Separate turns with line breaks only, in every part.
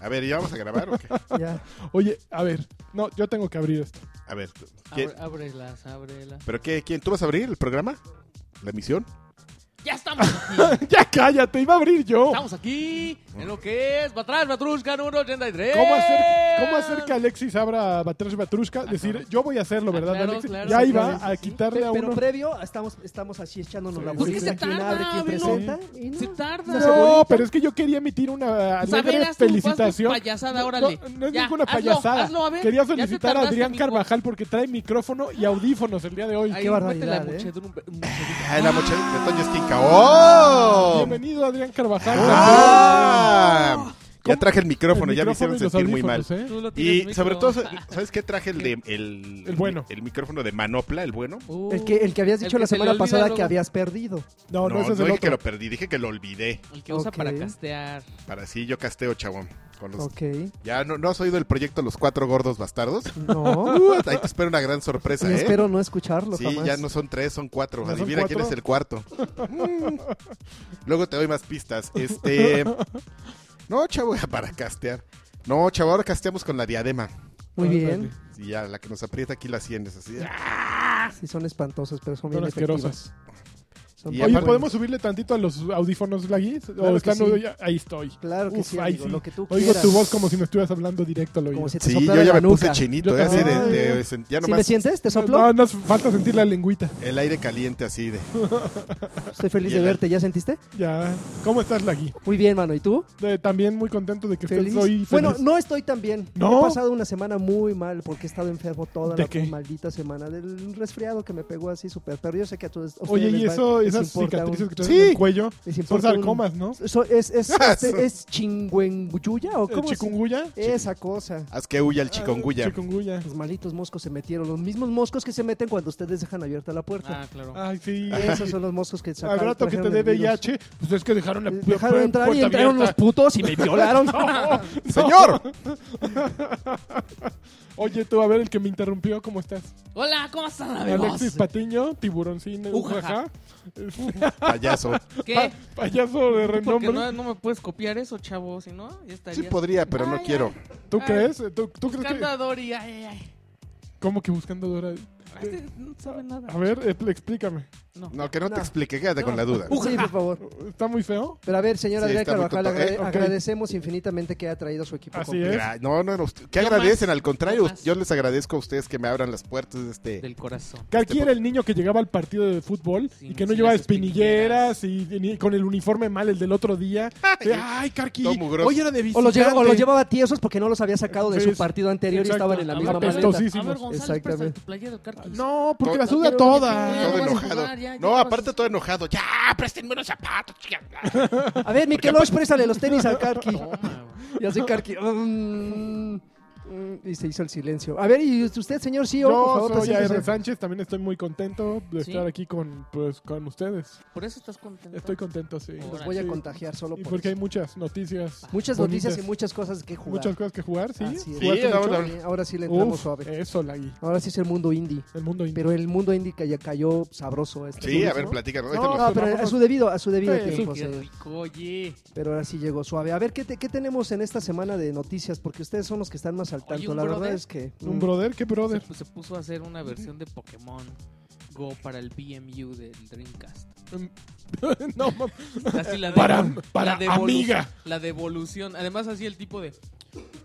A ver, ¿ya vamos a grabar o qué?
Ya. Oye, a ver. No, yo tengo que abrir esto.
A ver, tú- ¿quién-
Abre- Ábrelas, ábrelas.
¿pero qué? ¿Quién? ¿Tú vas a abrir el programa? ¿La emisión?
¡Ya estamos aquí!
ya cállate, iba a abrir yo.
Estamos aquí en lo que es Batrás Batrusca número 83.
¿Cómo hacer, ¿Cómo hacer que Alexis abra Batrash Batrushka? Decir, yo voy a hacerlo, ¿verdad,
Ah, claro,
Alexis?
Ah, claro,
ya
sí,
iba
claro,
a quitarle a
Pero
uno.
previo, estamos, estamos así echándonos
Sí.
la
Pues
bolita.
que se
¿Quién
tarda,
abre, quién
velo.
presenta? Y no.
Se tarda.
No, pero es que yo quería emitir una
Pues, a
alegre
ver, haz tu- haz tu
felicitación.
payasada,
No,
órale.
No, no es
Ya,
ninguna
hazlo,
payasada.
hazlo, a ver.
Quería
Ya te
solicitar a
tardaste,
Adrián
mijo.
Carvajal porque trae micrófono y audífonos el día de hoy.
Ahí,
qué barbaridad,
métela,
¿eh?
muchedumbre- muchedumbre.
Ah, la mochila de Toño Esquinca. ¡Oh!
Bienvenido, Adrián Carvajal.
¡Ah! Ya traje el micrófono,
El
ya me
micrófono
hicieron
y los
sentir muy mal.
audífonos, ¿eh?
Tú lo tienes,
Y
mijo.
sobre todo, ¿sabes qué traje el de el,
Ah. El bueno.
El micrófono de manopla, el bueno.
Uh,
El que, el que habías
El
dicho
que
la
se le
semana
olvida
pasada
luego.
que habías perdido.
No, no, ese es
no
el
dije que lo
otro.
perdí, dije que lo olvidé.
el que usa
Ok.
para castear.
Para así yo casteo, chabón. Con los-
Ok.
Ya no, no has oído el proyecto Los Cuatro Gordos Bastardos.
No.
Uh, ahí te espero una gran sorpresa,
y
¿eh?
espero no escucharlo
Sí,
jamás.
ya no son tres, son cuatro.
¿No son
Adivina quién
cuatro?
es el cuarto. Mm. Luego te doy más pistas. Este. No, chavo, para castear. No, chavo, ahora casteamos con la diadema.
Muy
Ándale.
bien. Ah.
Y ya, la que nos aprieta aquí las sienes, así. Ah,
Sí, son espantosas, pero son bien
Son
efectivas.
asquerosas.
Son
Y
muy
Oye,
buenas.
¿podemos subirle tantito a los audífonos, Lagui?
Claro
¿O
que
están-
sí.
ya- Ahí estoy.
Claro que
Uf,
sí,
ahí
amigo, lo que tú
Oigo tu
quieras.
voz como si me estuvieras hablando directo al oído.
Como si te
Sí,
soplara
yo ya
la
me puse
nuca.
chinito,
Yo
¿eh? Así de,
también.
de- de- ya
¿Sí me
nomás
sientes? ¿Te soplo?
No, nos falta sentir la lengüita.
el aire caliente así de.
Estoy feliz
Y
de
el-
verte. ¿Ya sentiste?
Ya. ¿Cómo estás, Lagui?
Muy bien, mano. ¿Y tú?
Eh, también muy contento de que estés
¿Feliz?
hoy. feliz.
Bueno, no estoy tan bien.
¿No?
He pasado una semana muy mal porque he estado enfermo toda
¿De
la
qué?
maldita semana del resfriado que me pegó así súper. Pero yo sé que a todos a
Oye,
ustedes
y
les va-
eso,
les
esas
importa un-
cicatrices que traes
Sí.
en el cuello
les
son
importa un-
sarcomas, ¿no?
So- ¿Es, es, este, es chingüenguyuya o
Eh,
cómo? se-
¿Chikungunya?
Esa cosa.
Haz que huya el
Ah,
chikungunya.
chikungunya.
Los malditos moscos se metieron. Los mismos moscos que se meten cuando ustedes dejan abierta la puerta.
Ah, claro.
Ay, sí.
Esos son los moscos que sacaron.
Al rato que te
trajeron
dé
el virus.
VIH, pues es que dejaron la
Eh, Dejaron
pu-
entrar y
puerta
entraron los
abierta.
putos y me violaron.
¡Señor!
Oye, tú, a ver, el que me interrumpió, ¿cómo estás?
Hola, ¿cómo están,
Ah, Alexis
amigos?
Patiño, tiburoncín, ujaja.
Ujaja.
Uh, Payaso.
¿Qué?
Payaso de
eh. Porque
renombre.
no, no me puedes copiar eso, chavo, si no, ya estaría.
Sí podría, pero no
Ay,
quiero.
ay,
¿Tú
Ay,
crees? ¿Tú, tú crees
Buscando
que...?
a Dory, ay, ay, ay.
¿Cómo que buscando Dora?
Este no sabe nada.
A ver, eh, explícame.
No.
No, que no, te
No.
explique, quédate
No.
con la duda.
Sí, por favor.
¿Está muy feo?
Pero a ver, señora
Sí,
Adrián
está muy
Carvajal,
tonto.
agrade-
Eh, ok.
agradecemos infinitamente que ha traído su equipo
Así
completo.
es.
Gra- No, no, no. usted- ¿Qué
Yo
agradecen?
más,
Al contrario,
yo más.
yo les agradezco a ustedes que me abran las puertas de este.
Del corazón.
Este
Que aquí era el niño que llegaba al partido de fútbol y
Sin-
que no
sin
llevaba
las
espinilleras y, y ni- con el uniforme mal el del otro día. De, Ay, Carqui,
Todo mugroso.
hoy era de
O los, lleva-
visitante.
o los llevaba tiesos porque no los había sacado de
Sí,
su
sí.
partido anterior y
Exacto.
estaban en la
Ah,
misma
ver,
maleta.
apestosísimos.
A ver, González,
Exactamente.
préstame tu playera del Cártel.
No, porque
No,
la
no
suda
quiero- no
toda.
quiero-
todo
vas a
enojado.
jugar, ya, ya
no,
vas a-
aparte todo enojado. Ya, préstenme unos zapatos. chica.
A ver, Miquel Lodge, préstale los tenis al Carqui.
Toma, güey.
Y así Carqui. mm, mm, y se hizo el silencio. A ver, ¿y usted, señor CEO? por
Yo
favor,
soy
preséntese.
A.R. Sánchez, también estoy muy contento de
Sí.
estar aquí con, pues, con ustedes.
Por eso estás contento.
Estoy contento, sí.
Los voy a
Sí.
contagiar solo
Y
por
porque hay
eso.
muchas noticias.
Muchas
bonitas.
noticias y muchas cosas que jugar.
Muchas cosas que jugar, ¿sí?
Así es.
Sí,
¿Jugaste
ahora-
mucho?
Sí, Ahora sí le entramos
Uf,
suave.
eso, Lagui.
Ahora sí es el mundo indie.
El mundo indie.
Pero el mundo indie que ya cayó sabroso. Este
Sí, a
turismo.
ver, platícanos.
No,
ahorita nos-
No, pero a su debido, a su debido
Sí,
tiempo.
Qué
sí.
rico, oye.
Pero ahora sí llegó suave. A ver, ¿qué, te- qué tenemos en esta semana de noticias? Porque ustedes son los que están más al tanto.
un
La verdad
brother.
es que...
¿Un
mm,
brother? ¿Qué
Se,
brother?
se puso a hacer una versión de Pokémon Go para el BMU del Dreamcast.
no, mames.
Así la de-
Para-
la
para
devolu-
amiga.
La devolución. Además, así el tipo de.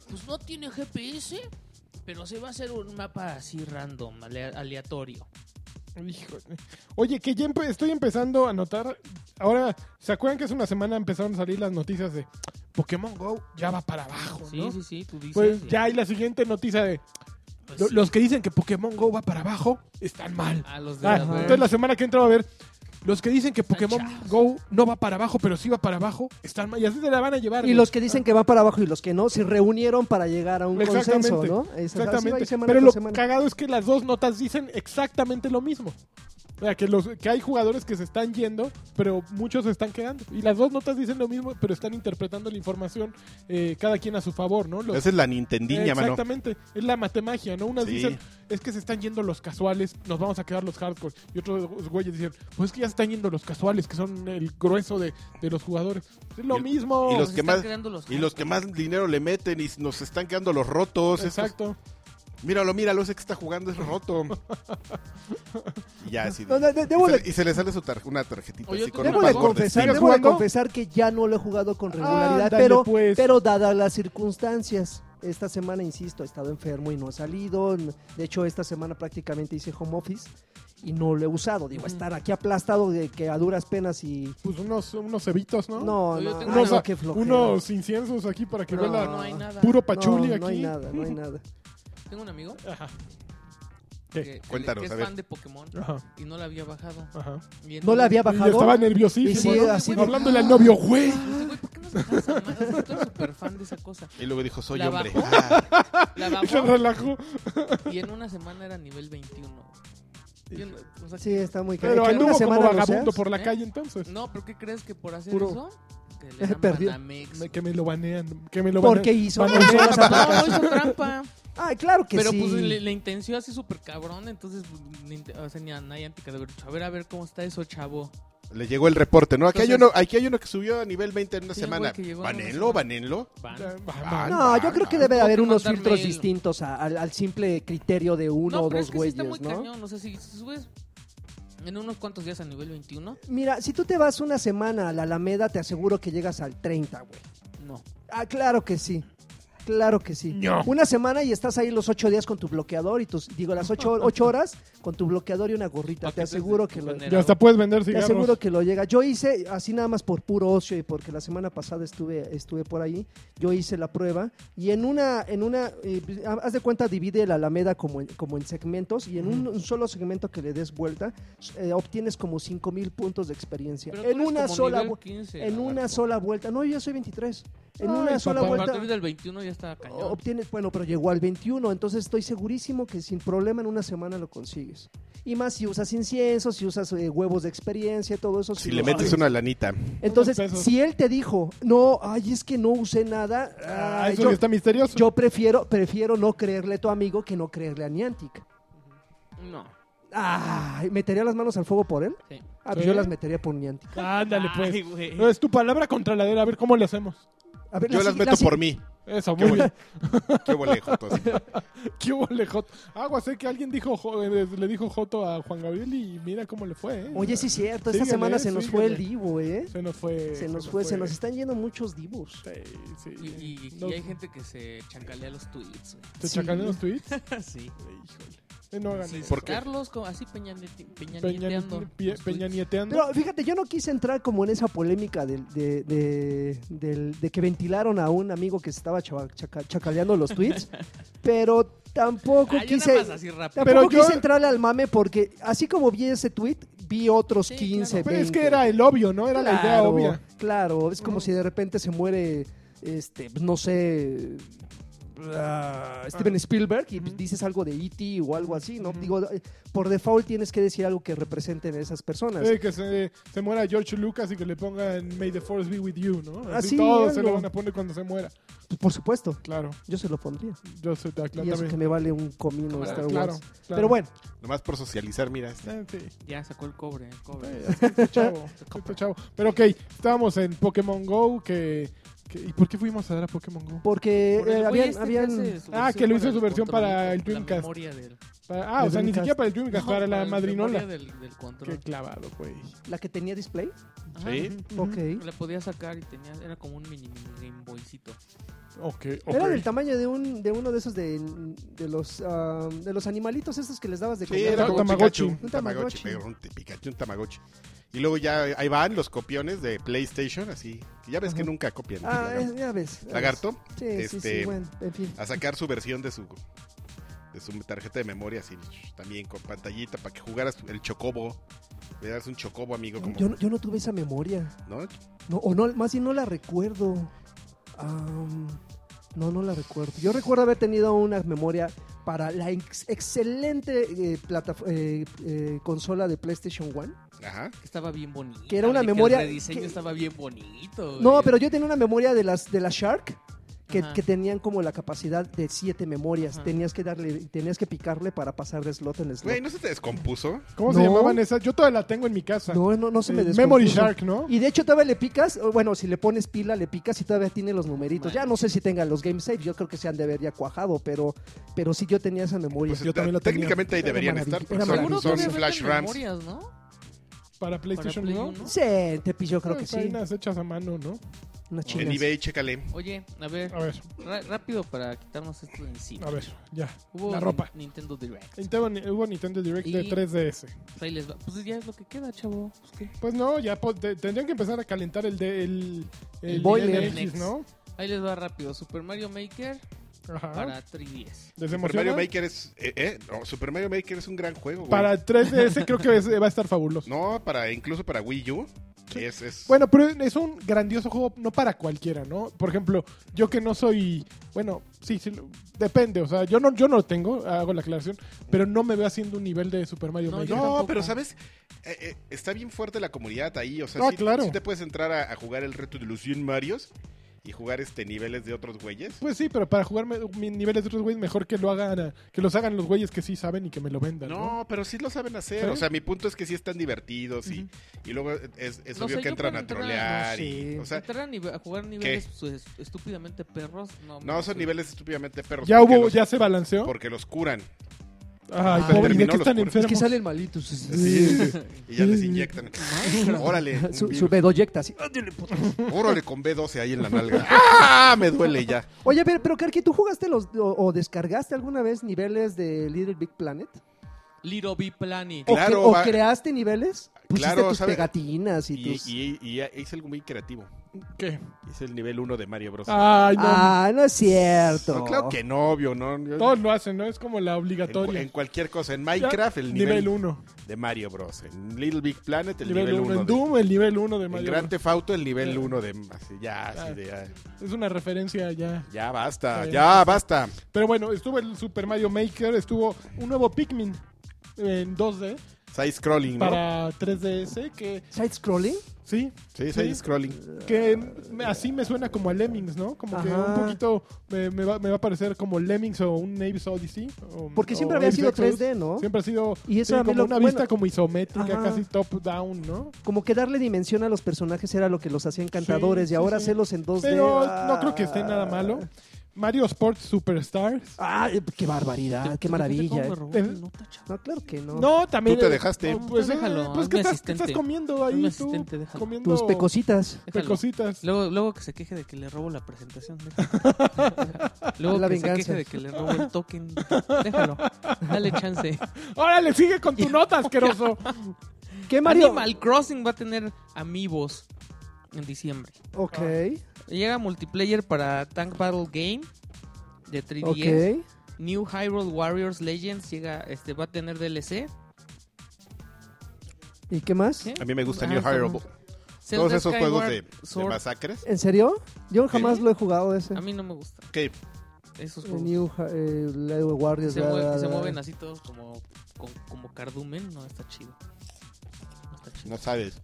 Pues no tiene GPS, pero se va a hacer un mapa así random, ale- aleatorio.
Híjole. Oye, que ya empe- estoy empezando a notar. Ahora, ¿se acuerdan que hace una semana empezaron a salir las noticias de Pokémon Go ya va para abajo?
Sí,
¿no?
sí, sí, tú dices.
Pues
y-
ya hay la siguiente noticia de
pues
lo-
sí.
los que dicen que Pokémon Go va para abajo están mal.
A los de
Ah,
la-
entonces la semana que entra va a ver los que dicen que Pokémon
chavos.
Go no va para abajo, pero sí va para abajo, están mal. Y así se la van a llevar.
Y
güey.
los que dicen que va para abajo y los que no, se reunieron para llegar a un
Exactamente.
consenso, ¿no? Es- así "Ah, va
Exactamente.
semana
Pero
tras
lo
semana.
cagado es que las dos notas dicen exactamente lo mismo. O sea, que, los, que hay jugadores que se están yendo, pero muchos se están quedando. Y las dos notas dicen lo mismo, pero están interpretando la información eh, cada quien a su favor, ¿no? Los-
Esa es la Nintendiña, mano.
Exactamente, es la matemagia, ¿no? Unas
Sí.
dicen, es que se están yendo los casuales, nos vamos a quedar los hardcore. Y otros güeyes dicen, pues es que ya se están yendo los casuales, que son el grueso de, de los jugadores. Es lo
Y-
mismo.
y los
Se
que
están
más-
creando los
Y los que más dinero le meten y nos están quedando los rotos. estos-
Exacto.
míralo, míralo, ese que está jugando es roto. y ya, así. de-
No, no, de-
y,
debo
se,
de-
y se le sale su tar- una tarjetita
Oye,
así
tú-
con
Debo
un
de
password de
confesar,
Steam.
¿Sigues
debo de
jugando?
confesar Pues, que ya no lo he jugado con regularidad,
Ándale,
pero,
pues.
pero dadas las circunstancias, esta semana, insisto, he estado enfermo y no he salido. De hecho, esta semana prácticamente hice home office y no lo he usado. Digo,
Ujú.
estar aquí aplastado de que a duras penas y...
Pues unos, unos cebitos, ¿no?
No, no,
Yo tengo
no,
unos,
una-
no, qué flojera.
unos inciensos aquí para que
No.
huela
No hay nada.
puro pachuli
no,
aquí.
No hay nada, no hay nada.
Tengo un amigo
Ajá,
que,
¿Qué?
que-
Cuéntanos,
que
a
es
ver.
fan de Pokémon
ajá,
y no la había bajado.
ajá.
Y
No la había
Y yo
bajado.
estaba
Y
nerviosísimo.
sí,
¿no?
así de- Ah.
Hablándole al novio, güey.
Dije, güey, ¿por qué no se cansa más? Tú eres súper fan de esa cosa.
Y luego dijo, soy
La
hombre.
bajó.
Ah,
La
Y se
bajó
relajó.
y en una semana era nivel 21. Yo no- o sea,
Sí, está muy caro.
Pero
Que en
anduvo
una
como
semana lo
vagabundo
seas.
por la
¿Eh?
calle entonces.
No, pero ¿qué crees que por hacer
Puro-
eso? Que le dan
Perdió.
Banamex.
Me- Que me lo banean. Que me lo
Porque
banean.
hizo,
Bueno,
hizo
no,
las
No,
aplicaciones.
hizo trampa.
Ah, claro que
pero
sí.
pues le, le intenció así súper cabrón. Entonces, pues, ni, o sea, ni a Niantic ha de haber dicho, A ver, a ver cómo está eso, chavo.
Le llegó el reporte, ¿no? Aquí hay, uno,
Entonces-
aquí hay uno que subió a nivel 20 en una
Sí, un güey
semana.
que llegó en una
Banenlo,
semana.
banenlo.
Van.
Ya, va,
Ah,
va.
No, yo creo que debe de
Tuvo
haber
que
unos
mandar
filtros
mail.
distintos a- al, al simple criterio de uno
no,
o
pero es
dos
que sí
güeyes,
está muy
¿no?
cañón. O sea, si subes en unos cuantos días a nivel 21,
Mira, si tú te vas una semana a la Alameda, te aseguro que llegas al 30, güey.
no.
Ah, claro que sí. Claro que sí.
No.
Una semana y estás ahí los ocho días con tu bloqueador y tus, digo, las ocho, ocho horas con tu bloqueador y una gorrita. Te
Paquetes de
aseguro que lo,
Cubanero.
Ya hasta puedes vender
te
cigarros.
aseguro que lo llega. Yo hice, así nada más por puro ocio y porque la semana pasada estuve, estuve por ahí, yo hice la prueba y en una, en una, eh, haz de cuenta, divide la Alameda como en, como en segmentos y en un, un solo segmento que le des vuelta, eh, obtienes como cinco mil puntos de experiencia.
Pero tú
en
eres
una
como
sola
nivel
vu-
15,
en una
Adolfo.
sola vuelta. No, yo ya soy 23. En
Ay,
una sola
papá.
A partir
vuelta Oh,
del 21 ya está cañón.
obtienes, bueno, pero llegó al 21, entonces estoy segurísimo que sin problema en una semana lo consigues. Y más si usas incienso, si usas eh, huevos de experiencia, todo eso.
Si
sí
le
lo
metes
haces.
una lanita.
Entonces,
Unos pesos.
si él te dijo, no, ay, es que no usé nada,
Ah,
ay,
eso
yo,
ya está misterioso.
yo prefiero, prefiero no creerle a tu amigo que no creerle a Niantic.
No.
Ay, ¿metería las manos al fuego por él?
Sí.
Ah, pues
¿Sí?
yo las metería por Niantic.
Ándale,
Ay,
pues.
güey.
No, Es tu palabra contra la de él. A ver, ¿cómo le hacemos?
A ver,
Yo
la
las
si-
meto
la si-
por mí.
Eso,
Qué
muy bien.
Qué pues, bolejo.
Qué hubo, le, Joto? Agua, sé que alguien dijo, jo- eh, le dijo Joto a Juan Gabriel y mira cómo le fue. ¿eh?
Oye, sí es cierto, esta
Síguele,
semana se nos fue el
síguele.
divo, ¿eh?
Se nos fue.
Se nos fue, se nos están yendo muchos divos.
Sí, sí.
Y, y- y
No,
hay gente que se chancalea los tweets. güey.
¿Te
Sí.
chacan los tweets?
Sí.
Híjole. Eh, no hagan
Sí,
eso.
¿Por qué?
Carlos, como- así peñanete-
Peña,
peñanieteando.
pie-
los tweets.
peñanieteando.
Pero fíjate, yo no quise entrar como en esa polémica del- de, de- del- de que ventilaron a un amigo que se estaba chava- chaca- chacaleando los tweets, pero tampoco
Ah, yo
quise,
nada más así rápido.
tampoco
Pero yo-
quise entrarle al mame porque así como vi ese tweet, vi otros
Sí,
15,
Pero es
20.
que era el obvio, ¿no? Era la idea
Claro,
obvia.
Claro, es como si de repente se muere, este, pues, no sé... ah, Steven Spielberg y pues,
Ujú.
dices algo de E.T. o algo así, ¿no?
Ujú.
Digo, eh, por default tienes que decir algo que representen a esas personas.
Eh, que se, se muera George Lucas y que le pongan May the Force be with you, ¿no? Así,
Así,
todos se
algo.
lo van a poner cuando se muera.
Pues, por supuesto.
Claro.
Yo se lo pondría.
Yo soy de
y eso que me vale un comino
Claro,
Star Wars.
Claro, claro.
Pero bueno,
Nomás por socializar, mira. este.
Eh, sí.
Ya sacó el cobre, el cobre.
Eh, este chavo, este chavo. Pero ok, estábamos en Pokémon Go que, que- ¿Y por qué fuimos a dar a Pokémon Go?
porque
Por el
eh,
güey
habían...
este que
habían-
hace su
Ah,
versión
que lo hizo
para
su versión para
controlito,
el Dreamcast.
La memoria del...
Para- ah,
El
o sea, ni
Dreamcast.
siquiera para el Dreamcast,
No,
para la
el-
madrinola.
memoria del, del
Qué
control.
clavado, güey.
La que tenía display.
Ajá.
Sí.
Ok.
Le podía sacar y tenía... Era como un mini, mini Game Boycito.
Ok, ok.
Era del tamaño de un de uno de esos de, de los ah, de los animalitos estos que les dabas de
Sí, era
Un
como
Tamagotchi.
Pikachu,
Un
Un
Tamagotchi.
Tamagotchi. pero Un t- Pikachu, un Tamagotchi. Y luego ya eh, ahí van los copiones de PlayStation, así. que ya ves que
Ajá.
nunca copian.
Ah,
lagarto.
eh, ya ves. ya ves.
Lagarto,
Sí, sí, sí,
este,
bueno, en fin.
a sacar su versión de su de su tarjeta de memoria, así también con pantallita para que jugaras el chocobo. Le das un chocobo, amigo. Como,
Yo, no- yo no tuve esa memoria.
¿no?
No, o no, más bien no la recuerdo. Am, no, no la recuerdo. Yo recuerdo haber tenido una memoria para la ex- excelente eh, plataf- eh, eh, consola de PlayStation 1.
Ajá.
Que estaba bien bonito.
Que era una
y
memoria
Que el rediseño
que-
estaba bien bonito.
No,
güey.
pero yo tenía una memoria de las de la Shark que,
Ajá.
que tenían como la capacidad de siete memorias.
Ajá.
Tenías que darle, tenías que picarle para pasar de slot en slot.
Güey, ¿no se te descompuso?
¿Cómo se
No.
llamaban esas? Yo todavía la tengo en mi casa.
No, no, no se me
Eh,
descompuso.
Memory Shark, ¿no?
Y de hecho todavía le picas, o bueno, si le pones pila, le picas y todavía tiene los numeritos. Ya
Madre.
no sé si tengan los game saves, yo creo que se han de haber ya cuajado, pero, pero sí yo tenía esa memoria.
Pues,
yo también la tenía.
técnicamente ahí
Era
deberían estar,
maravilloso,
porque
era
son,
maravilloso.
son
todavía
flash
venden
rams.
memorias, ¿no?
Para PlayStation
Play
1.
uno.
Sí, Tepi, yo creo que
Hay
sí.
unas hechas a mano, ¿no?
Unas
En
chingas.
eBay, chécale.
Oye, a ver,
A ver,
ra- rápido para quitarnos esto de encima.
a ver, ya.
Hubo
la
Nin-
ropa.
Nintendo Direct.
Nintendo- Hubo Nintendo Direct de
Y-
3DS.
Ahí les va. Pues ya es lo que queda, chavo. Pues, ¿qué?
Pues no, ya po- te- tendrían que empezar a calentar el de, el,
El
boiler.
NX, ¿no?
Ahí les va rápido. Super Mario Maker
Ah.
Ajá.
para 3DS.
¿Les
Super
emociona?
Mario Maker es... eh, eh, no, Super Mario Maker es un gran juego, güey.
Para 3DS creo que es- va a estar fabuloso.
No, para incluso para Wii U. Es, es...
Bueno, pero es un grandioso juego, no para cualquiera, ¿no? Por ejemplo, yo que no soy. Bueno, sí, sí, lo- depende. O sea, yo no, yo no lo tengo, hago la aclaración, pero no me veo haciendo un nivel de Super Mario
No,
Maker.
yo
no,
tampoco.
pero ¿sabes? Eh, eh, está bien fuerte la comunidad ahí. O sea,
Ah,
sí,
claro.
sí te puedes entrar a, a jugar el reto de los 100 Marios y jugar este niveles de otros güeyes.
Pues sí, pero para jugar me- mis niveles de otros güeyes, mejor que lo hagan, a- que los hagan los güeyes que sí saben y que me lo vendan. No,
No, pero sí lo saben hacer.
¿Sí?
O sea, mi punto es que sí están divertidos y,
Ujú.
y luego es, es
No
obvio
sé,
que
yo
entran
para
a
entrar,
trolear.
no
y-
sé.
o sea,
Entrar a, nive- a jugar niveles pues, estúpidamente perros. No,
no son
sí.
niveles estúpidamente perros.
ya
porque
hubo,
los-
ya se balanceó.
Porque los curan
Ay, pobre,
Ah,
¿y ¿de
terminó
qué
los
están
puros.
enfermos?
Es que sale el malito.
Sí. y ya les inyectan. Órale, un
Su, su
virus.
bedoyecta, así.
órale con B12 ahí en la nalga. ¡Ah! Me duele ya.
Oye, pero, pero Karki, ¿tú jugaste los o, o descargaste alguna vez niveles de Little Big Planet?
Little Big Planet.
¿O,
Claro,
cre- o
va-
creaste niveles? Pusiste
Claro,
tus
sabe-
pegatinas y,
Y,
tus...
y- y ya hice algo muy creativo.
¿Qué?
Hice el nivel 1 de Mario Bros.
Ay, no.
Ah, no es cierto.
No, claro que no, obvio, ¿no? Yo-
Todos lo hacen, ¿no? Es como la
en, cu-
obligatoria.
en cualquier cosa. En Minecraft, el
nivel
nivel
1.
de Mario Bros. En Little Big Planet, el
Nivel
nivel
1.
1.
En Doom, el nivel 1 de
En
Mario.
Grand
Bros.
Theft Auto, el nivel 1 de... así, ya, así
Ah.
de... ya.
Es una referencia ya.
Ya basta,
Sí.
ya basta.
Pero bueno, estuvo el Super Mario Maker, estuvo un nuevo Pikmin en 2D
Side scrolling, ¿no?
para 3DS que
¿Side scrolling?
sí,
Sí, side scrolling.
que me- así me suena como a Lemmings, ¿no? Como que
Ajá.
un poquito me, me va, me va a parecer como Lemmings o un Naves Odyssey. o-
Porque siempre
o
había
Abe's
sido
Exodus.
3D, ¿no?
Siempre ha sido
Y eso
sí,
a mí
como
lo-
una
bueno.
vista como isométrica,
Ajá.
casi top down, ¿no?
Como que darle dimensión a los personajes era lo que los hacía encantadores
Sí,
y
sí,
ahora
sí.
hacerlos en 2D.
Pero
ah.
no creo que esté nada malo. Mario Sports Superstars.
Ah, qué barbaridad, qué maravilla. eh.
Fíjate cómo me robó
Es-
mi nota, chavo.
No, claro que no.
No, también.
Tú te dejaste.
No, pues
Tú déjalo,
déjalo. Pues
hazme
que estás, qué
asistente.
estás comiendo ahí.
Hazme
tú?
asistente, déjalo.
Comiendo
Tus pecositas.
Déjalo.
pecositas.
Luego, luego que se queje de que le robo la presentación. déjalo. luego
La
que
venganza.
se queje de que le robo el token. Déjalo. Dale chance.
Órale, sigue con tu nota, asqueroso.
¿Qué Mario?
Animal Crossing va a tener amigos en diciembre.
Ok,
Llega multiplayer para Tank Battle Game de 3DS.
ok.
New Hyrule Warriors Legends llega, este, va a tener DLC.
¿Y qué más?
¿Qué?
A mí me gusta
Ah,
New
está
Hyrule.
bueno. Zelda
Todos esos
Skyward
juegos de, de
Sword.
masacres.
¿En serio? Yo jamás lo he jugado ese.
A mí no me gusta
Que
esos
El
juegos.
New Ja- eh, Lego
que
Warriors.
se,
bla,
mueven,
bla,
que se
bla.
mueven así todos como, con- como cardumen. No, está chido. No está chido.
no sabes.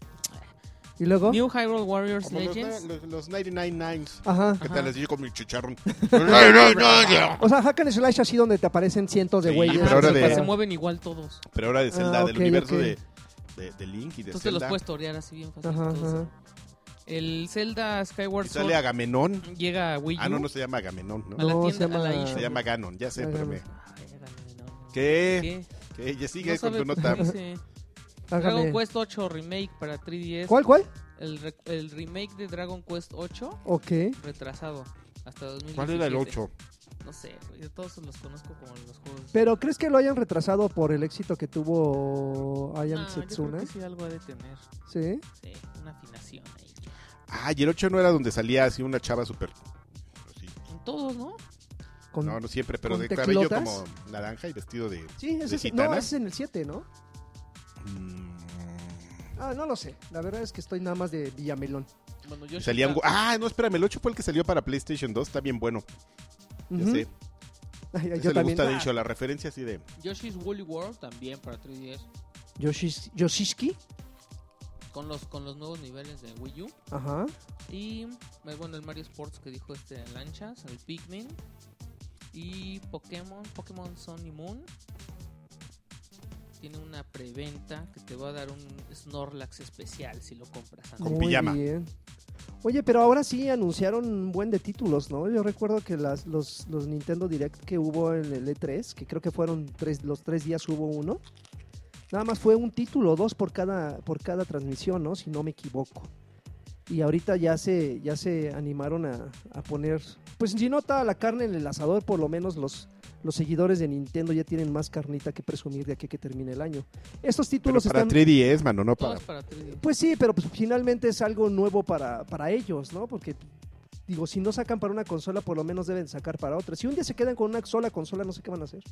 ¿Y luego?
New Hyrule Warriors
Como los,
Legends.
los, los 99 Nines.
Ajá.
¿Qué
Ajá.
tal les digo con mi chicharrón? pero
O sea, Hack and Slash así donde te aparecen cientos de
Sí,
güeyes.
pero ahora
así
de-
para-
se mueven igual todos.
ahora de Zelda,
Ah,
del
ok,
universo
ok.
de, de, de Link y de
Entonces te los
Zelda.
puedes torear así bien fácil.
Ajá,
todos.
ajá.
El Zelda Skyward
Y sale
Sword
Agamenón.
llega a Wii U.
Ah, no, no se llama Agamenón, ¿no?
A la
No,
tienda,
se
a la
llama-
eShop.
Se llama Ganon, ya sé, pero me...
Ay, hágame, no.
¿Qué?
¿Qué?
¿Qué? Ya sigue
No
con tu
sabe,
nota.
pues, dice.
Hágame.
Dragon Quest 8 Remake para 3DS.
¿Cuál, cuál?
El, re- el remake de Dragon Quest 8
Ok.
retrasado hasta 2017.
¿Cuál era el 8?
No sé, güey, yo todos los conozco como los juegos.
Pero ¿crees que lo hayan retrasado por el éxito que tuvo
Ah,
Ayan
yo creo
Setsuna?
que sí algo ha de tener.
Sí.
Sí, una afinación ahí.
Ah, y el 8 no era donde salía así una chava súper... así.
En todos, ¿no?
Con-
No, no siempre, pero
con
de cabello
teclotas?
como naranja y vestido de...
Sí,
¿De
ese es,
gitana?
no, ese es en el 7, ¿no?
Mm.
Ah, no lo sé. La verdad es que estoy nada más de Villamelón.
Bueno, yo
Y Salía un... gu- Ah, no, espérame, el 8 fue el que salió para PlayStation 2, está bien bueno. Ya
Ujú.
sé.
Ay, ay,
Ese
yo
le
también. Ah.
gusta de hecho la referencia así de...
Yoshi's Woolly World también para 3DS.
Yoshis- Yoshiski.
Con los, con los nuevos niveles de Wii U.
Ajá.
Y eh, bueno, el Mario Sports que dijo este Lanchas, el Pikmin y Pokémon, Pokémon Sun y Moon. Tiene una preventa que te va a dar un Snorlax especial si lo compras. antes.
Con pijama.
bien. Oye, pero ahora sí anunciaron un buen de títulos, ¿no? Yo recuerdo que las, los, los Nintendo Direct que hubo en el E3, que creo que fueron tres, los tres días hubo uno. Nada más fue un título, dos por cada, por cada transmisión, ¿no? Si no me equivoco. Y ahorita ya se, ya se animaron a, a poner, pues si no está la carne en el asador, por lo menos los, los seguidores de Nintendo ya tienen más carnita que presumir de aquí a que termine el año. Estos
Pero
títulos
para
están...
3DS, mano, no
Todo
para...
es para 3D.
Pues sí, pero pues, finalmente es algo nuevo para, para ellos, ¿no? Porque, digo, si no sacan para una consola, por lo menos deben sacar para otra. Si un día se quedan con una sola consola, no sé qué van a hacer.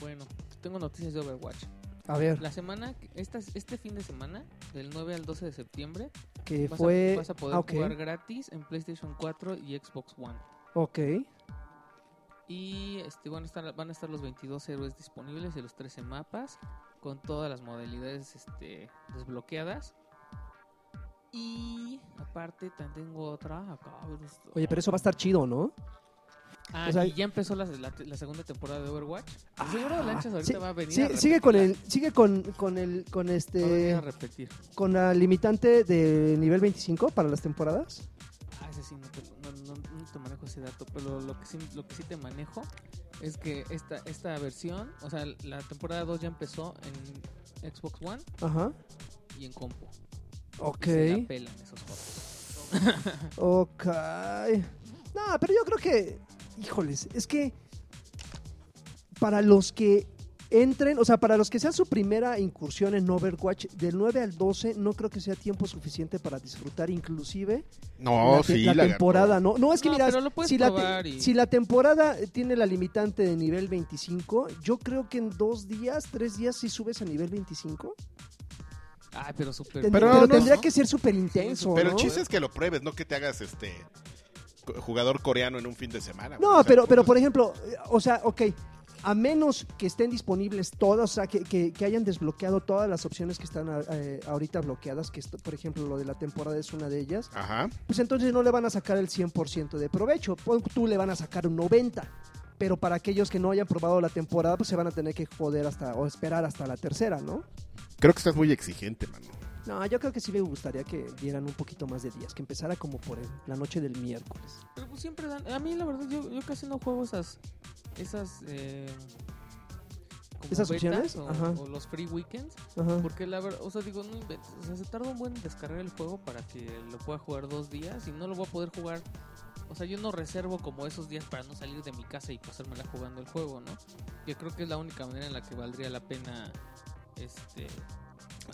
Bueno, tengo noticias de Overwatch.
A ver,
La semana, esta, este fin de semana, del 9 al 12 de septiembre,
que
vas,
fue...
a, vas a poder
ah, ok,
jugar gratis en PlayStation 4 y Xbox One.
ok.
Y este, van, a estar, van a estar los 22 héroes disponibles y los 13 mapas con todas las modalidades este, desbloqueadas. Y aparte también tengo otra acá. a ver esto.
Oye, pero eso va a estar chido, ¿no?
Ah,
o sea- Ah,
y ya empezó la, la- la segunda temporada de Overwatch. El señor de Lanchas ahorita
Sí,
va a venir
sí,
a
sigue con
repetirla.
el, sigue con, con el, con
Va a venir a
este,
repetir.
con la limitante de nivel 25 para las temporadas.
Ah, ese sí, no te, no- no- no te manejo ese dato, pero lo que sí, lo que sí te manejo es que esta, esta versión, o sea, la temporada 2 ya empezó en Xbox One
Ajá.
y en compu.
Ok.
Y se la pelan esos juegos.
Ok. No, pero yo creo que. Híjoles, es que. Para los que entren, o sea, para los que sea su primera incursión en Overwatch, del 9 al 12, no creo que sea tiempo suficiente para disfrutar, inclusive
No,
la, te-
Oh, sí,
la
lagarto.
temporada, ¿no? No, es que
No,
mira,
pero lo puedes
si la, te-
probar y-
si la temporada tiene la limitante de nivel 25, yo creo que en dos días, tres días, si subes a nivel 25,
Ay, pero súper.
Tendría-
Pero
pero,
no,
tendría
¿no?
que ser súper intenso.
Pero
¿no?
el chiste es que lo pruebes, no que te hagas este co- jugador coreano en un fin de semana. güey.
No,
O sea,
pero,
el
pero
punto
por ejemplo, eh, o sea, ok, a menos que estén disponibles todas, o sea, que, que- que hayan desbloqueado todas las opciones que están ah, eh, ahorita bloqueadas, que esto- por ejemplo lo de la temporada es una de ellas,
es- Ajá.
pues entonces no le van a sacar el 100% de provecho, pon tú le van a sacar un 90%. Pero para aquellos que no hayan probado la temporada, pues se van a tener que joder hasta o esperar hasta la tercera, ¿no?
Creo que estás muy exigente, mano.
No, yo creo que sí me gustaría que dieran un poquito más de días, que empezara como por el- la noche del miércoles.
Pero pues siempre dan. A mí, la verdad, yo, yo casi no juego esas. Esas. eh, como
¿Esas
betas
opciones?
O,
Ajá.
o los free weekends.
Ajá.
Porque la verdad, o sea, digo, no inventes, o sea, se tarda un buen en descargar el juego para que lo pueda jugar dos días y no lo voy a poder jugar. O sea, yo no reservo como esos días para no salir de mi casa y pasármela jugando el juego, ¿no? Yo creo que es la única manera en la que valdría la pena, este...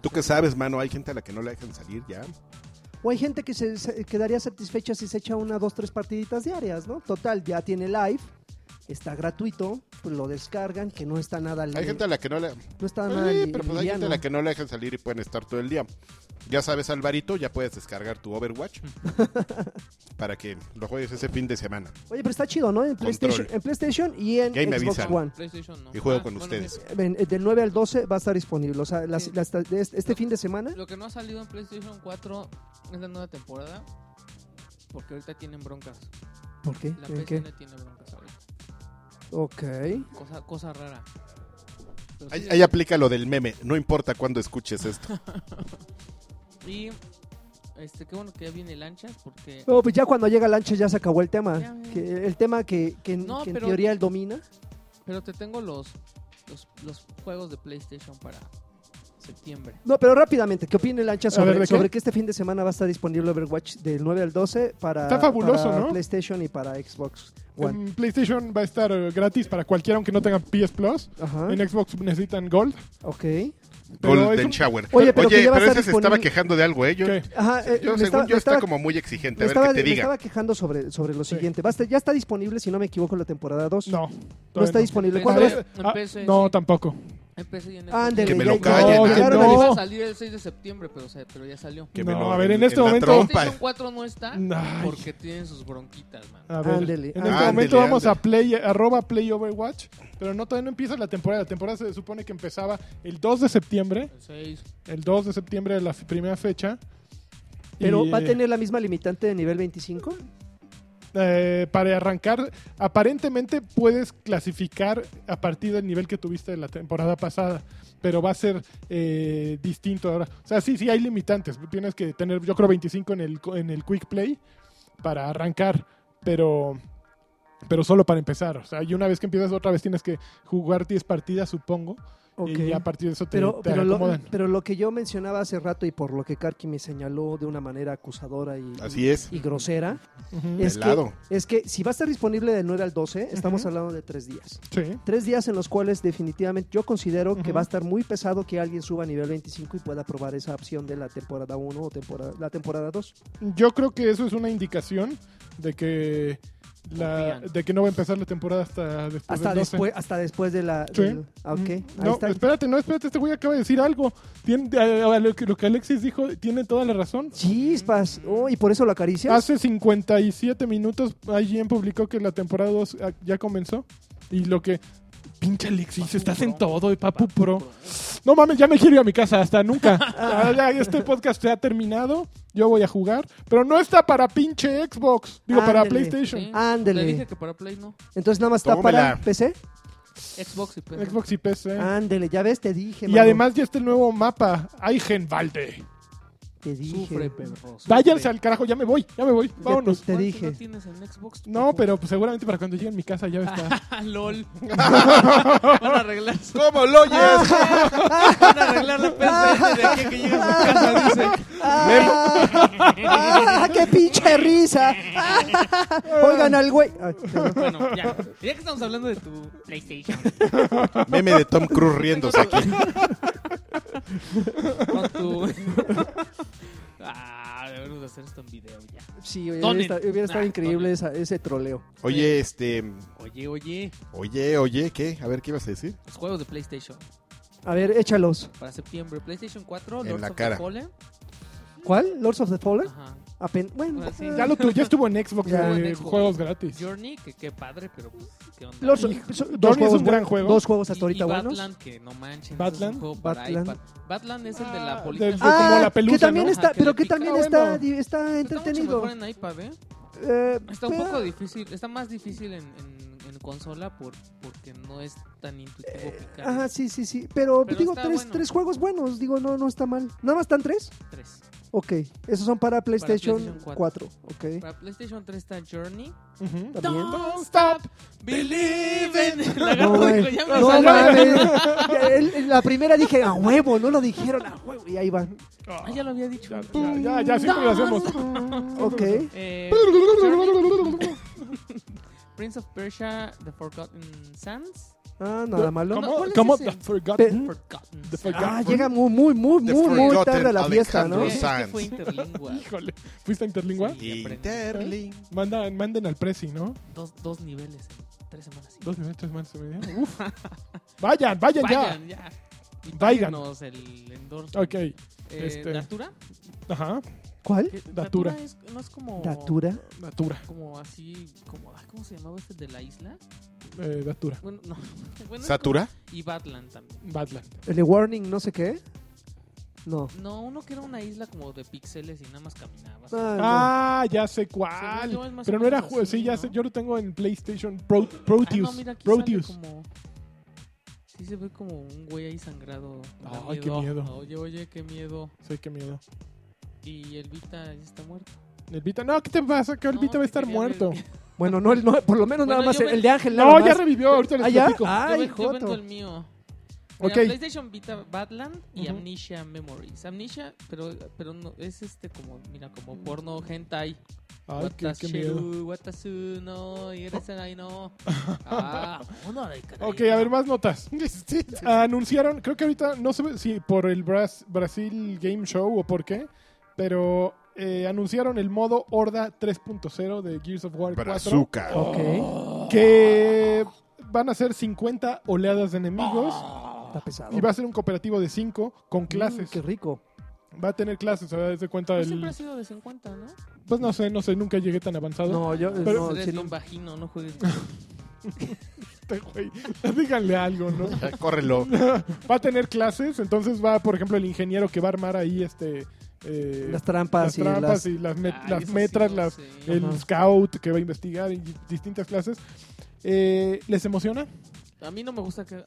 Tú que
hacerlo.
sabes, mano, hay gente a la que no le dejan salir ya.
O hay gente que se se quedaría satisfecha si se echa una, dos, tres partiditas diarias, ¿no? Total, ya tiene live, está gratuito, pues lo descargan, que no está nada li-
Hay gente a la que no le...
No está
Pues
nada
sí,
li-
pero pues hay gente a
liviano.
la que no le dejan salir y pueden estar todo el día. Ya sabes, Alvarito, ya puedes descargar tu Overwatch para que lo juegues ese fin de semana.
Oye, pero está chido, ¿no? En PlayStation, en PlayStation y en
Ya ahí me
Xbox
avisan.
One.
PlayStation no.
Y juego
Ah,
con
bueno,
ustedes.
En- en- del 9 al 12 va a estar disponible. O sea, las-
Sí.
las- de este, este fin de semana.
mira, Lo que no ha salido en PlayStation 4 es la nueva temporada. Porque ahorita tienen broncas.
¿Por qué?
La
¿En qué?
PSN tiene broncas ahorita.
Ok.
Cosa, cosa rara.
Pues
Pero
Ahí,
sí,
ahí aplica lo del meme, no importa cuándo escuches esto.
Y este, qué bueno que ya viene lanchas porque...
No, pues ya cuando llega Lanchas ya se acabó el tema.
Ya, ya.
Que- el tema que, que en-
No,
que en
pero-
teoría él domina.
Pero te tengo los, los, los juegos de PlayStation para septiembre.
No, pero rápidamente, ¿qué opina Lancha
A
sobre,
ver, ¿de qué?
sobre que este fin de semana va a estar disponible Overwatch del 9 al 12 para,
Está fabuloso,
para
¿no?
PlayStation y para Xbox One?
En PlayStation va a estar eh, gratis para cualquiera aunque no tenga PS Plus.
Ajá,
En Xbox necesitan Gold.
ok.
Pero
Golden
es un-
Shower.
Oye, pero que ya va a
ese
estar
se estaba
disponible-
quejando de algo, ¿eh? Yo,
¿Qué?
Ajá, eh,
yo,
me
según
estaba-
yo, está
me estaba-
como muy exigente.
me
A ver qué
estaba,
te
me
diga.
estaba quejando sobre, sobre lo
Sí.
siguiente. Va a estar- ya está disponible, si no me equivoco, la temporada 2.
No.
No está
todavía
disponible.
Pero-
¿Cuándo
¿Cuándo
va a
es?
estar?
Ah,
Empecé,
no,
sí.
tampoco.
Empecé ya en este
Ándele,
Que me
ya-
lo
ya-
callen,
ya
ah.
llegaron a
No.
dis-
Iba a salir el 6 de septiembre, pero, se- pero ya salió.
Que
No,
me lo-
a ver, en este
la
momento-
trompa.
PlayStation 4 no está
Ay.
porque tienen sus bronquitas, man.
A ver,
Ándele,
en este
ándele.
momento
Ándele,
vamos
ándele.
a play, arroba play Overwatch, pero no, todavía no empieza la temporada. La temporada se supone que empezaba el 2 de septiembre,
El 6.
el 2 de septiembre de la f- primera fecha,
Pero
Y,
va a
eh,
tener la misma limitante de nivel 25.
eh, para arrancar, aparentemente puedes clasificar a partir del nivel que tuviste la temporada pasada, pero va a ser eh, distinto ahora. O sea, sí, sí hay limitantes. Tienes que tener, yo creo, 25 en el, co- en el Quick Play para arrancar, pero, pero solo para empezar. O sea, y una vez que empiezas otra vez tienes que jugar 10 partidas, supongo, y
Ok.
a partir de eso te,
Pero,
te
pero, lo,
acomodan.
pero lo que yo mencionaba hace rato y por lo que Karki me señaló de una manera acusadora y,
Así es.
y grosera,
Ujú.
es que,
Pelado.
es que si va a estar disponible del 9 al 12, estamos
Ujú.
hablando de tres días.
Sí.
Tres días en los cuales definitivamente yo considero que
Ujú.
va a estar muy pesado que alguien suba a nivel 25 y pueda probar esa opción de la temporada 1 o temporada, la temporada 2.
Yo creo que eso es una indicación de que la,
Confían.
de que no va a empezar la temporada hasta después
Hasta,
del 12.
después, hasta después de la...
Sí.
del- ah, ok,
Mm,
ahí
no,
está.
espérate, no, espérate, este güey acaba de decir algo. Tiene, a- a lo, que, lo que Alexis dijo tiene toda la razón.
Chispas. Oh, ¿Y por eso lo acaricias?
Hace 57 minutos alguien publicó que la temporada 2 a- ya comenzó y lo que pinche Alexis,
Papu
estás
Pro.
en todo, y Papu Pro. No mames, ya me quiero ir a mi casa, hasta nunca. Ah, ya, este podcast se ha terminado, yo voy a jugar, pero no está para pinche Xbox, digo, para
Ándele.
PlayStation.
Sí,
Ándele.
Te dije que para Play no.
Entonces nada más está para
Tómela.
PC.
Xbox y PC.
Xbox y PC.
Ándele, ya ves, te dije.
y
mano,
además ya está el nuevo mapa, Valde.
Te dije.
Sufre, perro. sufre.
Váyanse al carajo, ya me voy, ya me voy,
Te-
vámonos.
Te
¿Cuánto
dije.
no tienes en Xbox? tu
No,
poco?
pero pues, seguramente para cuando llegue a mi casa ya está.
Ah, LOL. Van a arreglar su Ah,
¿Cómo lo oyes?
Van a arreglar la PSN de aquí a que llegues a su casa, dice.
¡Ah! ¡Ah, ¡Qué pinche risa! Oigan al güey. Ay, perdón.
Bueno, ya. Ya que estamos hablando de tu PlayStation.
Meme de Tom Cruise riéndose aquí.
Con tu... ah, debemos de hacer esto en video ya.
Sí, oye,
Donen.
hubiera estado, hubiera estado
Ah,
increíble
donen.
esa- ese troleo.
Oye, este.
Oye, oye.
Oye, oye, ¿qué? A ver, ¿qué ibas a decir?
Los juegos de PlayStation.
A ver, échalos.
Para septiembre. PlayStation 4.
En
Lords
la
of the
cara.
Fallen.
¿Cuál? ¿Lords of the Fallen?
Ajá.
Apen- bueno,
Ah, sí.
eh,
Ya, lo tu- ya estuvo en Xbox
Ya.
de
En Xbox.
juegos gratis.
Journey, que qué padre, pero pues, ¿qué onda?
Lords-
Hijo,
so-
Journey
dos
es
juegos
un gran
bu-
juego.
Dos juegos hasta
Y-
ahorita
y
buenos.
Batland, que no manchen.
Batland.
Batland.
Batland. Batland es el de la
Ah,
bolita.
del-
Ah,
como la pelusa,
que también
¿no?
está,
Ajá, que
pero
le
que
pica.
también
Ah,
está,
bueno.
di- está
está mucho
entretenido.
mejor en iPad, ¿eh?
Eh,
Está un
pero-
poco difícil, está más difícil en, en- en consola por, porque no es tan intuitivo picar
Eh, Ajá, sí, sí, sí. Pero,
Pero
digo,
está
tres,
bueno.
tres juegos buenos. Digo, no, no está mal. ¿Nada más están tres?
tres.
Ok. Esos son para PlayStation,
PlayStation
4.
cuatro.
Ok.
Para PlayStation 3 está Journey.
Ujú.
También.
Don't stop believing. El lagarto
No,
dijo,
güey.
ya me
No,
salió.
mames. Ya, él- él- La primera dije, a huevo, no lo dijeron, a huevo. Y ahí van.
Ah, ya lo había dicho.
Ya, ya, ya, ya siempre lo hacemos.
Ok.
Eh, Journey, Prince of Persia, The Forgotten Sands.
Ah, nada malo.
No, ¿cuál
¿Cómo?
es
¿Cómo?
ese?
The Forgotten.
Forgotten
The
Sands.
Ah,
Forgotten.
llega muy, muy, muy,
The
muy, muy
Forgotten
tarde a la fiesta, ¿no?
Alejandro.
Es que fue
Sands.
interlingua.
Híjole. ¿Fuiste a Interlingua?
Sí.
Interlink.
Manda- manden al Prezi, ¿no?
Dos, dos niveles en tres semanas.
Dos minutos, tres más, y media. Uf. Vayan, vayan,
Vayan, ya. Y
Vayan.
páguenos el endorsement.
ya. Ok.
Eh,
este-
¿Datura?
Ajá.
¿Cuál?
¿Qué-
Datura.
Datura es, no es como...
¿Datura?
Datura.
Como así, como, ay, ¿cómo se llamaba este de la isla?
Eh, Datura.
Bueno, no. Bueno, es
¿Satura?
como- y Batland también.
Badland.
¿El de Warning, no sé qué? No.
No, uno que era una isla como de píxeles y nada más caminabas.
Ah,
Ah, ya sé
Según yo es
cuál.
más
Pero
o
no era
menos
juego.
así,
Sí, ya
¿no?
sé. Yo lo tengo en PlayStation Pro- Proteus.
Ah, no, mira, aquí
Proteus.
sale como... Sí se ve como un güey ahí sangrado. Me da
Ay, qué miedo.
Oye, oye, qué miedo.
Sí, qué miedo.
Y Elvita ya está muerto.
El Vita. No, ¿qué te pasa? Que el
No,
Vita va a
te
estar
quería
muerto.
ver-
no. Bueno, no, el- no, por lo menos
Bueno,
nada más
yo
el,
me-
el de Ángel. nada
No, ya
más.
revivió. Ahorita les
¿Ah, ya?
platico.
Yo
Ay,
ven- yo vendo
joto.
el mío. Mira,
Ok.
PlayStation Vita Badland y
Ujú.
Amnesia Memories. Amnesia, pero, pero no, es este como, mira, como porno hentai.
Ay, qué, qué miedo. Oh.
Watashiru, watasu no, iresenai no. Ah, uno de cada
Ok,
uno.
a ver, más notas. Anunciaron, creo que ahorita, no sé si por el Bras- Brasil Game Show o por qué, pero eh, anunciaron el modo Horda 3.0 de Gears of War 4.
Brazuca.
Oh. Ok.
Que van a ser 50 oleadas de enemigos
Está pesado.
y va a ser un cooperativo de 5 con clases.
Mm, qué rico.
Va a tener clases, a ver, de cuenta
Pero Siempre ha
el...
sido de 50, ¿no?
Pues no sé, no sé, nunca llegué tan avanzado.
No, yo.
Pero-
no,
Eres
sí, no.
un vagino, no juegues.
Este güey, Díganle algo, ¿no?
Córrelo.
va a tener clases, entonces va, por ejemplo, el ingeniero que va a armar ahí este eh,
Las trampas
las
y
trampas
las-
y las, met-
Ay,
las
eso sí
metras,
no
las,
sé.
el
Ajá.
scout que va a investigar y distintas clases. Eh, ¿Les emociona?
A mí no me gusta que...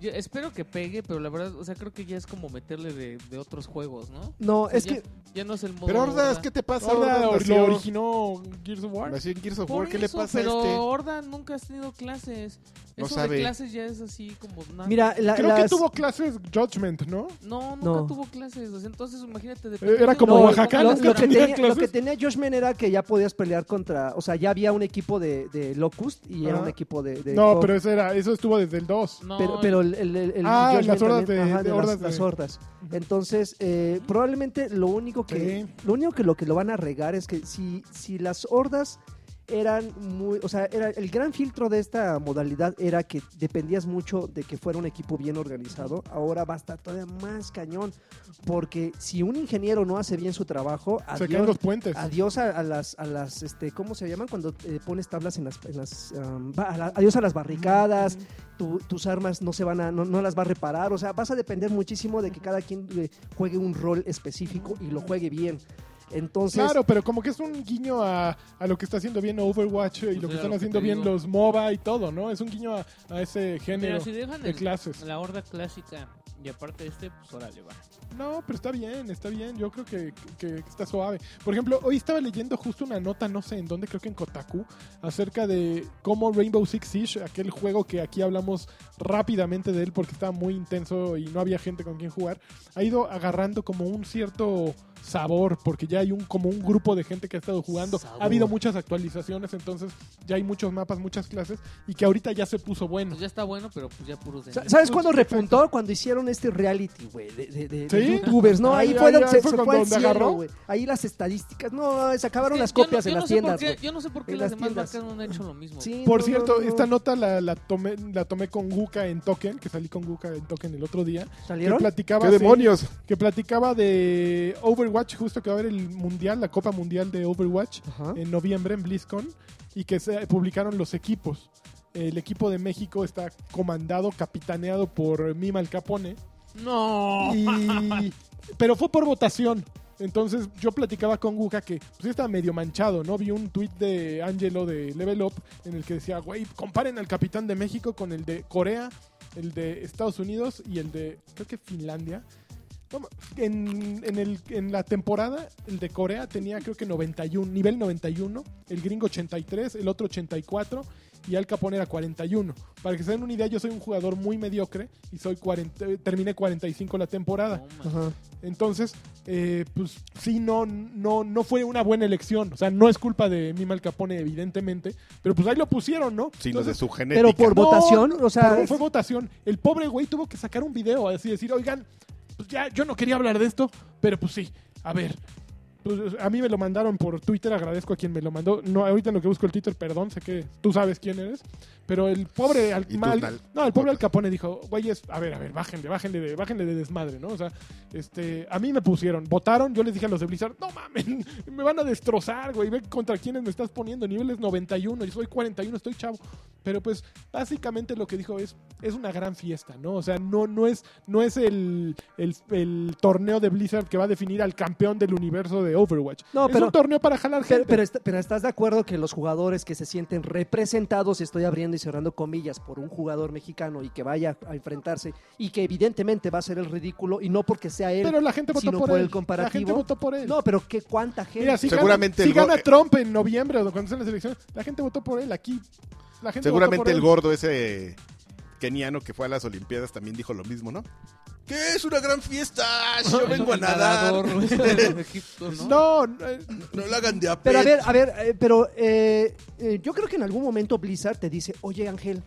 Yo espero que pegue, pero la verdad, o sea, creo que ya es como meterle de, de otros juegos, ¿no?
No,
O sea,
es
ya,
que
ya no es el modo...
Pero Hordas,
Horda.
¿qué te pasa?
Ahora
Hordas
lo
nació,
originó Gears of War.
nació en Gears of
Por
War. ¿Qué le
eso,
pasa
pero
a este?
Horda nunca has tenido clases.
No
eso
sabe.
de clases ya es así como nada.
mira, la-
Creo que
las-
tuvo clases Judgment, ¿no?
No, nunca
No.
tuvo clases. o sea, entonces, imagínate.
era como
No,
Oaxaca,
lo,
¿no?
lo que
Tenía
tenía, lo
clases.
que tenía Joshman era que ya podías pelear contra, o sea, ya había un equipo de, de Locust y era
Ajá.
un equipo de... de
No,
Hawk.
pero eso, era, eso estuvo desde el 2.
No,
Pero, pero el, el, el- el
Ah,
Judgment
las hordas
también,
de-
ajá,
de
las-
hordas de-
las, hordas. Entonces, eh, probablemente lo único que
Sí.
lo único que lo que lo van a regar es que si, si las hordas eran muy, o sea, era el gran filtro de esta modalidad era que dependías mucho de que fuera un equipo bien organizado. Ahora va a estar todavía más cañón, porque si un ingeniero no hace bien su trabajo,
Se caen
adiós,
los puentes.
adiós a, a las, a las, este, ¿cómo se llaman cuando eh, pones tablas en las, en las, um, ba- a la- adiós a las barricadas, tu- tus armas no se van a, no, no las va a reparar, o sea, vas a depender muchísimo de que cada quien eh, juegue un rol específico y lo juegue bien. Entonces,
Claro, pero como que es un guiño a, a lo que está haciendo bien Overwatch y
Pues
lo que
era
están
lo que
haciendo
te
bien
digo.
los MOBA y todo, ¿no? Es un guiño a, a ese género
Mira, si dejan
de
el-
clases.
la horda clásica y aparte este, pues órale, va.
No, pero está bien, está bien. Yo creo que, que- que está suave. Por ejemplo, hoy estaba leyendo justo una nota, no sé en dónde, creo que en Kotaku, acerca de cómo Rainbow Six Siege, aquel juego que aquí hablamos rápidamente de él porque estaba muy intenso y no había gente con quien jugar, ha ido agarrando como un cierto sabor porque ya hay un como un grupo de gente que ha estado jugando
Sabor.
ha habido muchas actualizaciones entonces ya hay muchos mapas muchas clases y que ahorita ya se puso bueno
Pues ya está bueno, pero pues ya puros de...
Sa- ¿Sabes cuándo repuntó? Cuando hicieron este reality, güey, de, de- de- de
¿Sí?
youtubers, ¿no? Ahí,
Ahí-
fueron,
ahí
se,
fue
se
cuando
fue al
donde
cielo,
agarró.
güey. Ahí las estadísticas, no, se acabaron
Sí,
las
yo no-
copias
yo
en
no
las
sé por
tiendas,
qué-
güey.
Yo no sé por qué
En las
las, demás
tiendas.
marcas no han hecho lo mismo.
Sí,
Por
no,
cierto,
no, no.
esta nota la, la tomé, la tomé con Guka en Token, que salí con Guka en Token el otro día. Que
¿Salieron?
platicaba,
¿Qué
sí,
demonios?
que platicaba de Overwatch, justo que va a haber el mundial, la Copa Mundial de Overwatch
Ajá.
en noviembre en BlizzCon y que se publicaron los equipos. El equipo de México está comandado, capitaneado por Mima Al Capone.
No.
Y- pero fue por votación. Entonces yo platicaba con Guga que pues estaba medio manchado, ¿no? Vi un tuit de Angelo de Level Up en el que decía, güey, comparen al capitán de México con el de Corea, el de Estados Unidos y el de, creo que Finlandia. No ma- En, en el, en la temporada, el de Corea tenía creo que 91, nivel 91, el gringo 83, el otro 84 y Al Capone era 41. Para que se den una idea, yo soy un jugador muy mediocre y soy 40, eh, terminé 45 la temporada.
No, man.
Ajá.
Entonces, eh, pues sí, no, no, no fue una buena elección. O sea, no es culpa de Mima Al Capone, evidentemente, pero pues ahí lo pusieron, ¿no?
Sino de
Entonces,
su genética.
Pero por
No,
votación, o sea,
pero fue votación. El pobre güey tuvo que sacar un video así decir, oigan, pues ya, yo no quería hablar de esto, pero pues sí, a ver. Pues, a mí me lo mandaron por Twitter, agradezco a quien me lo mandó. No, ahorita en lo que busco el Twitter, perdón, sé que tú sabes quién eres. Pero el pobre al
Y tú,
mal-
Nal.
No, el pobre Al Capone dijo, güeyes, a ver, a ver, bájenle, bájenle de, bájenle de desmadre, ¿no? O sea, este, a mí me pusieron, votaron, yo les dije a los de Blizzard, no mamen, me van a destrozar, güey, ve contra quiénes me estás poniendo, niveles 91, yo soy 41, estoy chavo. Pero pues básicamente lo que dijo es, es una gran fiesta, ¿no? O sea, no, no es, no es el, el- el torneo de Blizzard que va a definir al campeón del universo de Overwatch.
No,
es
pero-
un torneo para jalar
Pero,
gente.
pero est- pero estás de acuerdo que los jugadores que se sienten representados, estoy abriendo y cerrando comillas, por un jugador mexicano y que vaya a enfrentarse y que evidentemente va a ser el ridículo y no porque sea él.
Pero la gente votó
sino
por,
por
él.
el comparativo.
La gente votó por él.
no, pero qué cuánta gente.
Mira, si
Seguramente
gana,
el
si gana
go-
Trump en noviembre o cuando sean las elecciones, la gente votó por él aquí. La gente votó por
Seguramente el
él.
gordo ese keniano que fue a las Olimpiadas también dijo lo mismo, ¿no? Que es una gran fiesta, yo vengo a
El
nadar.
nadador, güey, de los egipcios, ¿no?
No, no, eh,
No lo hagan de a
Pero a
pet.
ver, a ver, eh, pero eh, eh, yo creo que en algún momento Blizzard te dice, oye Ángel,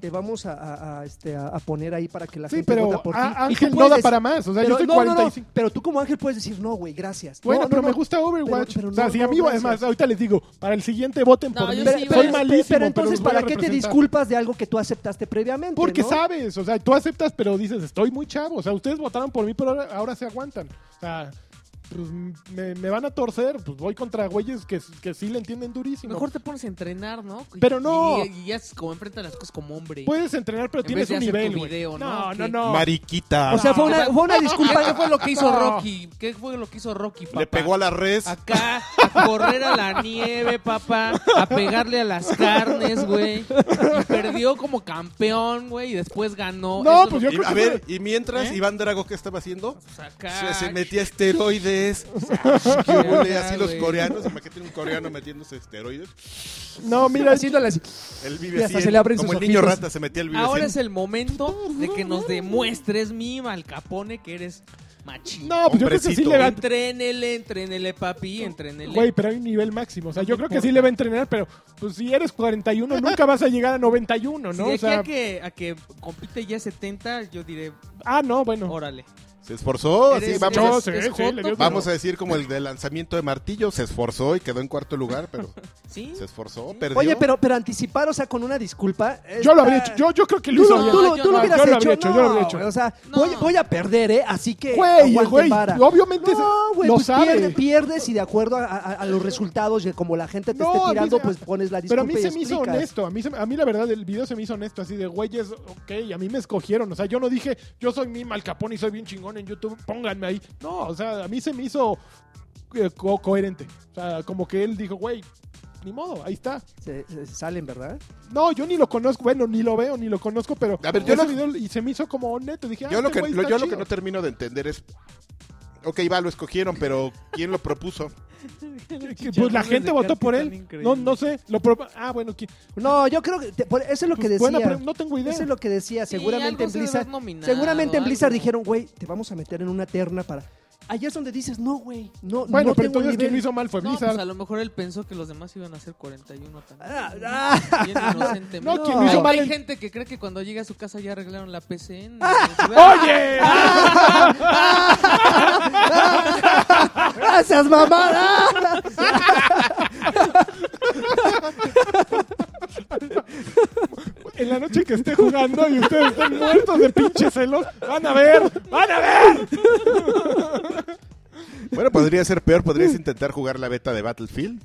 te vamos a, a- a, este, a- a poner ahí para que la
sí,
gente vote
pero
por ti.
a-
Y tú
Ángel no
puedes
da
decir-
para más. O sea,
pero,
yo estoy
no, no, no,
45.
pero tú como Ángel puedes decir, no, güey, gracias. No,
Bueno,
no,
pero
no.
me gusta Overwatch.
Pero- pero
o sea,
no,
si
no,
a mí, es
gracias.
más, ahorita les digo, para el siguiente voten
No,
por
yo
mí.
sí,
Soy
pero-
malísimo.
pero entonces,
los voy a
¿para qué te
representar.
disculpas de algo que tú aceptaste previamente?
Porque
no?
sabes, o sea, tú aceptas, pero dices, estoy muy chavo. O sea, ustedes votaron por mí, pero ahora, ahora se aguantan. O sea, pues me, me van a torcer, pues voy contra güeyes que, que sí le entienden durísimo.
Mejor te pones a entrenar, ¿no? Y-
Pero no. Pues
Y, y ya es como enfrenta las cosas como hombre.
Puedes entrenar, pero
En
tienes
vez de
un
hacer tu
nivel, güey.
video,
no,
¿no?
no,
Que-
no.
Mariquita.
O sea, fue una, fue una disculpa.
¿Qué fue lo que hizo
No.
Rocky? ¿Qué fue lo que hizo Rocky, papá?
Le pegó a la res.
Acá, a correr a la nieve, papá, a pegarle a las carnes, güey. Y perdió como campeón, güey, y después ganó.
No,
es
pues
lo
yo
Y-
creo
a
que
ver,
fue-
y mientras
¿Eh?
Iván Drago, ¿qué estaba haciendo?
que- pues acá,
Se, se metía esteroides. ¿Qué huele? así los
Ah, güey.
coreanos. ¿Para qué tiene un coreano metiéndose esteroides?
No, mira,
Haciéndole así.
Él
Y
vive
hasta
así,
se le abren
como
sus
el niño
ojitos.
rata se metía el vive
Ahora es
así.
el momento de que nos demuestres, mi Al Capone, que eres machín.
no, pues yo creo que sí
Hombrecito.
le va a
Entrénele, entrénele, papi, entrénele.
Güey, pero hay un nivel máximo. O sea,
No
yo
me
creo que
importa.
sí le va a entrenar, pero pues si eres 41, nunca vas a llegar a 91,
Si
¿no?
de
O
aquí
sea,
a, que, a que compite ya 70, yo diré,
ah, no, bueno.
órale.
Se esforzó. así,
Eres-
vamos,
No,
eres-
sí,
eres
sí,
joto,
le dio-
vamos a decir como el de lanzamiento de martillo. Se esforzó y quedó en cuarto lugar, pero
Sí,
se esforzó, perdió.
Oye, pero, pero anticipar, o sea, con una disculpa.
Yo lo habría
está-
hecho, yo, yo creo que lo
Tú,
hizo
lo-
bien.
tú lo-
yo
tú lo
no.
hubieras
Yo lo
hecho.
habría hecho, yo lo habría
no,
hecho.
O sea,
No.
voy, voy a perder, ¿eh? Así que.
Güey, el
aguanten
güey,
vara.
obviamente
No,
se-
güey,
lo
pues
sabe.
pierde- pierdes y de acuerdo a, a- a los resultados y como la gente te
No, a
esté
mí
tirando,
se-
pues pones la disculpa
Pero a mí
y
se me hizo
explicas.
honesto, a mí, se me- a mí la verdad el video se me hizo honesto, así de güeyes, ok, a mí me escogieron, o sea, yo no dije, yo soy mi Al Capone y soy bien chingón en YouTube, pónganme ahí. No, o sea, a mí se me hizo eh, co- coherente, o sea, como que él dijo, güey, ni modo, ahí está.
Se, se- se salen, ¿verdad?
No, yo ni lo conozco, bueno, ni lo veo, ni lo conozco, pero
A ver, yo
ese
lo-
video y se me hizo como honesto, dije, ah,
yo lo
este
que,
güey
lo-
está
yo lo que
chido.
no termino de entender es. Ok, va, lo escogieron, pero ¿quién lo propuso?
Que, Pues la gente votó por él. No, no sé. Lo proba- ah, bueno, ¿quién?
No, yo creo que. te- por- eso es lo que
Pues,
decía.
buena pre- no tengo idea.
Eso es lo que decía.
Sí,
Seguramente
algo
en
se debe
Blizzard.
haber nominado,
Seguramente en
algo.
Blizzard dijeron, güey, te vamos a meter en una terna para. Allá es donde dices, no, güey. No,
Bueno,
no
pero
tengo el
entonces quien lo
nivel".
hizo mal fue
No,
Blizzard.
pues a lo mejor él pensó que los demás iban a ser 41 también.
Ah, ah.
Bien inocentemente.
No,
quien lo hizo
Hay-
mal
Hay
en-
gente que cree que cuando llega a su casa ya arreglaron la PC. en-
¡Oye!
¡Gracias, mamá!
En la noche que esté jugando y ustedes estén muertos de pinche celos, van a ver, van a ver.
Bueno, podría ser peor, podrías intentar jugar la beta de Battlefield.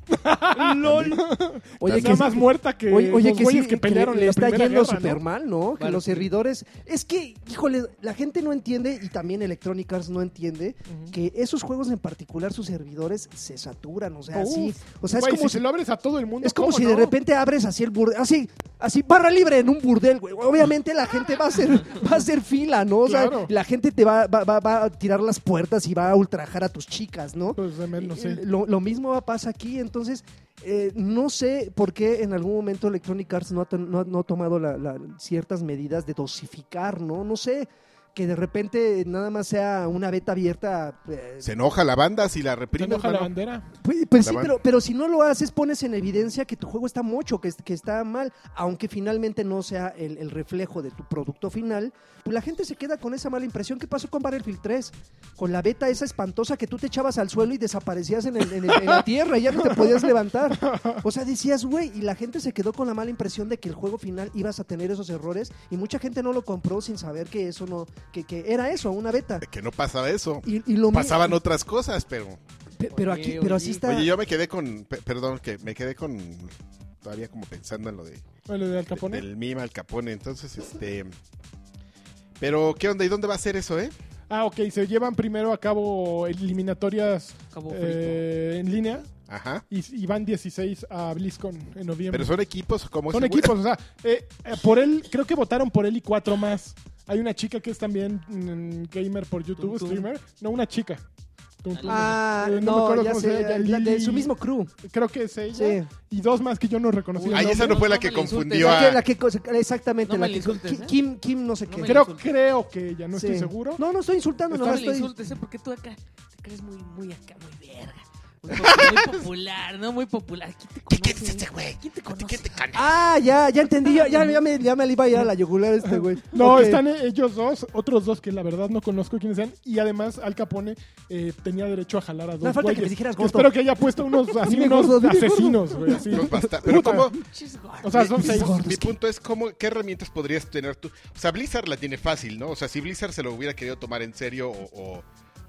Oye,
Está
que,
más muerta que
oye, oye,
los
que
güeyes
sí,
que
que
pelearon
le
en la
está
Primera
yendo
Guerra,
súper
¿no?
mal, ¿no? Que
Vale.
los servidores... Es que, híjole, la gente no entiende, y también Electronic Arts no entiende, que esos juegos en particular, sus servidores, se saturan, o sea,
Uf,
así... O sea, es
güey,
como
si
si...
se lo abres a todo el mundo.
Es como
¿cómo
si de
no?
repente abres así el burdel, así, así, barra libre en un burdel, güey. Obviamente la gente va a hacer, va a hacer fila, ¿no? O sea,
Claro.
la gente te va, va, va- va a tirar las puertas y va a ultrajar a tus chicas, ¿no?
Pues de menos, sí.
Eh, Lo, lo mismo pasa aquí, entonces eh, no sé por qué en algún momento Electronic Arts no ha, to- no ha- no ha tomado la- la- ciertas medidas de dosificar, ¿no? No sé, que de repente nada más sea una beta abierta. eh,
Se enoja la banda si la
Se
reprime.
enoja la
hermano.
bandera.
pues, pues sí,
La van-
pero, pero si no lo haces, pones en evidencia que tu juego está mocho, que, es- que está mal, aunque finalmente no sea el, el reflejo de tu producto final, pues la gente se queda con esa mala impresión. ¿Qué pasó con Battlefield 3? Con la beta esa espantosa que tú te echabas al suelo y desaparecías en, el- en el- en la tierra y ya no te podías levantar. O sea, decías, güey, y la gente se quedó con la mala impresión de que el juego final ibas a tener esos errores y mucha gente no lo compró sin saber que eso no, que, que era eso, una beta.
De que no pasaba eso.
Y, y lo mi-
Pasaban otras cosas, pero.
pe- Pero
Oye,
aquí, pero así
oye.
está.
Oye, yo me quedé con. pe- Perdón, que me quedé con. Todavía como pensando en lo de.
Lo de Al Capone.
Del mima al Capone. Entonces, este. Pero, ¿qué onda? ¿Y dónde va a ser eso, eh?
Ah, ok, se llevan primero a cabo eliminatorias
Cabo Frito.
eh, en línea
Ajá.
y, y van 16 a BlizzCon en noviembre.
Pero son equipos como
Son equipos, o sea, eh, eh, por él, creo que votaron por él y cuatro más. Hay una chica que es también mm, gamer por YouTube,
Tum, tum.
streamer. No, una chica. Tum, tum.
Ah,
Eh,
no, ya
cómo se
sé,
llama,
la de
Lily-
su mismo crew.
Creo que es ella.
Sí.
Y dos más que yo no reconocí. el
Ay, esa
nombre.
no fue la
No
que
me la insultes.
confundió
La que,
a.
la que cosa- exactamente,
ah. No
la
me la
que
insultes,
Ki-
¿eh.
Kim, Kim no sé
No
qué.
me la
Creo,
insultes.
creo que ella, no estoy
Sí.
seguro.
No, no estoy insultando,
No
nomás
me le
estoy...
insultes, ¿eh? porque tú acá te crees muy, muy acá, muy verga. Muy, pop- muy popular, ¿no? Muy popular. ¿Quién te conoce? ¿Quién te conoce?
Ah, ya, ya entendí, ya, ya, ya me, ya me le iba a ir a la yugular este güey.
No,
Ok.
están eh, ellos dos, otros dos que la verdad no conozco quiénes sean. Y además Al Capone eh, tenía derecho a jalar a dos
No, falta que
güeyes,
me dijeras gordo.
Espero que haya puesto unos, así,
Dime
unos
gordo, dime gordo.
asesinos, güey. así.
los basta- Pero,
Puta.
¿cómo?
Pinches gordos.
O sea, son
Mi-
seis.
mi, punto es cómo, qué herramientas podrías tener tú. O sea, Blizzard la tiene fácil, ¿no? O sea, si Blizzard se lo hubiera querido tomar en serio o, o-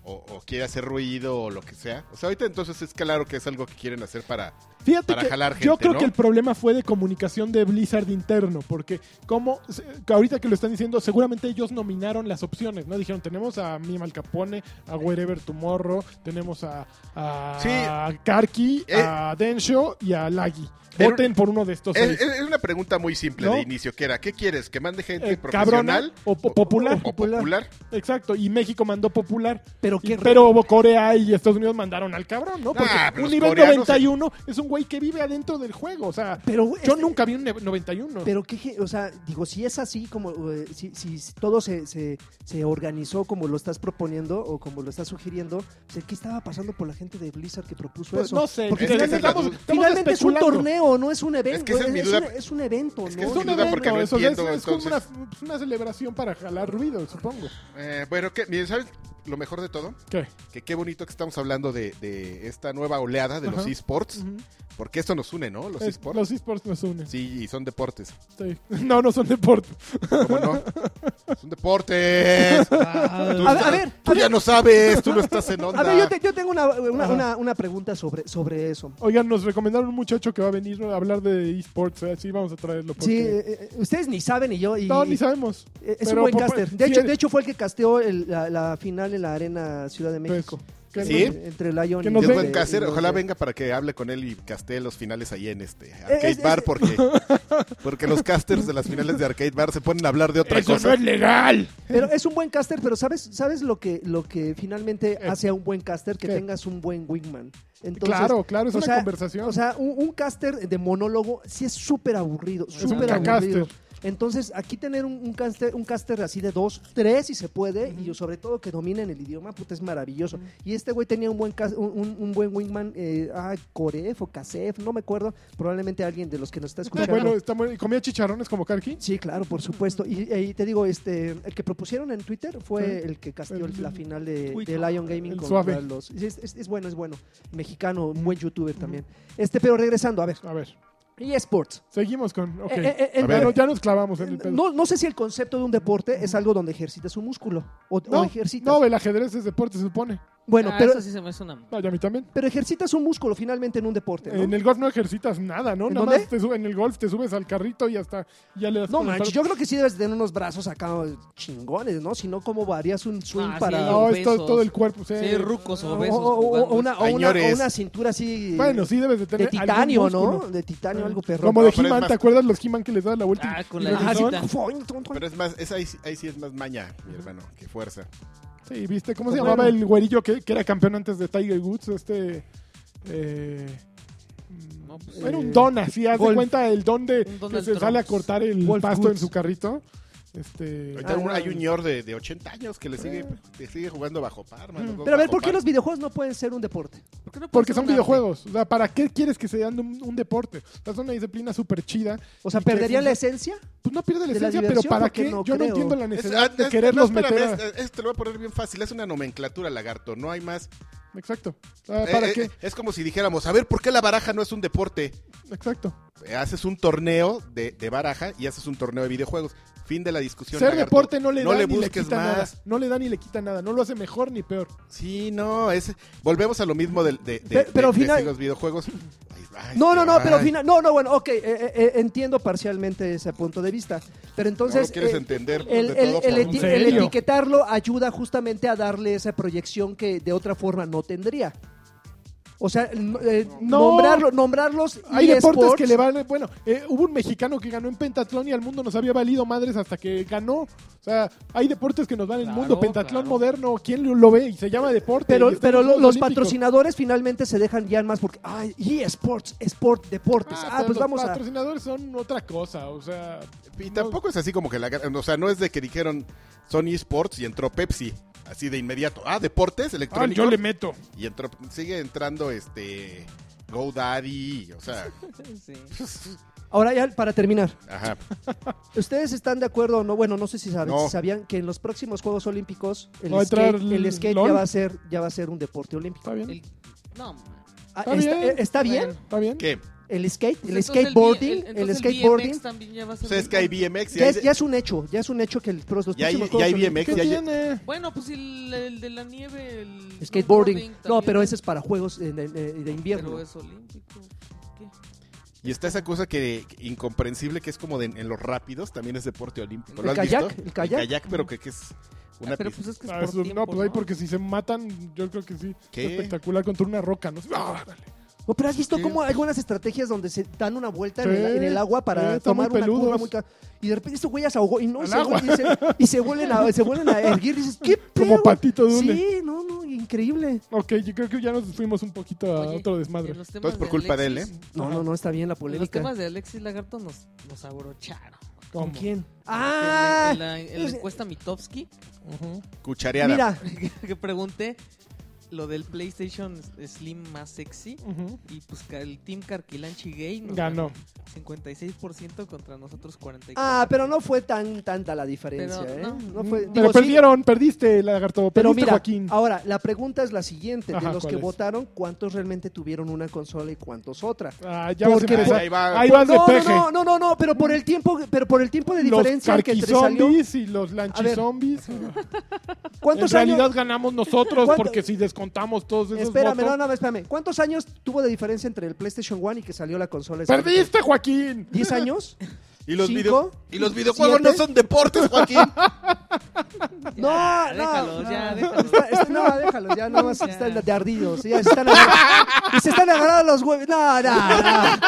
o, o quiere hacer ruido o lo que sea. O sea, ahorita entonces es claro que es algo que quieren hacer para...
Fíjate
Para
que
jalar
yo
gente,
creo
¿no?
que el problema fue de comunicación de Blizzard interno, porque como se- que ahorita que lo están diciendo, seguramente ellos nominaron las opciones, ¿no? Dijeron, tenemos a Mim Al Capone, a Wherever Tomorrow, tenemos a, a
Sí.
Karki,
Eh.
a Densho y a Lagi.
Era-
Voten por uno de estos
Es,
seis.
es- es una pregunta muy simple
¿No?
de inicio, que era, ¿qué quieres? ¿Que mande gente
Eh,
profesional?
cabrona o po- popular.
o popular.
Exacto, y México mandó popular.
Pero
Y-
qué
Pero Corea y Estados Unidos mandaron al cabrón, ¿no? Porque
Ah, pero
un
los
nivel
coreanos-
91 es un güey que vive adentro del juego. O sea,
Pero
yo
este-
nunca vi un ne- 91.
Pero qué, ge- o sea, digo, si es así, como eh, si, si todo se, se, se organizó como lo estás proponiendo o como lo estás sugiriendo, pues, ¿qué estaba pasando por la gente de Blizzard que propuso
Pues
eso?
no sé,
Porque
es que esa
finalmente,
es la
estamos-
duda.
finalmente es un
especulando.
torneo, no es un evento.
Es que esa es mi
es,
duda.
un, es un evento,
Es
¿no?
que
Es
sin
un
duda,
evento,
porque no
o sea, es-
entiendo,
es, como una,
entonces.
es una celebración para jalar ruido, supongo.
Eh, bueno, ¿qué? Miren, ¿sabes lo mejor de todo?
¿Qué?
Que qué bonito que estamos hablando de, de esta nueva oleada de los
Ajá.
esports, porque esto nos une, ¿no? Los
Es-
esports.
los esports nos unen.
Sí, y son deportes.
Sí. No, no son deportes.
¿Cómo no? son deportes. Tú,
Ah,
A, a ver,
tú ya no sabes, tú no estás en onda.
a ver, yo, te- yo tengo una, una,
Ajá.
una- una pregunta sobre, sobre eso.
Oigan, nos recomendaron un muchacho que va a venir a hablar de esports. Así vamos a traerlo. Porque...
Sí, eh, eh, ustedes ni saben y yo. y-
No, ni sabemos.
eh, Es un
Pero,
buen
pues,
caster. De
sí,
hecho,
eh.
de hecho, fue el que casteó el- la, la final en la Arena Ciudad de México.
Pues,
¿Sí?
Entre- Entre Lion
Que
y-
nos
Y
ve-
es buen
y-
caser,
y-
ojalá venga para que hable con él y castee los finales ahí en
Eh,
este Arcade
es-
Bar,
es-
porque,
eh.
porque los casters de las finales de Arcade Bar se ponen a hablar de otra
Eso
cosa.
no es legal.
Pero es un buen caster, pero ¿sabes, sabes lo, que, lo que finalmente hace a un buen caster? Que
Eh. ¿Qué?
tengas un buen wingman. Entonces,
claro, claro, es
o
una
sea,
conversación.
O sea, un, un caster de monólogo sí es súper aburrido,
un
súper aburrido. Entonces, aquí tener un, un caster, un caster así de dos, tres, si se puede, y sobre todo que dominen el idioma, puta, es maravilloso. Y este güey tenía un buen cas- un, un- un buen wingman, eh, ah, Coref o Casef, no me acuerdo, probablemente alguien de los que nos está
Está
escuchando.
Ah, bueno, está bueno. ¿Y comía chicharrones como Karki?
Sí, claro, por supuesto. Y, y te digo, este, el que propusieron en Twitter fue
Sí.
el que casteó
El-
la final de,
Uy,
de Lion Gaming
el
contra
suave.
los. Es, es- es bueno, es bueno. Mexicano, un buen youtuber también. Este, pero regresando, a ver,
A ver,
eSports.
seguimos con. Ok.
Eh, eh, eh,
A
Ya,
ver.
no- ya nos clavamos en el pedo.
No, no sé si el concepto de un deporte es algo donde ejercitas un músculo o, o
no,
ejercitas.
no, el ajedrez es deporte, se supone.
bueno,
Ah,
pero,
esa sí se me hace una.
No, y a mí también.
pero ejercitas un músculo finalmente en un deporte. ¿no?
En el golf no ejercitas nada, ¿no?
¿En
Nada
dónde?
más te sube, en el golf te subes al carrito y hasta ya le das
No
con el
manches, yo
palo.
creo que sí debes de tener unos brazos acá chingones, ¿no? Si no, ¿cómo varías un swing
Ah, sí,
para...?
No, es todo,
Obesos.
todo el cuerpo. sí.
Sí, rucos
O,
obesos.
o- o-
jugando.
o una, o una-
Señores.
o una cintura así
Bueno, sí debes de tener
de titanio,
algún
¿no?
músculo.
De titanio, algo perro.
Como de
No, pero es
He-Man,
más-
¿te acuerdas los He-Man que les da la vuelta?
Ah, con
y
la
regresaban?
visita.
Pero es más, es ahí, sí- ahí sí es más maña, mi hermano, que fuerza.
Sí, ¿viste? ¿Cómo se
Bueno.
llamaba el güerillo que, que era campeón antes de Tiger Woods? Este... eh, mm,
No, pues,
era
eh,
un don, así, haz de
Golf.
cuenta el don de
Un
que
Donald
se
Trump.
sale a cortar el
Golf
pasto en
Woods.
su carrito. Este...
Ahorita
Ah,
un-
no. Ah.
hay un ñor de, de 80 años que le sigue, que sigue jugando bajo par, mano,
Mm. Pero a ver,
bajo
¿por qué
par.
los videojuegos no pueden ser un deporte?
¿Por qué no puede
Porque
ser
son
un arte?
videojuegos. O sea, ¿para qué quieres que se dan un, un deporte? O sea, es una disciplina súper chida.
O sea,
Y que
¿perderían la
funciona-
esencia?
Pues no pierde
de
la
la
esencia, pero
diversión,
¿para
porque
qué?
no
Yo no
creo.
entiendo la
Es-
necesidad
ah,
de
es-
quererlos
no, espérame,
meter a-
es- es- te lo voy a poner bien fácil, es una nomenclatura, lagarto, no hay más.
Exacto. Ah,
Eh,
¿Para
eh,
qué?
eh, Es como si dijéramos, a ver, ¿por qué la baraja no es un deporte?
Exacto.
Eh, Haces un torneo de, de baraja y haces un torneo de videojuegos. Fin de la discusión.
Ser
lagarto.
deporte no le da ni le
busques
quita nada.
más.
No le da ni le quita nada. No lo hace mejor ni peor.
Sí, no, es, volvemos a lo mismo del- de, de,
Pe- pero
de- de
final-
si los videojuegos. Ay, ay,
No, no, no, pero
ay,
final... No, no, bueno, ok, eh, eh, eh, entiendo parcialmente ese punto de vista. Pero
No
entonces...
lo quieres
eh,
entender
el,
de
el-
todo por
el
un
eti-
¿En
el
serio?
etiquetarlo ayuda justamente a darle esa proyección que de otra forma no tendría. O sea, n- eh,
No.
nombrarlo- nombrarlos
Hay deportes
eSports,
que le valen. Bueno, eh, hubo un mexicano que ganó en pentatlón y al mundo nos había valido madres hasta que ganó. O sea, hay deportes que nos dan el
Claro,
mundo. Pentatlón
claro.
moderno, ¿quién lo, lo ve? Y se llama deporte.
Pero,
y está en
pero lo-
Juegos
los
Eh, Olímpicos.
patrocinadores finalmente se dejan guiar más porque, ay, eSports, Sport, Deportes.
Ah,
Ah,
pero
pues
los
vamos a...
patrocinadores son otra cosa. O sea.
Y
no-
tampoco es así como que la... O sea, no es de que dijeron Sony Sports y entró Pepsi. Así de inmediato. Ah, deportes
Ah,
electrónicos.
yo le meto.
Y entró, sigue entrando este... GoDaddy. O sea,
Sí.
Ahora ya para terminar,
ajá.
¿ustedes están de acuerdo o no? Bueno, no sé si saben,
No.
si sabían que en los próximos Juegos Olímpicos el
Va a entrar
skate, el skate
LOL.
ya va a ser ya va a ser un deporte olímpico.
¿Está bien?
El- No, man.
Ah, ¿Está,
Está bien.
eh, está bien?
¿Está bien?
¿Qué?
El skate, el
Pues Entonces
skateboarding,
el- entonces
el skateboarding,
BMX también ya va a ser
Pues es que hay BMX. y
ya
hay-
es, ya es un hecho, ya es un hecho que el, pros- los
Ya hay-
próximos
ya hay
Juegos
BMX,
¿Qué
ya-
tiene?
Bueno, pues el, el de la nieve, el
Olímpicos- skateboarding. No,
también,
pero ese es para juegos eh, de, de- de invierno.
Pero es olímpico. ¿Qué?
Y está esa cosa que incomprensible que es como de- en los rápidos, también es deporte olímpico.
¿El
¿Lo has
kayak?
visto?
¿El kayak?
pero que, que es una
Ah, pero
pista.
pues es que es
Ah,
por
eso- no,
tiempo,
pues ahí porque si se matan, yo creo que sí.
¿Qué?
Espectacular contra una roca, ¿no? Ah, dale.
No, pero has visto
Sí.
cómo hay algunas estrategias donde se dan una vuelta en,
Sí.
el, en el agua
Sí,
para
están
tomar
muy
una curva
peludos.
muy ca- Y de repente estos güeyes se ahogó y no
Al
se,
agua.
y se, y se vuelven a, se vuelven a erguir y dices, ¿qué pedo?
Como patito de un...
Sí, no, no, increíble.
Ok, yo creo que ya nos fuimos un poquito a
Oye,
otro desmadre.
en los temas
Todo es por culpa de él, ¿eh?
Alexis-
No, no, no, está bien la
en Los
polémica.
temas de Alexis Lagarto nos, nos abrocharon.
¿Con
¿Cómo?
quién?
En
¡Ah!
la, en la- en la
es-
encuesta Mitofsky,
Ujú.
Cuchareada.
Mira,
que pregunté lo del PlayStation Slim más sexy.
Ujú.
Y pues ca- el Team Carquilanchi Gay nos
Ganó.
56% contra nosotros 44%.
ah, pero no fue tan tanta la diferencia,
Pero
¿eh?
no.
No fue,
pero
digo, sí,
perdieron, perdiste, lagarto.
Pero
perdiste,
mira,
Joaquín.
ahora la pregunta es la siguiente:
Ajá,
de los
¿cuál
que
es?
votaron, ¿cuántos realmente tuvieron una consola y cuántos otra?
Ah, ya vas a
porque-
Ahí,
empezar.
ahí va.
Ahí vas de
no,
peje.
no, no, no, no, pero por el tiempo, pero por el tiempo de
Los
diferencia que te salió,
carquizombies y los lanchizombies. En
¿cuántos
realidad
años?
ganamos nosotros
¿Cuánto-
porque si descontamos todos esos
Espérame, no,
votos...
no, espérame. ¿Cuántos años tuvo de diferencia entre el PlayStation One y que salió la consola? esa?
¡Perdiste, Joaquín!
¿Diez años?
Y los,
¿Cinco?
video- y los videojuegos no
¿Siete?
son deportes, Joaquín.
No,
Ya,
no,
déjalos,
no.
ya, déjalos.
Está- está- no, déjalos, ya nada más
Ya.
están de ardidos. Ya se están agarrando, se están agarrando los huevos. No, no, no.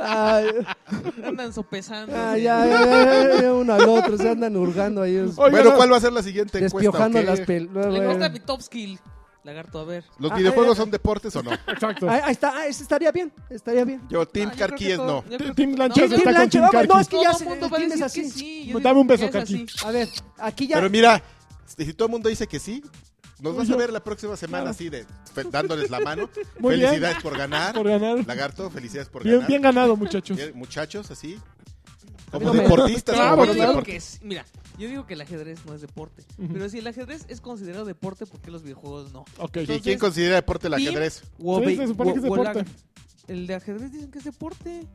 Ay,
Andan sopesando.
Ah, ya, ya, ya, ya, uno al otro, se andan hurgando ahí, es-
Oigan,
bueno, ¿cuál va a ser la siguiente encuesta?
despiojando
o qué?
las eh. pelotas.
La encuesta Mitofsky, Lagarto, a ver.
¿Los
Ah,
videojuegos
eh,
son deportes o no?
Exacto.
Ahí, ahí está, ah, ese estaría bien, estaría bien.
Yo, Team
Ah, yo creo que
Carquíes,
todo-
no.
yo creo que-
Team
no,
Lanchas
yo
Team
está
creo
con
Lanchas,
Team
vamos,
Carquis.
no, es que
todo
ya
el
se-
mundo va a
tienes
decir
así.
que sí, yo
Dame un
digo que
beso,
es así.
A ver, aquí ya.
Pero mira, si si todo el mundo dice que sí, nos vas a
Yo-
ver la próxima semana así de fe- dándoles la mano.
Muy bien.
felicidades por ganar.
Por ganar.
Lagarto, felicidades por
Bien,
ganar.
bien ganado, muchachos.
Bien, muchachos, así.
mí
Como
no me-
deportistas.
Claro,
como
yo
buenos
claro.
digo
deportistas.
que sí. Mira, yo digo que el ajedrez no es deporte.
Ujú.
Pero si el ajedrez es considerado deporte, ¿por qué los videojuegos no?
Ok.
¿Y quién considera deporte el
Team
ajedrez?
Wobe-
Sí, se supone que es
wo- wo-
deporte.
El de ajedrez dicen que es deporte.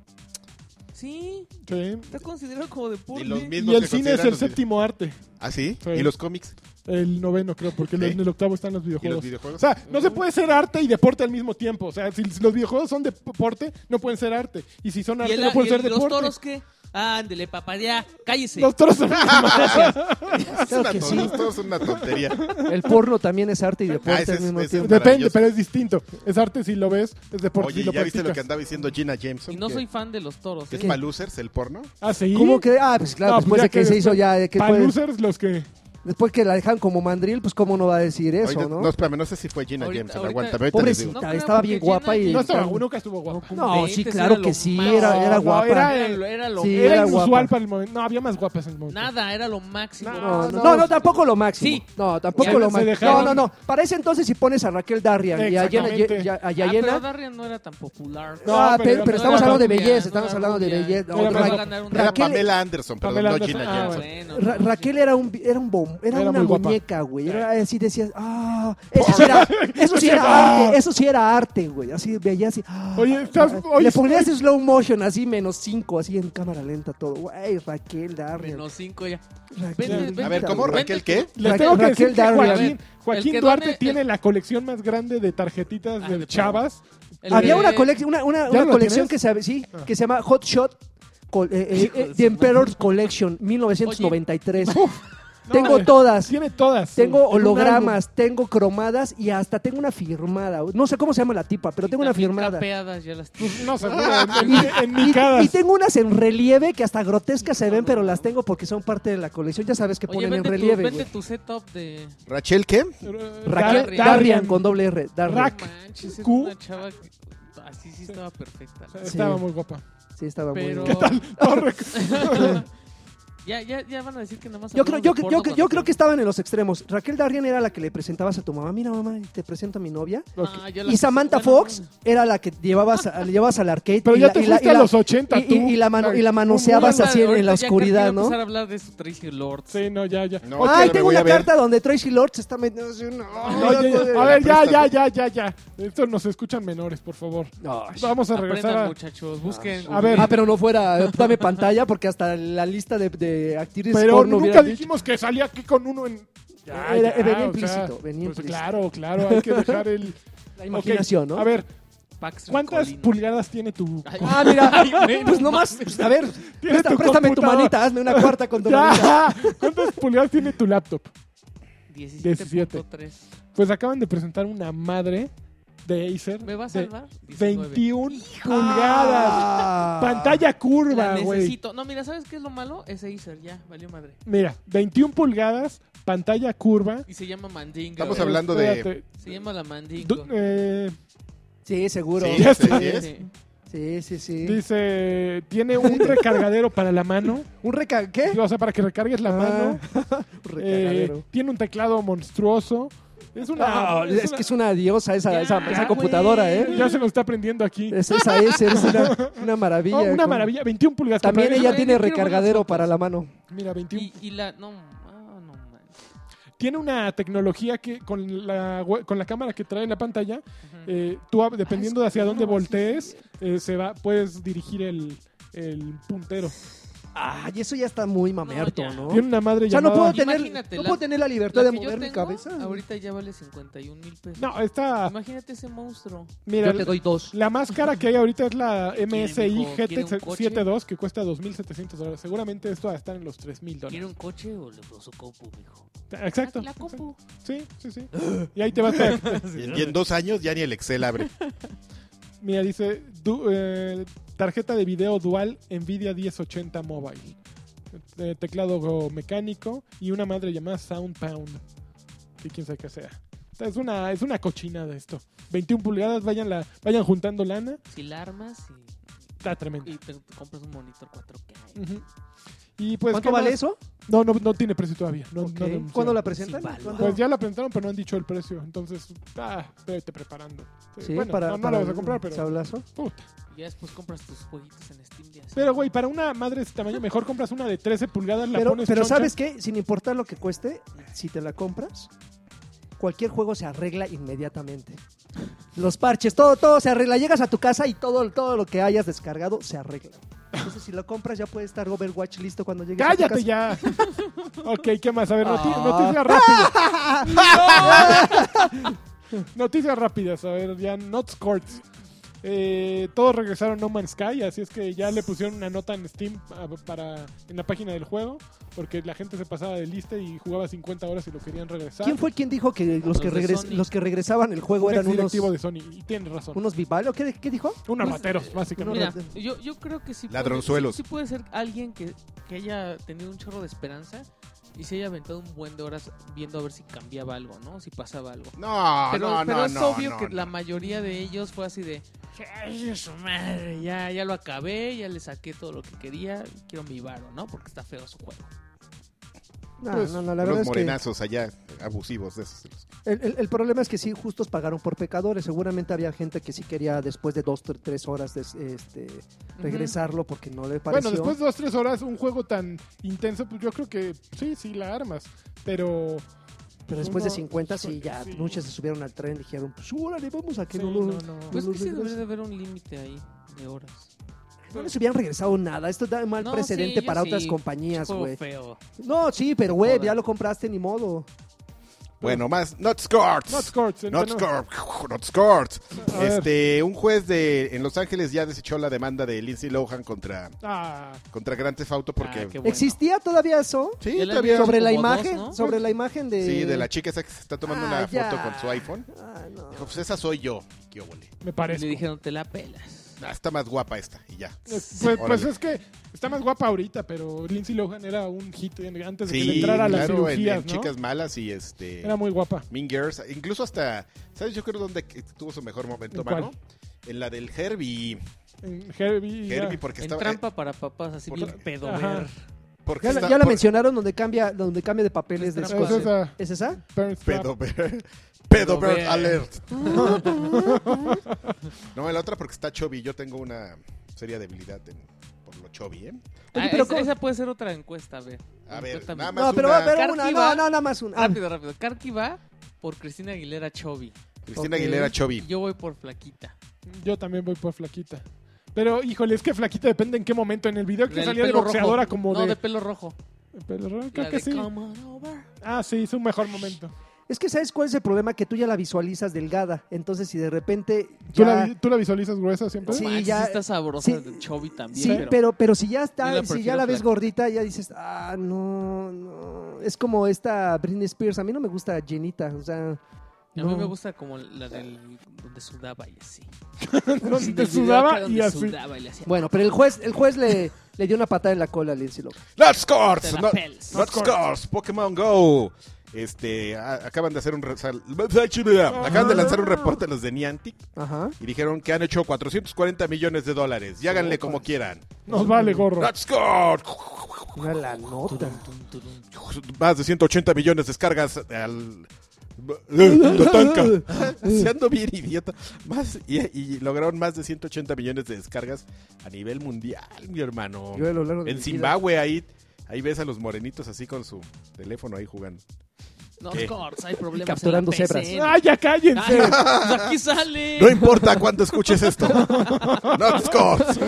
Sí,
Sí.
está considerado como deporte.
Y los mismos
Y el
que
cine es
consideran
el
los
séptimo arte.
video- ¿Ah, sí?
Sí.
¿Y los cómics?
El noveno, creo, porque
Sí.
en el octavo están los
¿Y los
videojuegos. O
videojuegos?
sea, no se puede ser arte y deporte al mismo tiempo. O sea, si los videojuegos son deporte, no pueden ser arte. Y si son
¿Y,
arte,
el-
no pueden
y
ser
el- los
deporte.
toros qué? Ándele, papá, ya, cállese.
Los toros son-
Es una
que
ton-
sí.
Todos son una tontería.
El porno también es arte y deporte
Ah, ese
al
es-
mismo
ese es
tiempo.
Depende,
Maravilloso.
pero es distinto. Es arte si lo ves, es deporte
Oye,
si lo
¿ya viste lo que
practicas.
andaba diciendo Gina Jameson?
Y no
que,
soy fan de los toros.
que es
¿eh?
para losers el porno.
Ah, sí.
¿Cómo que? Ah, pues claro,
No,
después
pues
de que, se hizo
después-
ya, de que
pa'
fue-
losers los que...
después que la dejan como mandril, pues cómo no va a decir eso,
Oye,
¿no?
no, espérame, no sé si fue Gina
Ahorita-
Jameson.
ahorita-
aguanta, ahorita les digo.
Pobrecita,
creo,
estaba
porque
bien guapa
Gina
y...
No
Jameson-
estaba, nunca estuvo guapo.
No, sí,
Era
claro
lo
que sí,
más-
era, era
No,
guapa.
era-
Era, lo- era lo
Sí,
Era,
era
inusual
guapa.
para el momento. No, había más guapas en el momento.
nada, era lo máximo. Ah,
No, no,
no.
no, tampoco lo máximo.
Sí.
No,
Ya
tampoco
se
lo máximo. No,
dejaron.
no, no. Para ese entonces si pones a Raquel Darrian y a Yena-
Exactamente.
y a- a
Ah, pero
Yayena,
Darrian no era tan popular.
No,
Ah,
pero-
pero, pero
no
estamos
era
hablando de
rubia,
belleza,
no
estamos
era
hablando de
rubia.
belleza.
Era
No,
Ra-
Ra-
ganar un-
Era
Raquel-
Pamela Anderson, perdón,
Pamela
no
Anderson,
Gina
ah,
Jameson.
bueno.
Bueno,
Ra- Raquel era un era un bom, era,
Era
una
muy guapa.
muñeca, güey. Era así decías, ah, eso sí era, eso sí era arte, eso sí era arte, güey. Así veías así. ah,
Oye, estás- oye,
le ponías slow motion así menos cinco, así en cámara lenta todo. Güey, Raquel Darrian.
menos cinco ya.
Raquel,
vente,
Darrian.
A ver, ¿cómo?
Vente,
¿Raquel qué?
Les
Ra-
tengo que
Raquel
decir que
Darrian.
Joaquín, Joaquín
El que
Duarte
duele-
tiene
el-
la colección más grande de tarjetitas
Ah,
de
de
chavas.
El
Había
de-
una, colec- una, una,
¿Ya
una
lo
colección
tienes? Ah.
que se, sí, que se llama Hot Shot Col- eh, eh,
Hijo de
eh,
su
The Emperor's Collection 1993.
No,
tengo
eh,
todas.
Tiene todas.
Tengo
En un
hologramas, tengo cromadas y hasta tengo una firmada. No sé cómo se llama la tipa, pero tengo una
también
firmada. Pues,
trapeadas, ya las
álbum. No, seguro. En, en- en mi cara.
Y tengo unas en relieve que hasta grotescas se ven, pero las tengo porque son parte de la colección. Ya sabes que
Oye,
ponen en
vende tu,
relieve.
vende
güey.
tu setup de...
¿Rachel qué?
Raquel
Darrian.
Darrian con doble R. Darrian.
Rack.
Manches, era
Q.
una chava que- Así sí estaba perfecta. la
Estaba
Sí.
muy guapa.
Sí, estaba muy
Pero...
bien.
Todo rec-
Ya, ya, ya van a decir que nada más.
Yo creo, yo,
hablamos de
yo-
porno
yo- yo
cuando
creo que
se-
estaban en los extremos. Raquel Darrian era la que le presentabas a tu mamá. Mira, mamá, te presento a mi novia.
Ah, yo la
Y
que-
Samantha
bueno,
Fox era la que llevabas, a- le llevabas al arcade.
Pero
y
ya
la-
te
y la-
fuiste
y
a
la-
los 80,
y- y-
tú.
y la mano- y la
Un-
manoseaba. vas
ahorita-
así en- en la
ahorita ya creo que
oscuridad,
quiero
¿no?
empezar a hablar de su Tracy Lords.
Sí, no, ya, ya.
No,
Ay,
que
tengo
me voy
una
a ver.
carta donde Tracy Lord se está metiendo. así, no,
No, ya, ya.
no,
A ver, ya,
Préstate.
ya, ya, ya, ya. Esto nos escuchan menores, por favor.
no.
Vamos a regresar
Aprendan,
a...
muchachos. Busquen.
A ver.
Ah, pero no fuera, eh, dame pantalla porque hasta la lista de, de actrices
Pero
porno
nunca
hubiera dicho.
dijimos que salía aquí con uno en... Ya,
Era-
ya,
venía
o sea,
implícito, venía
pues
implícito.
Claro, claro, hay que dejar el...
la imaginación,
Ok,
¿no?
A ver,
Paxton
¿cuántas
Colino.
pulgadas tiene tu...
Ay,
Ah, mira,
Ay, güey,
pues
no
nomás,
mames.
pues, a ver, presta- préstame
tu
tu
computadora.
manita, hazme una cuarta con tu manita.
Ya. ¿Cuántas pulgadas tiene tu laptop?
17.3.
Pues acaban de presentar una madre de Acer.
¿Me va a
de
salvar? 19.
21 pulgadas.
Ah.
Pantalla
La
curva, güey.
necesito. No, mira, ¿sabes qué es lo malo? Ese Acer, ya, valió madre.
Mira, 21 pulgadas, pantalla curva.
Y se llama Mandingo.
Estamos hablando de...
Espérate.
Se llama la Mandingo.
Du- eh,
Sí, seguro.
Sí,
Ya
sí,
sé.
sí es.
Sí.
Sí, sí, sí.
Dice, tiene un recargadero para la mano,
¿Un reca... qué?
o sea, para que recargues la
Ah,
mano.
Un
Eh,
recagadero.
tiene un teclado monstruoso. Es una...
Ah,
es
es
una-
que es una diosa esa,
Ya,
esa, esa
ya,
computadora, ¿eh?
Ya se nos está aprendiendo aquí.
Es esa es, es una, una maravilla.
Oh, una
Con-
maravilla, 21 pulgadas.
También
Comprar-
Pero
ella
yo
tiene
quiero buenas
recargadero
fotos.
para la mano.
Mira, 21
Y, y la. No, ah, no manches.
tiene una tecnología que con la, we- con la cámara que trae en la pantalla,
Ajá.
eh, tú ab- dependiendo de hacia
claro,
Ah,
dónde
sí,
voltees, eh, se va, puedes dirigir el, el puntero.
Ah, y eso ya está muy mamerto,
ya.
¿no?
Tiene una madre
Oh. O sea, no
llamada...
puedo tener,
Imagínate,
no
la-
puedo tener la libertad de
La que yo
mover mi
tengo,
cabeza.
Ahorita ya vale 51 mil pesos.
No, está...
Imagínate ese monstruo.
Mira,
doy dos.
la más cara que hay ahorita es la MSI
mijo? ¿Quiere un
GT72 que cuesta 2.700 dólares. Seguramente esto va a estar en los 3.000
¿Quiere
dólares.
un coche o le puso compu, mijo?
Exacto.
Ah, La compu.
Sí, sí, sí. Y ahí te vas a...
Y en- y en dos años ya ni el Excel abre.
Mira, dice du- eh, tarjeta de video dual Nvidia 1080 Mobile. Eh, teclado mecánico y una madre llamada SoundPound. Que quién sabe qué sea. O sea, Es una, es una cochina de esto. 21 pulgadas, vayan, la, vayan juntando lana.
Si la armas y,
Está tremendo.
y te, te compras un monitor 4K.
Ujú. Y pues,
¿Cuánto
¿qué
vale
más?
eso?
No, no, no tiene precio todavía. No, no
Ok.
denunciaron.
¿Cuándo la presentan?
valor.
¿Cuándo?
Pues ya la presentaron, pero no han dicho el precio. Entonces, ah, vete preparando.
Sí,
bueno,
para,
no, no
para
la vas a comprar, pero.
sablazo.
puta.
Y ya después compras tus jueguitos en Steam. de así.
Pero, güey, para una madre de ese tamaño, mejor compras una de 13 pulgadas, la
Pero,
pones
pero
choncha.
¿sabes qué? Sin importar lo que cueste, si te la compras, cualquier juego se arregla inmediatamente. Los parches, todo, todo se arregla. Llegas a tu casa y todo, todo lo que hayas descargado se arregla. Entonces, si lo compras, ya puede estar Overwatch listo cuando llegues a tu casa.
¡Cállate ya! ok, ¿qué más? A ver, noti-
Ah.
noticias rápidas. noticias rápidas, a ver, ya, not scored. Eh, todos regresaron a No Man's Sky, así es que ya le pusieron una nota en Steam a- para, en la página del juego, porque la gente se pasaba de lista y jugaba 50 horas y lo querían regresar.
¿Quién fue quien dijo que los,
Los
que,
de
regres-
Sony.
los que regresaban el juego
Un
eran unos,
directivo de Sony, y tiene razón.
unos bivalio? ¿Qué, ¿Qué dijo?
Unos rateros, básicamente.
Mira,
no,
yo, yo creo que sí. puede-
Ladronzuelos.
sí- sí puede ser alguien que, que haya tenido un chorro de esperanza y se haya aventado un buen de horas viendo a ver si cambiaba algo, ¿no? Si pasaba algo.
No,
Pero,
Ah, no,
pero
no,
es
no,
obvio
no,
que
no.
la mayoría de ellos fue así de... "Ay, su madre, ya, ya lo acabé, ya le saqué todo lo que quería, quiero mi varo, ¿no? Porque está feo su juego.
Pues,
no, no, la verdad
unos
es que...
morenazos allá, abusivos de esos.
El, el- el problema es que sí, justos pagaron por pecadores. Seguramente había gente que sí quería después de dos, tre- tres horas de, este, regresarlo porque no le pareció.
Bueno, después de dos, tres horas, un juego tan intenso, pues yo creo que sí, sí, la armas. Pero.
pero después de
uno-
50, sí, ya
sí.
muchos se subieron al tren y dijeron, pues órale, vamos a que
sí,
no, lo-
no,
no
no.
Pues
lo
que sí
regresen".
debería de haber un límite ahí de horas.
No les hubieran regresado nada. Esto da mal
No,
precedente
sí,
para
yo
otras
sí.
compañías,
Juego
güey.
feo.
No, sí, pero güey,
Joder.
ya lo compraste ni modo.
Bueno, más Not Scored.
Not scored.
Not
no-
scored, not scored.
A ver.
Este, un juez de en Los Ángeles ya desechó la demanda de Lindsay Lohan contra
Ah,
contra Grand Theft Auto porque
Ah, qué bueno.
¿Existía todavía eso?
sí,
Ya la
todavía-
Eran
Sobre la
como dos,
imagen,
¿no?
sobre la imagen de...
sí, de la chica esa que se está tomando
Ah,
una
ya.
foto con su iPhone.
Ah, no.
Dijo, pues esa soy yo. Qué óvole.
me
Y
parece.
le dijeron, te la pelas.
Ah, está más guapa esta y ya.
Pues, pues
Órale.
es que está más guapa ahorita, pero Lindsay Lohan era un hit en- antes de que le
Sí,
entrara a las
claro, en,
cirugías,
en
¿no?
chicas malas y este
Era muy guapa.
Mean Girls, incluso hasta ¿sabes yo creo dónde que tuvo su mejor momento,
¿En cuál?
mano? En la del Herbie.
En Herbie. ya.
Herbie porque
En
estaba eh,
trampa para papás, así
por-
bien pedo
Ajá.
ver.
Porque
Ya, la-
está-
ya la
por-
mencionaron donde cambia, donde cambia de papeles de
Es
Es
escuadra.
esa
¿Es esa?
Parents Trap.
Pedo Bear.
Pedo
Pedo
Bear.
Bear Alert. No, la otra porque está chubby. Yo tengo una seria debilidad en- por lo chubby, ¿eh?
Oye,
Ah,
pero
es-
¿cómo-
esa puede ser otra encuesta, a ver.
A ver,
Encuesta
nada
mi-
más
No, pero va
una.
a haber una.
Carti
No,
va-
no, nada más una. Ah,
Rápido, rápido. Karki va por Cristina Aguilera Chovy.
Cristina
Ok.
Aguilera chubby.
Yo voy por Flaquita.
Yo también voy por flaquita. Pero, híjole, es que flaquita depende en qué momento. En el video que
Del
salía de
pelo
boxeadora
rojo.
como
no,
de...
de... pelo rojo.
Pero creo
La
que
de
sí.
Come on over.
Ah, sí, es un mejor momento.
Es que ¿sabes cuál es el problema? Que tú ya la visualizas delgada. Entonces, si de repente.
¿Tú,
ya-
la, vi- tú la visualizas gruesa siempre?
Sí,
Sí,
ya-
ya está sabrosa
sí,
de Chovy también.
Sí,
pero...
pero, pero si ya
Yo
está,
la
si ya
prefiero
la ves
flaca.
gordita, ya dices, ah, no, no. Es como esta Britney Spears. A mí no me gusta llenita, o sea.
A mí
no.
me gusta como la del donde sudaba y así.
Donde
Del video
sudaba
acá donde
y así.
sudaba y le hacía-
Bueno, pero el juez, el juez le, le dio una patada en la cola a Lindsay Lohan.
Let's Scores.
Te la
No-
pelas.
Not Scores. Pokémon Go. Este, a- acaban de hacer un re- sal- acaban de lanzar un reporte los de Niantic
Ajá.
y dijeron que han hecho 440 millones de dólares. Y háganle como quieran.
Nos vale gorro.
Let's Scores.
Una la nota.
Tum, turum.
Más de 180 millones de descargas al. Tatanka. Se ando bien idiota. Más, y, y lograron más de 180 millones de descargas a nivel mundial, mi hermano.
Yo a lo largo de mi
En
vida-
Zimbabue, ahí, ahí ves a los morenitos así con su teléfono ahí jugando.
No,
¿Qué?
Scores, hay problemas.
Capturando
en la
cebras.
PCN.
¡Ah, ya cállense!
Ay, pues aquí sale.
No importa cuánto escuches esto. Not scores.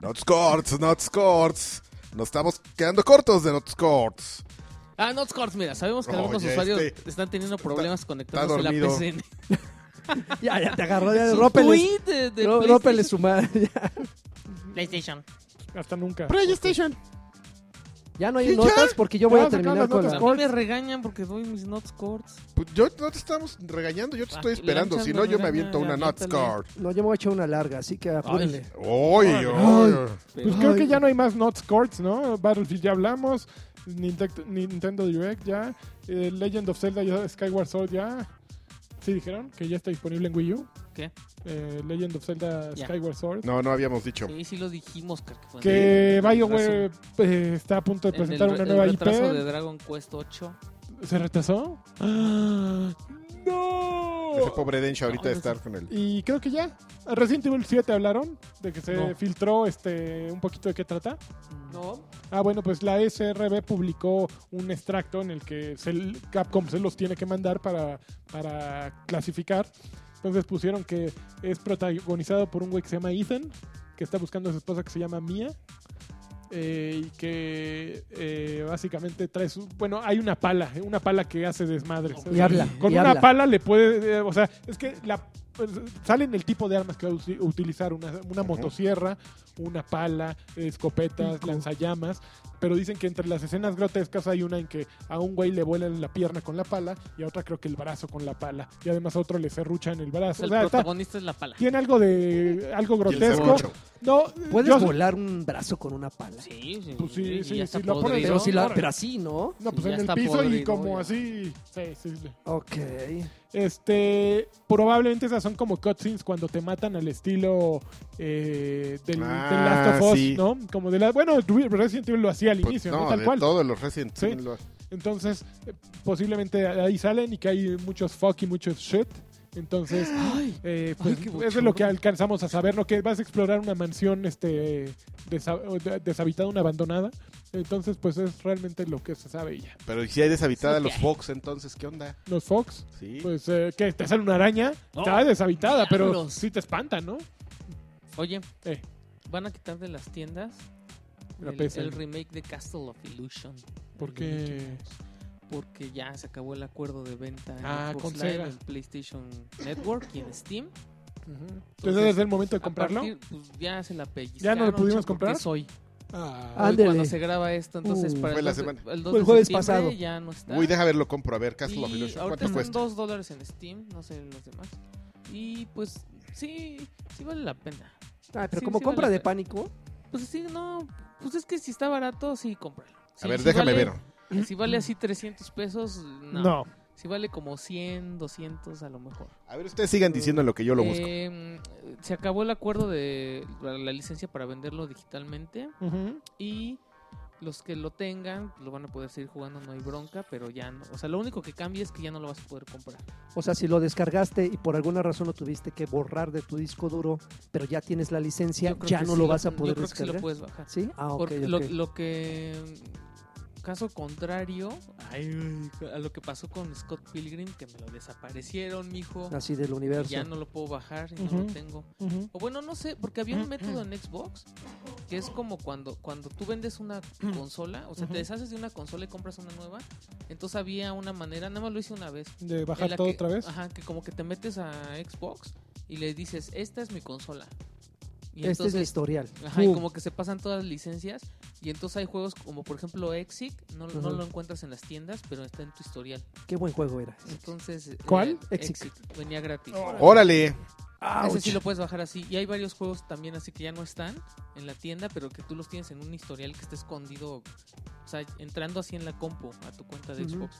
Not scores, not scores. Nos estamos quedando cortos de not scores.
Ah, no, Scores, mira, sabemos que
Oye,
algunos usuarios
este-
están teniendo problemas conectándose a la
dormido.
PCN.
Ya, ya te agarró, ya
Su
rópeles.
tweet de, de
ró- rópeles su madre. Ya,
PlayStation.
Hasta nunca.
PlayStation.
Ya no hay
¿Y ya?
notas porque yo voy
Ya
a
sacaron
terminar
las
con
notas.
la.
A mí me regañan porque doy mis not scores.
Pues Yo no te estamos regañando, yo te estoy
Ah,
esperando.
lanchas,
Si no, yo me
regaña,
aviento una not
aviéntale.
score.
No, yo me voy a echar una larga, así que apúrenle.
Oy, oy.
Pues creo que ya no hay más Not Scores, ¿no? Battlefield ya hablamos. Nintec- Nintendo Direct ya. eh, Legend of Zelda ya. Skyward Sword ya. Sí, dijeron que ya está disponible en Wii U.
¿Qué?
Eh, Legend of Zelda
Ya.
Skyward Sword.
No, no habíamos dicho.
Sí, sí lo dijimos, creo que fue en
Que
el-
BioWare eh, está a punto de
en el-
presentar una
el
nueva IP.
retraso de Dragon Quest 8.
¿Se retrasó? ¡Ah!
Ese
¡No!
pobre Dencho ahorita
No,
de
no
estar con él.
Y creo que ya. Resident Evil 7 hablaron de que se
No.
filtró este un poquito de qué trata.
No.
Ah, bueno, pues la SRB publicó un extracto en el que se- Capcom se los tiene que mandar para, para clasificar. Entonces pusieron que es protagonizado por un güey que se llama Ethan, que está buscando a su esposa que se llama Mia. eh, y que eh, básicamente trae su... Bueno, hay una pala, eh, una pala que hace desmadres.
Y habla,
Con
y
una
habla.
pala le puede... eh, o sea, es que la, pues, salen el tipo de armas que va a usi- utilizar. Una, una
Ujú.
motosierra, una pala, escopetas, lanzallamas. Pero dicen que entre las escenas grotescas hay una en que a un güey le vuelan la pierna con la pala y a otra creo que el brazo con la pala. Y además a otro le cerruchan el brazo.
El
o sea, está-
protagonista es la pala.
tiene algo de algo
Y el
grotesco.
serrucho.
No,
Puedes
yo-
volar un brazo con una pala.
Sí, sí.
Pues sí,
y
sí,
ya
sí,
está
lo ponen,
podrido.
Pero, si la,
ahora.
pero así, ¿no?
No, pues
Ya
en el
está
piso y
podrido,
como
ya.
así. Sí, sí, sí.
Ok.
Este, probablemente esas son como cutscenes cuando te matan al estilo eh, del, del
Ah,
Last of Us,
sí.
¿no? Como de la, bueno, Re- Resident Evil lo hacía al
Pues,
inicio, ¿no?
no,
Tal
de
cual.
todos los Resident
Sí.
Evil lo-
Entonces, eh, posiblemente ahí salen y que hay muchos fuck y muchos shit. Entonces,
Ay,
eh, pues,
Ay, qué
eso es lo
bochorno.
que alcanzamos a saber, ¿no? Que vas a explorar una mansión este desa- o de- deshabitada, una abandonada. Entonces, pues es realmente lo que se sabe ya.
Pero ¿y si hay deshabitada
Sí,
los
ya.
Fox, entonces, ¿qué onda?
Los Fox,
Sí.
pues eh, que te sale una araña,
No.
está deshabitada, pero
Diablos.
sí te espanta, ¿no?
Oye,
Eh,
van a quitar de las tiendas
la
el,
PSN.
el remake de Castle of Illusion.
¿Por
El
qué?
Illusion 2, Porque ya se acabó el acuerdo de venta en
Ah,
Xbox
con
Live,
Sega.
en PlayStation Network y en Steam.
Ujú. Entonces es el momento de comprarlo.
A partir, pues, ya se la pellizcaron.
¿Ya no lo pudimos
chavo, porque
comprar?
es hoy.
Ah,
Ah,
Hoy
Ándele.
cuando se graba esto, entonces
Uh,
para
Fue la
dos de-
semana.
el 2
Fue el
de
jueves
septiembre
pasado.
ya no está.
Uy, deja verlo, compro. A ver, Castle of
y
Illusion.
ahorita
¿Cuánto
están
cuesta?
2 dólares en Steam, no sé los demás. Y pues sí, sí vale la pena.
Ah, pero
Sí,
como
sí
compra
vale
de
la
pánico,
Pues sí, no, pues es que si está barato, sí, cómpralo.
A ver, déjame ver.
ver. Si vale así 300 pesos, no.
no.
Si vale como 100, 200 a lo mejor.
A ver, ustedes sigan diciendo lo que yo lo busco.
Eh, se acabó el acuerdo de la la licencia para venderlo digitalmente
Ujú.
y los que lo tengan pues, lo van a poder seguir jugando, no hay bronca, pero ya no. O sea, lo único que cambia es que ya no lo vas a poder comprar.
O sea, si lo descargaste y por alguna razón lo tuviste que borrar de tu disco duro, pero ya tienes la licencia,
Yo creo
ya
que
no
sí
lo vas a
yo
poder
creo que sí
descargar.
lo puedes bajar.
Sí, ah, ok,
Porque
ok.
Lo, lo que. Caso contrario ay, uy, a lo que pasó con Scott Pilgrim, que me lo desaparecieron, mijo.
Así del
y
universo.
ya no lo puedo bajar y no
Ujú.
lo tengo.
Ujú.
O bueno, no sé,
Mm,
porque había un método en Xbox que es como cuando, cuando tú vendes una consola, o sea, te
Mm. Ujú.
deshaces de una consola y compras una nueva. Entonces había una manera, nada más lo hice una vez.
De
en
bajar
la
todo
que-
otra vez.
Ajá, que como que te metes a Xbox y le dices, esta es mi consola. Y
este es mi historial.
Ajá, y
Fu.
como que se pasan todas las licencias. Y entonces hay juegos como, por ejemplo, Exit. No, no
Ujú.
lo encuentras en las tiendas, pero está en tu historial.
Qué buen juego era.
Entonces. eh,
¿Cuál?
Exit. Venía gratis.
Órale.
Ese sí lo puedes bajar así. Y hay varios juegos también así que ya no están en la tienda, pero que tú los tienes en un historial que está escondido. O sea, entrando así en la compu a tu cuenta de
Ujú.
Xbox.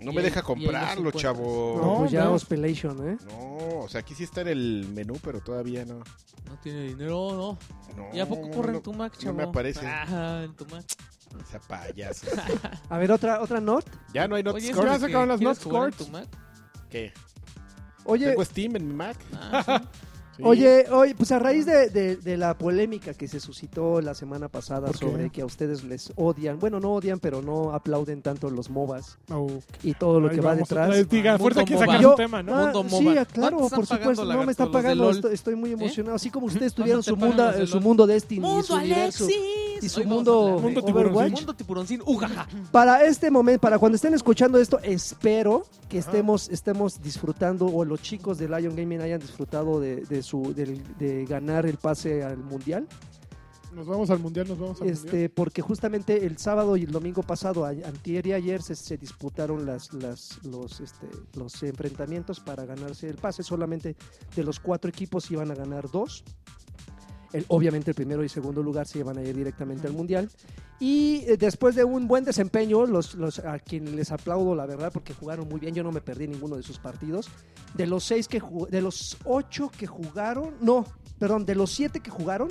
No
Y
me deja
ahí- y ahí los
comprarlo,
encuentras.
chavo.
No,
No,
pues ya
no.
Ospelation, ¿eh?
No, o sea, aquí sí está en el menú, pero todavía no.
No tiene dinero, no.
no
¿Y a poco corre en tu Mac,
no
chavo?
me aparece.
Ah, en tu Mac.
Esa payaso.
A ver, otra, otra Nord.
Ya no hay not
Oye,
score.
ya sacaron las
¿quieres
Not
jugar en
Scores.
tu Mac?
¿Qué?
Oye,
Tengo Steam en mi Mac.
Ah, sí.
Sí.
Oye, oye, pues a raíz de, de- de la polémica que se suscitó la semana pasada
¿Por qué?
sobre que a ustedes les odian, bueno, no odian, pero no aplauden tanto los MOBAs
Oh.
y todo lo
Ahí
que va
vamos otra
detrás.
vez. Diga,
Mundo
fuerza que sacar
Mobile.
un tema, ¿no?
Ah,
Mundo
sí,
MOBA.
claro,
¿Cuánto están
por
pagando,
supuesto. No me
lagarto,
está
los de
pagando,
LOL? ¿Eh?
estoy, estoy muy emocionado. Así como ustedes tuvieron
¿Cuánto
su
te pagan
mundo,
los de
eh, su
LOL?
mundo Destiny, y su
Mundo
universo.
Alexis.
y su
Hoy vamos a
mundo-
hablar de-
Mundo
Overwatch.
tiburoncín.
Mundo tiburoncín. uh, Ujaja.
Para este momento, para cuando estén escuchando esto, espero que estemos, estemos disfrutando o los chicos de Lion Gaming hayan disfrutado de, de su, del- de ganar el pase al mundial.
Nos vamos al mundial, nos vamos al mundial.
este, porque justamente el sábado y el domingo pasado, a- antier y ayer, se, se disputaron las, las, los, este, los enfrentamientos para ganarse el pase. Solamente de los cuatro equipos iban a ganar dos. El- obviamente el primero y segundo lugar se iban a ir directamente al Mundial. Y eh, después de un buen desempeño, los, los, a quien les aplaudo la verdad porque jugaron muy bien, yo no me perdí ninguno de sus partidos. De los seis que ju- de los ocho que jugaron, no, perdón, de los siete que jugaron,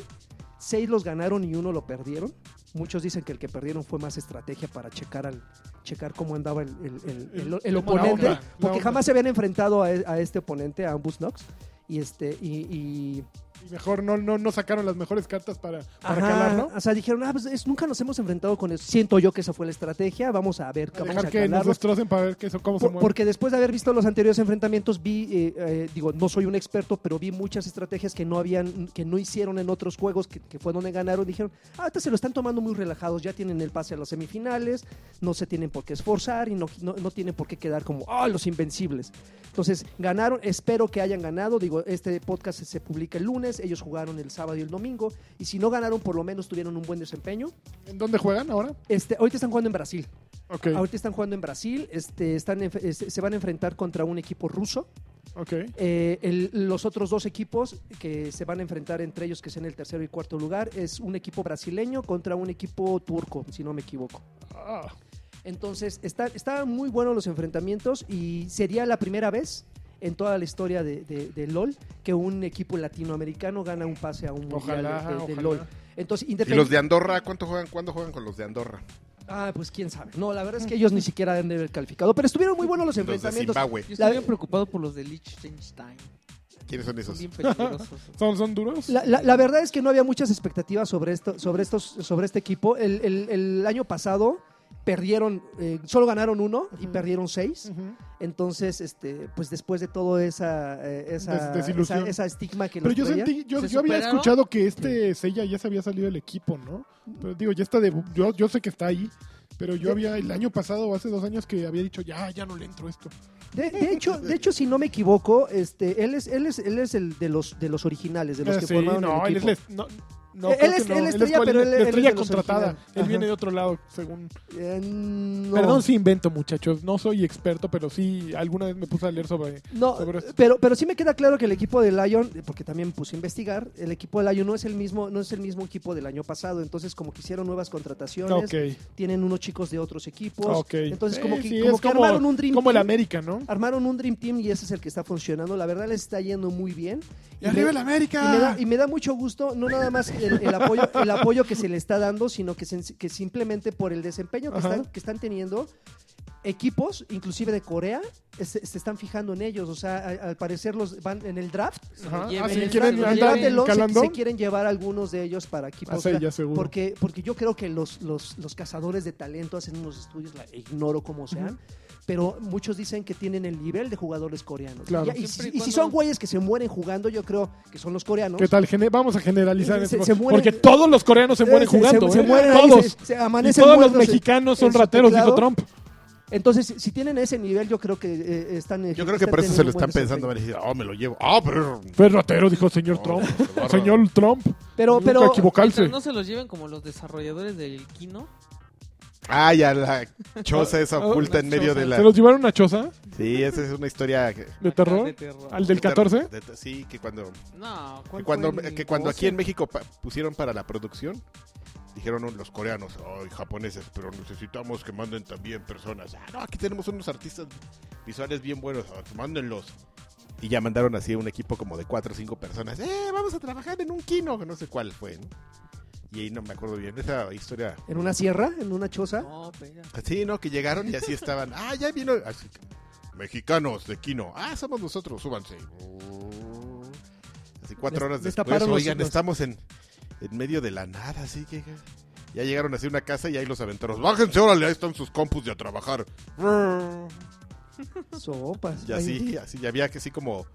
seis los ganaron y uno lo perdieron. Muchos dicen que el que perdieron fue más estrategia para checar al checar cómo andaba el, el- el- el- el
La
oponente,
onda, la
porque
onda.
jamás se habían enfrentado a, e- a este oponente, a ambos Knox. Y, este, y, y-
Y mejor no, no, no sacaron las mejores cartas para, para
Ajá,
calar, ¿no?
O sea, dijeron, ah, pues es- nunca nos hemos enfrentado con eso. Siento yo que esa fue la estrategia. Vamos a ver,
A
vamos
dejar
a
que nos
calarlos.
destrocen para ver qué, son- cómo se
Por-
mueven.
porque después de haber visto los anteriores enfrentamientos, vi, eh, eh, digo, no soy un experto, pero vi muchas estrategias que no habían, que no hicieron en otros juegos, que, que fue donde ganaron. Dijeron, ah, ahorita se lo están tomando muy relajados, ya tienen el pase a las semifinales, no se tienen por qué esforzar y no, no, no tienen por qué quedar como, ah, los invencibles. Entonces, ganaron, espero que hayan ganado. Digo, este podcast se publica el lunes, ellos jugaron el sábado y el domingo, y si no ganaron, por lo menos tuvieron un buen desempeño.
¿En dónde juegan ahora?
Este, ahorita están jugando en Brasil.
Ok,
Ahorita están jugando en Brasil, este, están enf- eh, se se van a enfrentar contra un equipo ruso.
ok.
Eh, el- los otros dos equipos que se van a enfrentar entre ellos, que es en el tercero y cuarto lugar, es un equipo brasileño contra un equipo turco, si no me equivoco.
Ah,
Entonces, está- estaban muy buenos los enfrentamientos y sería la primera vez en toda la historia de, de- de LOL que un equipo latinoamericano gana un pase a un mundial
ojalá,
de- de, de
ojalá.
LOL. Entonces,
¿Y los
independientemente...
de Andorra? ¿Cuánto juegan? ¿Cuándo juegan con los de Andorra?
Ah, pues quién sabe. No, la verdad es que ellos ni siquiera han de haber calificado, pero estuvieron muy buenos los
Los de
enfrentamientos.
Zimbabue.
Yo
La-
estoy bien preocupado por los de Liechtenstein.
¿Quiénes son
Son
esos?
bien peligrosos.
¿Son, son duros?
La, la- la verdad es que no había muchas expectativas sobre esto, sobre estos, sobre este equipo. El, el- el año pasado perdieron, eh, solo ganaron uno y
Ujú.
perdieron seis.
Ujú.
Entonces, este, pues después de todo esa, eh, esa,
Des- desilusión.
esa- esa estigma que
Pero
los
yo
traía,
sentí, yo,
¿Se
yo había
superaron?
escuchado que este Sella ya se había salido del equipo, ¿no?
Mm.
Pero digo, ya está de, yo, yo sé que está ahí, pero yo había el año pasado o hace dos años que había dicho, ya, ya no le entro a esto.
De, de hecho, de hecho, si no me equivoco, este, él es, él es, él es el de los de los originales, de los
Ah,
que
sí,
formaron el
no, él es
equipo.
la- no, no,
Él
creo
es-
que no.
él es estrella,
cual-
pero él-
la
él es
estrella
de los
contratada.
originales.
Él
Ajá.
viene de otro lado, según.
Eh, no.
Perdón si invento, muchachos. No soy experto, pero sí alguna vez me puse a leer sobre.
No,
sobre esto.
pero, pero sí me queda claro que el equipo del Lion, porque también puse a investigar, el equipo del Lion no es el mismo, no es el mismo equipo del año pasado, entonces como que hicieron nuevas contrataciones,
Ok,
tienen unos chicos de otros equipos,
ok.
entonces
Sí,
como que,
sí,
como
es
que armaron un Dream
Como el
Team.
América, ¿no?
Armaron un Dream Team y ese es el que está funcionando. La verdad les está yendo muy bien.
¡Y arriba
me-
el
y
América!
me, da, y me da mucho gusto, no nada más el, el apoyo, el apoyo que se le está dando, sino que, sen- que simplemente por el desempeño que
Ajá.
están, que están teniendo, equipos, inclusive de Corea, se, se están fijando en ellos. O sea, a- al parecer los van en el draft.
Ajá.
Lleven
Ah, si
el-
quieren
En
lleven
el
andar
draft
Llevan
del 11
calando.
se quieren llevar algunos de ellos para
Ah,
equipos.
sí, ya seguro.
Porque, porque yo creo que los, los, los cazadores de talento hacen unos estudios, la ignoro cómo sean,
Ujú.
pero muchos dicen que tienen el nivel de jugadores coreanos.
Claro.
Ya, y, si,
Siempre y
y si
cuando-
son güeyes que se mueren jugando, yo creo que son los coreanos.
¿Qué tal? Gene- Vamos a generalizar.
Se-
esto,
se mueren-
porque todos los coreanos se mueren
Eh, se-
jugando.
Se, se
¿eh?
mueren ahí,
todos.
se- se
y
amanecen
todos los
muertos en-
mexicanos son
en su
rateros, dijo
teclado.
Trump.
Entonces, si, si tienen ese nivel, yo creo que eh, están.
Yo creo que por eso se lo están pensando. Van a decir, oh, me lo llevo. Ah, pero.
Fue ratero, dijo señor Trump. Señor Trump,
¿eh?
Pero,
nunca
pero,
equivocarse.
Mientras no se los lleven como los desarrolladores del Kino.
Ah, ya la choza esa
Oh,
oculta
la
en medio
choza.
de
¿Se
la.
los llevaron a choza
Sí, esa es una historia. que-
de
acá,
terror?
De terror.
¿Al del 14?
de- de- sí, que cuando.
No,
Que
¿cuál
cuando,
fue el
que cuando aquí
12?
en México pa- pusieron para la producción, dijeron oh, los coreanos, ay, japoneses, pero necesitamos que manden también personas. Ah, no, aquí tenemos unos artistas visuales bien buenos, ah, mándenlos. Y ya mandaron así un equipo como de cuatro o cinco personas. ¡Eh, vamos a trabajar en un kino! No sé cuál fue, ¿no? Y ahí no me acuerdo bien, esa historia.
¿En una sierra? ¿En una choza?
No, pega.
Sí, ¿no? Que llegaron y así estaban. ¡Ah, ya vino! Así que, Mexicanos de Kino. ¡Ah, somos nosotros! ¡Súbanse! Así cuatro
Les-
horas
les
después,
taparon los-
oigan,
los-
estamos en, en medio de la nada, así que... Ya llegaron así a una casa y ahí los aventeros. ¡Bájense, órale! Ahí están sus compus de a trabajar.
Sopas.
Y
Ay,
así, así, ya había que así como...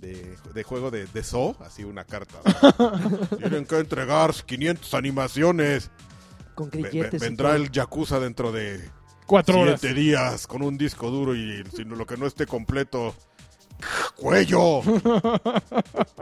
De, de juego de, de zoo, así una carta. Tienen que entregar 500 animaciones.
Con
Ve- ve-
grilletes. y
vendrá
todo.
el Yakuza dentro de
Cuatro horas.
Siete días con un disco duro y si no- lo que no esté completo. ¡Cuello!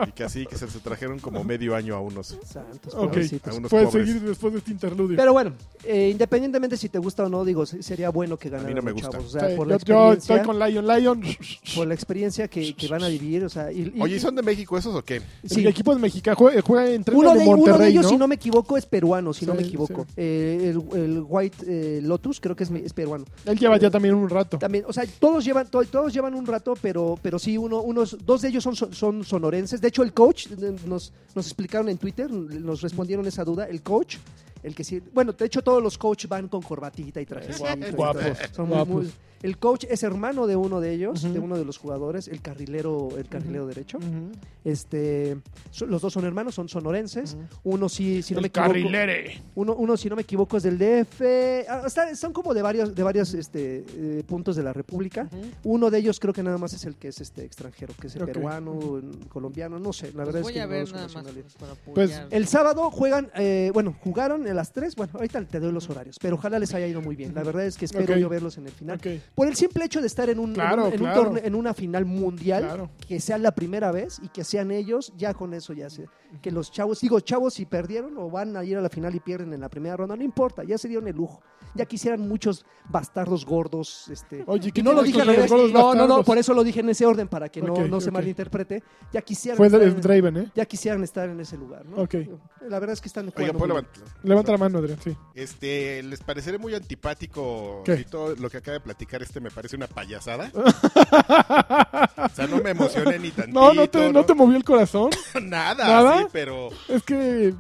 y que así, que se, se trajeron como medio año a unos.
Santos,
Ok,
pobrecitos.
a unos
Puedes
pobres.
pues, seguir después de este interludio.
Pero bueno, eh, independientemente si te gusta o no, digo, se- sería bueno que ganaran
no me
los
gusta.
chavos. O sea,
Sí,
por la
yo, yo
experiencia,
estoy con Lion. Lion.
por la experiencia que, que van a vivir. O sea, y, y-
Oye, ¿y son de México esos o qué?
sí.
El equipo de México juega, juega entre
Uno de,
Monterrey,
uno de ellos,
¿no?
si no me equivoco, es peruano, si no
Sí,
me equivoco.
sí.
Eh, el, el White eh, Lotus, creo que es, mi- es peruano.
Él lleva ya también un rato.
También, o sea, todos llevan, to- todos llevan un rato, pero, pero sí, uno, unos, dos de ellos son, son, son sonorenses. De hecho, el coach, eh, nos, nos explicaron en Twitter, nos respondieron esa duda. El coach, el que sí. Bueno, de hecho, todos los coach van con corbatita y traje.
Guapos, guapos,
Son muy-
guapos.
muy- el coach es hermano de uno de ellos,
Ujú.
de uno de los jugadores, el carrilero, el carrilero derecho.
Ujú.
Este, so- los dos son hermanos, son sonorenses. Uno sí, si no
El
me equivoco.
carrilere.
Uno, uno, si no me equivoco, es del DF. Ah, está- son como de varios, de varios este, eh, puntos de la República. Uno de ellos creo que nada más es el que es este extranjero, que es el
Ok.
peruano, el colombiano, no sé. La verdad
Los Pues voy
es que
a
no
ver
conozco
nada más
nacionalidades.
para
Pues,
apoyar.
El sábado juegan, eh, bueno, jugaron a las 3. Bueno, ahorita te doy los horarios, pero ojalá les haya ido muy bien. La verdad es que espero
Ok.
yo verlos en el final.
Ok.
Por el simple hecho de estar en, un, en
Claro,
un- en, un
claro.
torneo- en una final mundial,
Claro.
que sea la primera vez y que sean ellos, ya con eso ya se. Que los chavos, digo, chavos si perdieron o van a ir a la final y pierden en la primera ronda, no importa, ya se dieron el lujo. Ya quisieran muchos bastardos gordos, este.
Oye, ¿qué
Y no lo
tiene
dije al
con los
revés.
gordos
No, no, no,
bastardos?
por eso lo dije en ese orden, para que
Ok,
no, no se
ok.
malinterprete. Ya quisieran,
Fue
estar
de-
en-
Draven, ¿eh?
ya quisieran estar en ese lugar, ¿no?
Ok.
La verdad es que están
Oiga,
jugando
puedo
muy bien.
levantar.
Levanta la mano, Adrián, sí.
pues, Este, ¿les pareceré muy antipático
¿Qué?
si todo lo que acaba de platicar este me parece una payasada? o sea, no me emocioné ni tantito.
No, no te, no te movió el corazón.
Nada,
¿Nada?
sí, pero...
Es que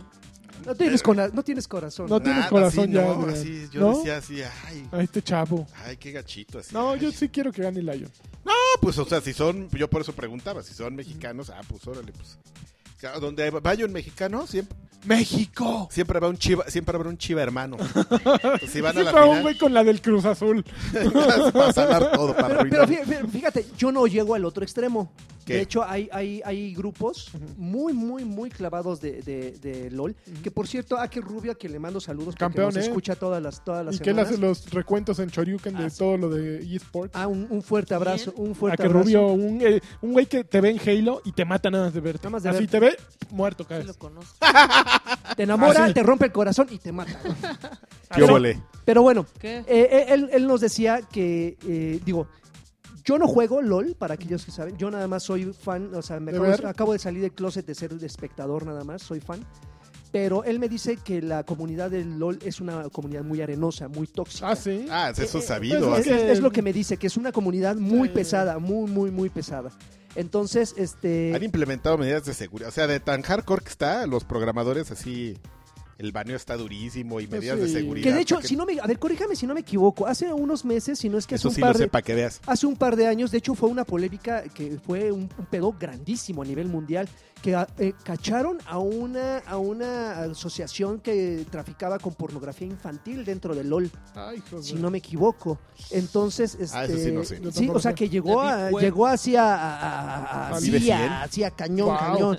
No tienes, cora- no tienes corazón.
No
¿no?
tienes
nada,
corazón
sí,
ya,
no,
Adrián.
así, yo
¿No?
decía así, ay,
a este chavo.
ay, qué gachito. Así,
No,
ay.
yo sí quiero que gane Lion.
Ah, pues, o sea, si son, yo por eso preguntaba, si son mexicanos, ah, pues, órale, pues. Claro, Donde vaya un mexicano, siempre,
¡México!
siempre va un chiva, siempre habrá un chiva hermano. Pues, si van a la
Siempre un
final,
güey con la del Cruz Azul.
vas a dar todo para
Pero, pero
arruinar.
fí- fí- fíjate, yo no llego al otro extremo.
¿Qué?
De hecho, hay, hay, hay grupos muy, muy, muy clavados de, de- de LOL. Que por cierto, a que Rubio, a quien le mando saludos, porque
Campeón,
nos
¿eh?
escucha todas las, todas las
¿Y que él
semanas.
hace los recuentos en Choryuken de todo lo de eSports?
Ah, un, un fuerte abrazo, un
a
fuerte
que
abrazo.
Ah, Rubio, un, eh, un güey que te ve en Halo y te mata nada más de verte.
Nada más de
Así
verte.
te ve, muerto
Sí
caes.
lo conozco.
Te enamora,
Ah, sí.
te rompe el corazón y te mata. güey.
¿Qué
Así.
vole?
Pero bueno,
¿Qué?
Eh, él, él nos decía que, eh, digo, yo no juego LOL, para aquellos que saben, yo nada más soy fan, o sea, me
¿De
acabo,
ver?
acabo de salir del closet de ser de espectador nada más, soy fan. Pero él me dice que la comunidad del LOL es una comunidad muy arenosa, muy tóxica.
Ah, sí.
Ah, eso
Eh,
es
eh,
sabido.
pues,
Es,
así.
es- es lo que me dice, que es una comunidad muy pesada, muy, muy, muy pesada. Entonces, este...
Han implementado medidas de seguridad. O sea, de tan hardcore que está, los programadores así. El baneo está durísimo y
Pues
medidas
sí.
de seguridad.
Que de hecho,
para
si no me... A ver, corríjame si no me equivoco. Hace unos meses, si no es que hace
Eso
un
sí
par
lo
de...
sé para que veas.
Hace un par de años, de hecho, fue una polémica que fue un, un pedo grandísimo a nivel mundial, que a- eh, cacharon a una, a una asociación que traficaba con pornografía infantil dentro de LOL,
Ay, hijo de-
si no me equivoco. Entonces, este,
Ah, eso sí, no sé.
Yo
sí,
tampoco
o sea,
sé.
que llegó,
De
a,
Big Web.
llegó así a, a- a-
¿Al
así
Vive
a-
Fiel?
así a cañón,
Wow.
cañón.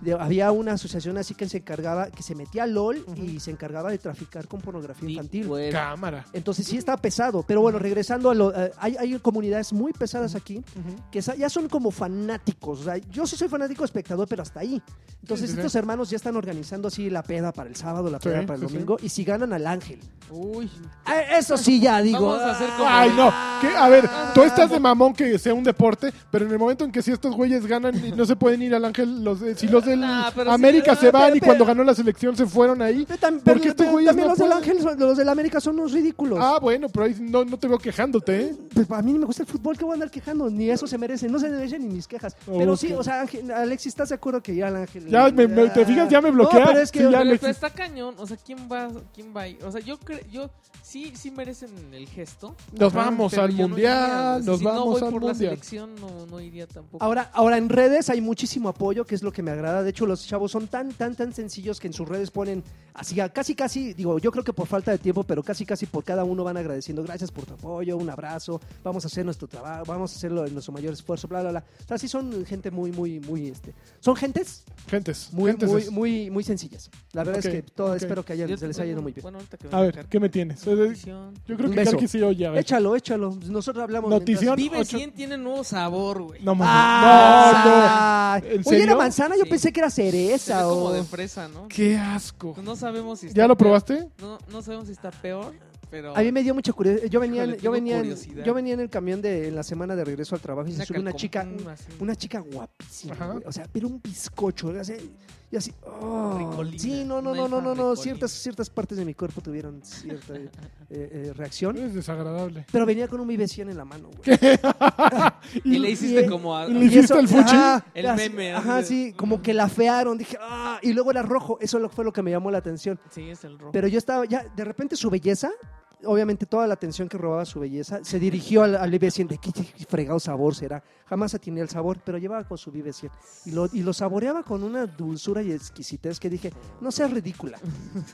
De- había una asociación así que se encargaba, que se metía a LOL y se encargaba de traficar con pornografía infantil.
Deep Web.
Cámara.
Entonces sí está pesado, pero bueno, regresando a lo... eh, hay, hay comunidades muy pesadas aquí
Ujú.
que sa- ya son como fanáticos. o sea, yo sí soy fanático espectador, pero hasta ahí. Entonces
Sí, sí, sí.
estos hermanos ya están organizando así la peda para el sábado, la
Sí,
peda para el
sí, sí.
domingo, y si ganan al ángel.
Uy.
Ah, Eso sí, ya digo.
Vamos a hacer como-
Ay, no. Que, a ver, tú estás de mamón que sea un deporte, pero en el momento en que si estos güeyes ganan y no se pueden ir al Ángel, los, de- si los del
Nah, pero sí,
América
pero-
se van y
pero-
cuando ganó la selección se fueron ahí.
Pero tam-
¿Por
pero-
qué estos
pero
güeyes
también
no
los del
pueden?
ángel, son- los del América son unos ridículos.
Ah, bueno, pero ahí no, no te veo quejándote, ¿eh?
Pues a mí ni me gusta el fútbol, que voy a andar quejando, ni eso se merece, no se merecen ni mis quejas. Pero sí,
Ok.
o sea, Ángel- Alexis, ¿estás de acuerdo que ya el ángel?
Ya, me- me- te fijas, ya me bloquea.
No, pero es que
Sí, ya
Pero,
Alex-
pero está cañón, o sea, ¿quién va, quién va ahí? O sea, yo creo, yo sí, sí merecen el gesto.
Nos
Ajá,
vamos
pero
al
yo no iría, o
mundial,
sea,
nos
si no
vamos
voy
al
por la
mundial.
selección no, no iría tampoco.
Ahora, ahora en redes hay muchísimo apoyo, que es lo que me agrada. De hecho, los chavos son tan, tan, tan sencillos que en sus redes ponen así, a- casi, casi, digo, yo creo que por falta de tiempo, pero casi, casi por cada uno van agradeciendo, gracias por tu apoyo, un abrazo, vamos a hacer nuestro trabajo, vamos a hacerlo en nuestro mayor esfuerzo, bla, bla, bla. O sea, sí son gente muy, muy, muy, este, son gentes
Gentes,
muy,
gentes
muy,
es.
muy, muy sencillas. La verdad
Ok,
es que todo,
ok.
espero que hayan-
Yo-
se les haya ido
bueno,
muy bien.
Bueno, ahorita que
A ver, ¿qué me tienes? Yo creo
Un
que
beso.
Karki sí oye, a ver.
Échalo, échalo. Nosotros hablamos. mientras-
Notición.
Vive
Ocho.
100 tiene nuevo sabor, güey.
eh. No, mames.
¡Ah!
no, no. ¿En
Oye, era
serio?
manzana, yo
Sí.
pensé que era
Se
cereza
ve
o...
como de fresa, ¿no? Pues
Qué asco.
No sabemos si está
¿Ya lo
peor.
probaste?
No, no sabemos si está peor, pero
A mí me dio mucha curiosidad. Yo venía, en-
Híjole,
yo
tengo
venía, en,
curiosidad.
yo venía en el camión de en la semana de regreso al trabajo y se subió una chica,
calcom-
un-
así.
una chica guapísima,
Ajá.
güey. o sea, pero un bizcocho, o sea, y así, oh,
Ricolina,
sí, no, no, no, no,
una hija
no, no,
ricolina.
ciertas, ciertas partes de mi cuerpo tuvieron cierta eh, eh, reacción,
Es desagradable.
pero venía con un vivecien en la mano, güey.
Y le hiciste
Ah, y-
como a...
y le hiciste el fuchi?
ajá,
El
así-
meme,
ajá,
así.
sí, como que la fearon, dije, ah, y luego era rojo, eso lo- fue lo que me llamó la atención.
Sí, es el rojo.
Pero yo estaba, ya, de repente su belleza, obviamente toda la atención que robaba su belleza, se dirigió al, al IB100 de qué fregado sabor será. Jamás atinía el sabor, pero llevaba con su IB100. Y lo, y lo saboreaba con una dulzura y exquisitez que dije, no seas ridícula.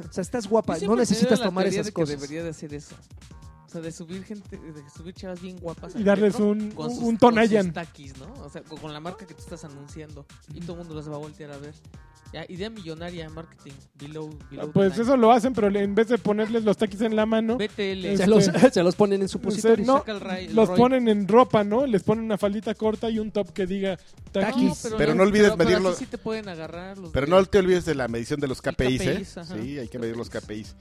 O sea, estás guapa,
Yo
no
siempre he
necesitas
tenido la
tomar
teoría
esas
de
cosas.
Que debería de hacer eso. O sea, de subir gente, de subir chavas bien guapas.
Y
al
darles
metro
un-
con
un-
sus-
un
con sus
Tonayan.
taquis, ¿no? O sea, con, con la marca que tú estás anunciando. Y todo el mundo las va a voltear a ver. Ya, idea millonaria de marketing. Below, below the
Pues
line.
eso lo hacen, pero en vez de ponerles los taquis en la mano,
BTL.
Es-
Se los, se los ponen en su
Se-
positorio.
no,
saca el Ray- el
los
eh, Roy.
ponen en ropa, ¿no? Les ponen una faldita corta y un top que diga taquis.
No,
Pero no olvides
pero- pero
medirlo-
así sí te pueden agarrar los
Pero
de-
no te olvides de la medición de los KPIs, ¿eh?
KPIs, ajá.
Sí, hay que medir los KPIs.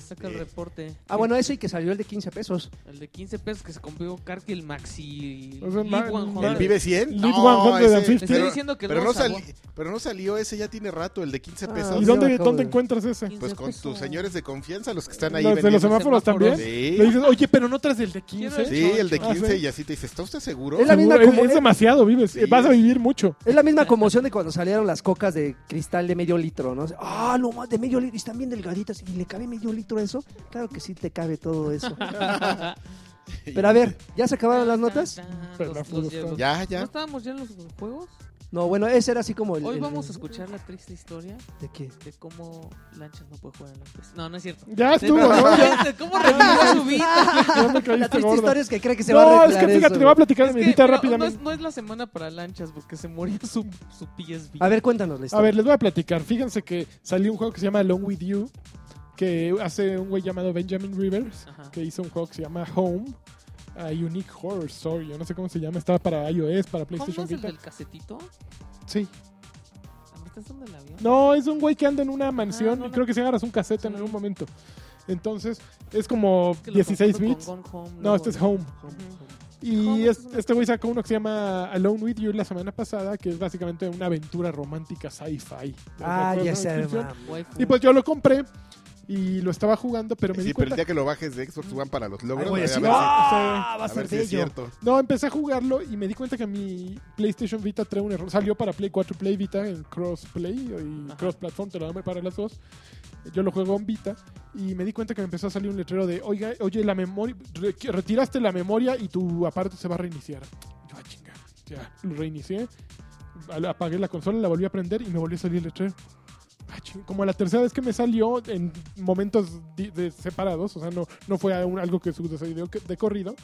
Saca el
Este,
reporte.
Ah, bueno, eso y que salió el de 15 pesos.
El de 15 pesos que se compró Karki, el Maxi.
O sea,
Lee
ma-
One
ma-
¿El
Hundred.
Vive 100?
Lead 150.
ese-
Estoy
pero-
diciendo que
pero
no
no
sabor.
sali- Pero no salió ese, ya tiene rato, el de 15
Ah,
pesos.
Yo
¿Y
me
dónde,
acabo
dónde
de-
encuentras ese?
15
Pues con tus
pesos.
señores de confianza, los que están ahí
¿Los de los
vendiendo.
semáforos también?
Sí.
Le dices, oye, pero no tras el de 15.
Quiero-
Sí, el de
Ah,
15
sí.
y así te dice, ¿está usted seguro?
Es la misma
Seguro, es-
como-
es, demasiado, vives.
Sí.
Vas a vivir mucho.
Es la misma conmoción de cuando salieron las cocas de cristal de medio litro, ¿no? Ah, no más de medio litro, y están bien delgaditas. ¿Y le cabe medio litro a eso? Claro que sí te cabe todo eso. Pero a ver, ¿ya se acabaron las notas?
Tan, tan,
Pero
los-
la
los
fútbol
llevo.
pues, Ya,
¿No
ya.
estábamos ya en los juegos?
No, bueno, ese era así como el.
Hoy
el-
vamos a escuchar la triste historia
¿De qué?
de cómo Lanchas no puede jugar en la PS. No, no es cierto.
Ya
De
estuvo, ¿no? Ya-
cómo- de ¿Cómo
Ah,
revivió su vida?
ya me
La
caíste
triste
gordo.
historia es que cree que se va a
No, es
arreglar
que fíjate,
eso.
te voy a platicar de
Es
mi
que,
vida
pero no, es,
rápidamente.
no es la semana para Lanchas porque se murió su, su PSV.
A ver, cuéntanos la
A
historia.
ver, les voy a platicar. Fíjense que salió un juego que se llama Along With You, que hace un güey llamado Benjamin Rivers,
Ajá.
que hizo un juego que se llama Home, a Unique Horror Story, yo no sé cómo se llama, estaba para iOS, para
¿Cómo no
PlayStation
es el
Vita.
del casetito?
Sí.
¿Me estás dando el avión?
No, es un güey que anda en una mansión
Ah, no,
y
no.
creo que se agarras un casete en
Sí.
algún momento. Entonces, es como
Es que lo
16
confundo
bits.
con Gone Home,
No,
luego.
este es Home.
Ujú.
Y
Home
es-
es una-
este güey sacó uno que se llama Alone With You la semana pasada, que es básicamente una aventura romántica sci-fi.
Ah,
¿De acuerdo a la
ya sé,
descripción?
mam.
Waifu.
Y pues yo lo compré y lo estaba jugando, pero me
Sí,
di
pero el
cuenta.
día que lo bajes de Xbox One para los logros,
Ay, güey,
a
así,
ver si-
¡ah! Va a
a
ser
ver si es
bello.
cierto.
No, empecé a jugarlo y me di cuenta que mi PlayStation Vita trae un error. Salió para Play 4 Play Vita en crossplay y
Ajá.
cross platform, te lo dan para las dos. Yo lo juego en Vita y me di cuenta que me empezó a salir un letrero de, "Oiga, oye, la memoria re- retiraste la memoria y tu aparato se va a reiniciar." Yo, "Ah, chinga." Ya, lo reinicié, al- apagué la consola, la volví a prender y me volvió a salir el letrero. Ah, ching- Como la tercera vez que me salió en momentos di- de- separados, o sea, no, no fue a un- algo que sucedió que- de corrido.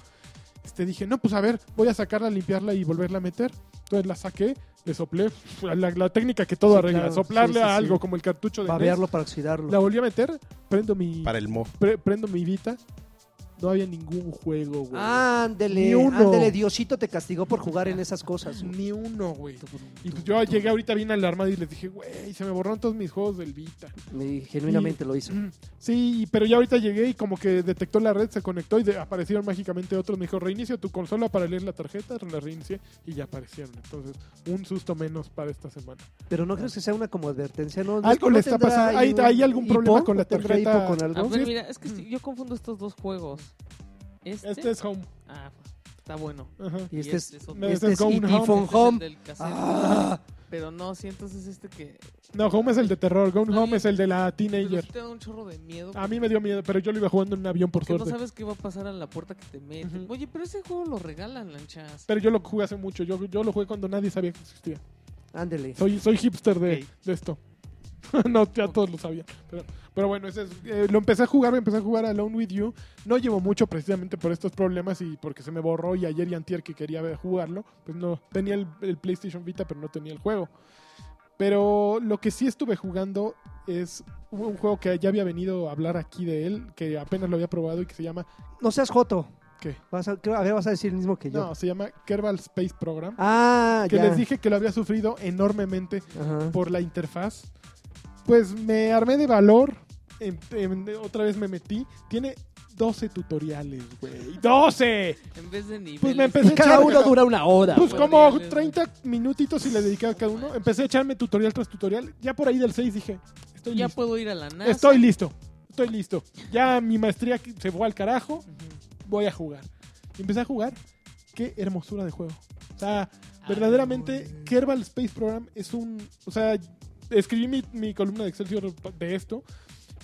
Este, dije, no, pues a ver, voy a sacarla, limpiarla y volverla a meter. Entonces la saqué, le soplé, la, la técnica que todo
Sí,
arregla,
claro,
soplarle
sí, sí,
a algo
sí.
como el cartucho de NES.
Babearlo para oxidarlo.
La volví a meter, prendo mi,
Para el mo.
pre- prendo mi Vita. No había ningún juego, güey. Ni
Ándele,
uno.
ándele, Diosito te castigó por jugar en esas cosas. güey.
Ni uno, güey. Y pues yo llegué ahorita bien alarmado y les dije, güey, se me borraron todos mis juegos del Vita.
Me- Genuinamente lo hizo.
Mm, Sí, pero ya ahorita llegué y como que detectó la red, se conectó y de- aparecieron mágicamente otros. Me dijo, reinicio tu consola para leer la tarjeta, la reinicié y ya aparecieron. Entonces, un susto menos para esta semana.
Pero no crees que sea una como advertencia, ¿no?
Algo
¿No
le está
tendrá
pasando.
ahí
¿Hay-
un
hay algún
hipo?
problema con la
¿Tendrá hipo
tarjeta?
con
A
algo?
ver,
Sí.
Ah, pues mira, es que si- yo confundo estos dos juegos. Este,
Mm. Este es Home.
Ah, está bueno.
Ajá.
Y este es...
otro.
Me-
Este
Este
es
es Gone
E.T. from
Home.
Este es el
Home.
del cassette.
Ah,
Pero no, sí, entonces este que...
No, Home es el de terror. Gone
Ah,
Home es el de la
Pero
teenager.
sí te da un chorro de miedo.
A mí me dio miedo, pero yo lo iba jugando en un avión Ah, por
Porque no
suerte.
sabes qué va a pasar a la puerta que te meten.
Ujú.
Oye, pero ese juego lo regalan, lanchas.
Pero yo lo jugué hace mucho. Yo, yo lo jugué cuando nadie sabía que existía.
ándele.
Soy, soy hipster de,
Ok.
de esto. no, ya todos lo sabían. Pero, pero bueno, ese es, eh, lo empecé a jugar, empecé a jugar Alone With You. No llevo mucho precisamente por estos problemas y porque se me borró y ayer y antier que quería ver- jugarlo, pues no, tenía el, el PlayStation Vita pero no tenía el juego. Pero lo que sí estuve jugando es un un juego que ya había venido a hablar aquí de él, que apenas lo había probado y que se llama...
No seas joto.
¿Qué?
Vas a, creo- a ver, vas a decir el mismo que yo.
No, se llama Kerbal Space Program.
Ah,
que
ya.
les dije que lo había sufrido enormemente
Ajá.
por la interfaz. Pues me armé de valor. em- em, otra vez me metí. Tiene 12 tutoriales, güey. ¡12!
En vez de niveles.
Pues me
Y
empecé a
cada
echar-
uno dura una
Ah,
hora.
Pues
güey.
como
Tutoriales,
30 minutitos y le dediqué a cada uno. Empecé a echarme tutorial tras tutorial. Ya por ahí del 6 dije, estoy
Ya
listo.
puedo ir a la NASA.
Estoy listo. Estoy listo. Ya mi maestría que- se fue al carajo.
Ujú.
Voy a jugar. Y empecé a jugar. Qué hermosura de juego. O sea,
Ah,
Verdaderamente,
güey.
Kerbal Space Program es un. O sea, escribí mi, mi columna de Excelsior de esto.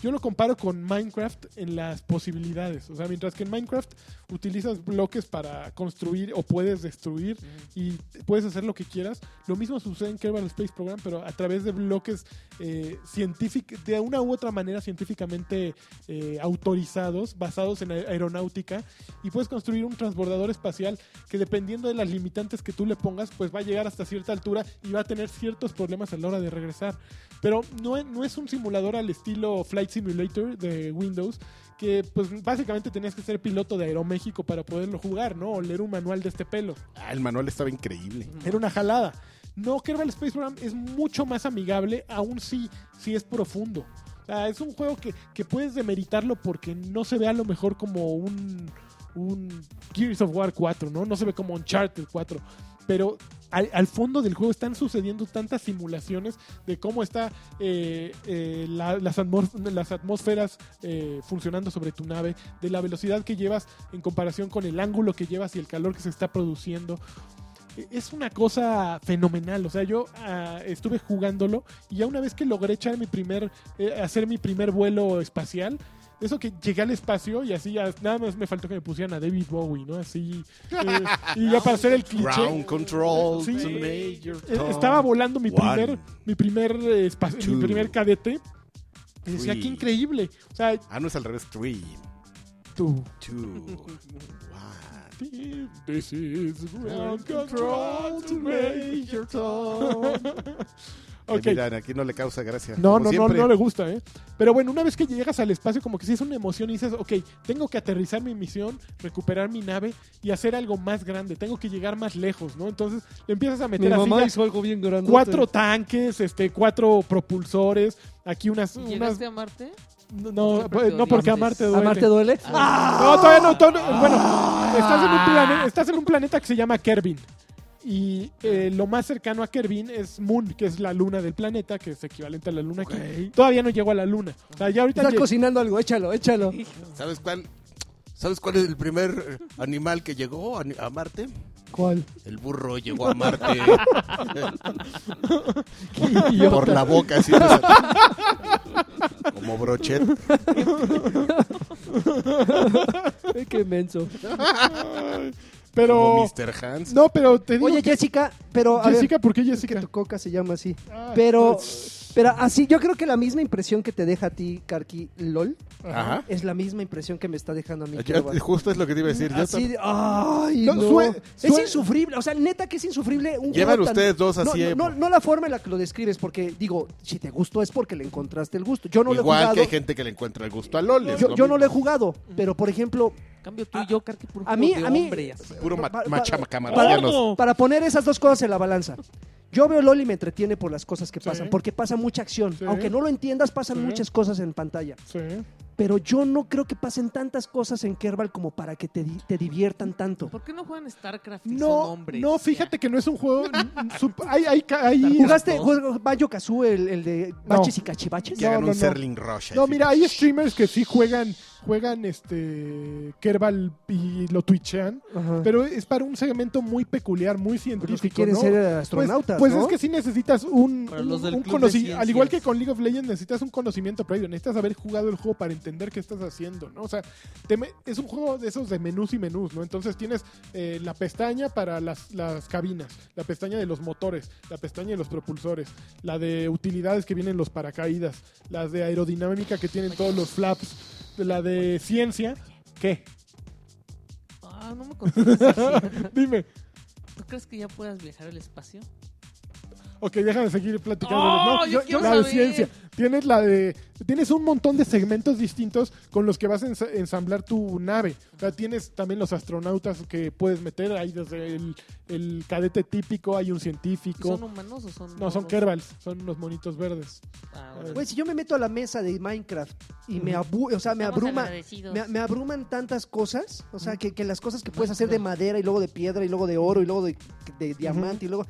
Yo lo comparo con Minecraft en las posibilidades. O sea, mientras que en Minecraft utilizas bloques para construir o puedes destruir
Ujú.
y puedes hacer lo que quieras, lo mismo sucede en Kerbal Space Program, pero a través de bloques eh, científic- de una u otra manera científicamente eh, autorizados, basados en aer- aeronáutica, y puedes construir un transbordador espacial que dependiendo de las limitantes que tú le pongas, pues va a llegar hasta cierta altura y va a tener ciertos problemas a la hora de regresar. Pero no, e- no es un simulador al estilo Flight Simulator de Windows, que pues básicamente tenías que ser piloto de Aeroméxico para poderlo jugar, ¿no? O leer un manual de este pelo.
Ah, el manual estaba increíble.
Era una jalada. No, Kerbal Space Program es mucho más amigable, aún si, si es profundo. O sea, es un juego que, que puedes demeritarlo porque no se ve a lo mejor como un, un Gears of War 4, ¿no? No se ve como Uncharted 4. Pero al, al fondo del juego están sucediendo tantas simulaciones de cómo está eh, eh, la- las, atmos- las atmósferas eh, funcionando sobre tu nave, de la velocidad que llevas en comparación con el ángulo que llevas y el calor que se está produciendo E, es una cosa fenomenal. O sea, yo ah, estuve jugándolo y ya una vez que logré echar mi primer, eh, hacer mi primer vuelo espacial, eso que llegué al espacio y así ya- nada más me faltó que me pusieran a David Bowie, ¿no? Así. eh, y ya para hacer el cliché.
Ground control
Sí.
to Major
eh,
Tom.
Estaba volando mi
One,
primer, mi primer eh, espacio-
two,
mi primer cadete. Y decía,
three.
qué increíble. O sea,
Ah, no es al revés. Three,
tú.
two, one.
This is ground control to Major
Eh,
Ok.
Mira, aquí no le causa gracia.
No,
como
no, no,
siempre.
no le gusta, ¿eh? Pero bueno, una vez que llegas al espacio, como que sí es una emoción y dices, ok, tengo que aterrizar mi misión, recuperar mi nave y hacer algo más grande, tengo que llegar más lejos, ¿no? Entonces le empiezas a
Mi
meter así
mamá
ya
hizo algo bien grande.
cuatro tanques, este, cuatro propulsores, aquí unas... unas
¿Llegaste a Marte?
no,
Siempre
eh,
te
no, porque amarte
odiaste.
duele. Ah.
¿Amarte duele?
Ah,
No, todavía no. todavía no. bueno, estás en, un plane- estás en un planeta que se llama Kerbin. Y eh, lo más cercano a Kerbin es Moon, que es la luna del planeta, que es equivalente a la luna aquí. Todavía no llegó a la luna. O sea, ya ahorita.
Estás
lleg-
Ah, cocinando algo, échalo, échalo.
¿Sabes cuál? ¿Sabes cuál es el primer eh, animal que llegó a, ni- a Marte?
¿Cuál?
El burro llegó a Marte
idiota.
por la boca, así, o sea, como brochet.
Ay, qué menso.
Como
Pero.
Mr. Hans.
No, pero te digo.
Oye,
que-
Jessica, pero a ver,
Jessica, ¿por qué
es que
Jessica?
tu coca se llama así.
Ah,
Pero, pero así, yo creo que la misma impresión que te deja a ti, Karki, LOL,
Ah.
Ajá.
es la misma impresión que me está dejando a mí.
Yo-
Jehová.
justo es lo que te iba a decir. Yo
Así
tam-
de- ay,
No,
no.
sue-
es
sue-
insufrible, o sea, neta que es insufrible un
Llevan
juego tan-
ustedes dos
No,
así.
no,
eh,
no, no la forma en la que lo describes, porque digo, si te gustó es porque le encontraste el gusto. Yo no lo he
Igual
jugado.
que hay gente que le encuentra el gusto a LOL. es
yo, yo no
mismo.
lo he jugado, pero por ejemplo,
Cambio tú y yo, Carqui, por un
a
juego
mí-
de
a mí-
hombre y así.
Puro ma-
pa- pa-
machamacamarcianos.
¡Gordo!
para poner esas dos cosas en la balanza. Yo veo LOL y me entretiene por las cosas que
Sí.
pasan, porque pasa mucha acción.
Sí.
Aunque no lo entiendas, pasan
Sí.
muchas cosas en pantalla.
Sí.
Pero yo no creo que pasen tantas cosas en Kerbal como para que te, di- te diviertan tanto.
¿Por qué no juegan StarCraft y son
No,
hombres?
no, fíjate que no es un juego. su- hay, hay, hay-
¿Jugaste jue- Banjo Kazooie, el, el de Baches y Cachivaches?
Que hagan
no,
un
no.
Serling Rush.
No,
así.
mira, hay streamers que sí juegan, juegan este Kerbal y lo twitchean,
Ajá.
pero es para un segmento muy peculiar, muy científico.
Los que quieren
¿no?
ser
Pues,
astronautas,
pues
¿no?
es que sí necesitas un,
Para los del club de
conocimiento,
ciencias.
al igual que con League of Legends necesitas un conocimiento previo, necesitas haber jugado el juego para entender qué estás haciendo, ¿no? O sea, te me- es un juego de esos de menús y menús, ¿no? Entonces tienes eh, la pestaña para las, las cabinas, la pestaña de los motores, la pestaña de los propulsores, la de utilidades que vienen los paracaídas, las de aerodinámica que tienen todos los flaps, la de ciencia, ¿qué?
Ah, no me contestes así.
Dime.
¿Tú crees que ya puedas viajar al espacio?
Ok, déjame seguir platicando.
¡Oh,
No, yo-
yo quiero
la de
saber!
ciencia. Tienes la de. Tienes un montón de segmentos distintos con los que vas a ensa- ensamblar tu nave. O sea, tienes también los astronautas que puedes meter. Hay desde el, el cadete típico, hay un
¿Y
científico.
¿Son humanos o son.?
No, son
monos?
Kerbals, son unos monitos verdes.
Ah, bueno.
Güey, si yo me meto a la mesa de Minecraft y me, abu o sea, me,
Estamos
abruma,
agradecidos.
me, me abruman tantas cosas, o sea, que, que las cosas que puedes hacer de madera y luego de piedra y luego de oro y luego de, de diamante y luego...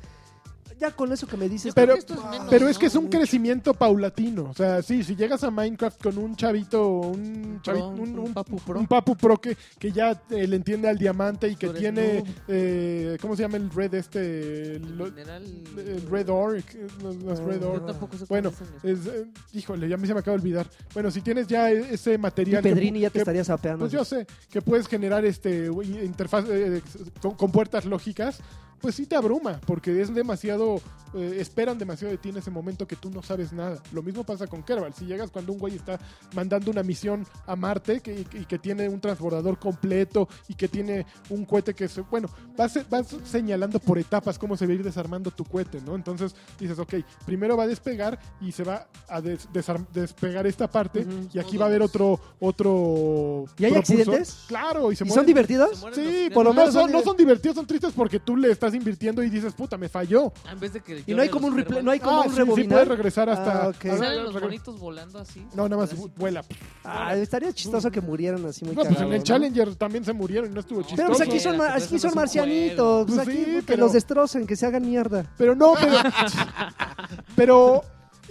Ya con eso que me dices...
Pero-
"Wow".
esto es menos,
Pero es que es un
mucho.
crecimiento paulatino. O sea, sí, si llegas a Minecraft con un chavito, un, chavi-
pro, un papu pro.
un papu pro que, que ya eh, le entiende al diamante y que
Tú eres
tiene,
noob.
eh, ¿cómo se llama el red este?
El
Lo-
mineral-
el red orc, eh, los, los red
Yo
orc.
tampoco sé cuál
Bueno,
es el-
es, eh, híjole, ya me se me acaba de olvidar. Bueno, si tienes ya e- ese
Y
material... que-
Pedrini ya te
que-
estaría sapeando.
Pues yo sé que puedes generar este güey, interfaz eh, con, con puertas lógicas, pues sí te abruma, porque es demasiado, eh, esperan demasiado de ti en ese momento que tú no sabes nada. Lo mismo pasa con Kerbal. Si llegas cuando un güey está mandando una misión a Marte que, y que tiene un transbordador completo y que tiene un cohete que se, bueno, vas, vas señalando por etapas cómo se va a ir desarmando tu cohete, ¿no? Entonces dices, ok, primero va a despegar y se va a des- desarm- despegar esta parte
Ujú.
y aquí va a haber otro otro
¿Y hay
propulsor.
accidentes?
Claro, y se
¿Y son
mueren.
Se
divertidos?
mueren
Sí,
los-
por lo
No
menos
son
son- no son divertidos, son tristes porque tú le estás invirtiendo y dices, puta, me falló.
Ah, en vez de que
Y no
lloren
hay como
los
un replay,
Kerbal.
no hay como
ah,
un
sí, sí,
rebobinar.
puedes regresar hasta...
Ah, ok.
a ver,
¿Salen los
regre-
bonitos volando así?
No, nada más
Así.
vuela.
Ah, estaría chistoso que murieran así muy
No, pues en
cagado,
el
¿no?
Challenger también se murieron y no estuvo
No,
chistoso.
Pero pues aquí son,
Espérate,
ma-
pero
aquí
eso no
son
es un
marcianos, pues,
juego.
aquí
Pues sí,
que
pero-
los destrocen, que se hagan mierda.
Pero no, pero. pero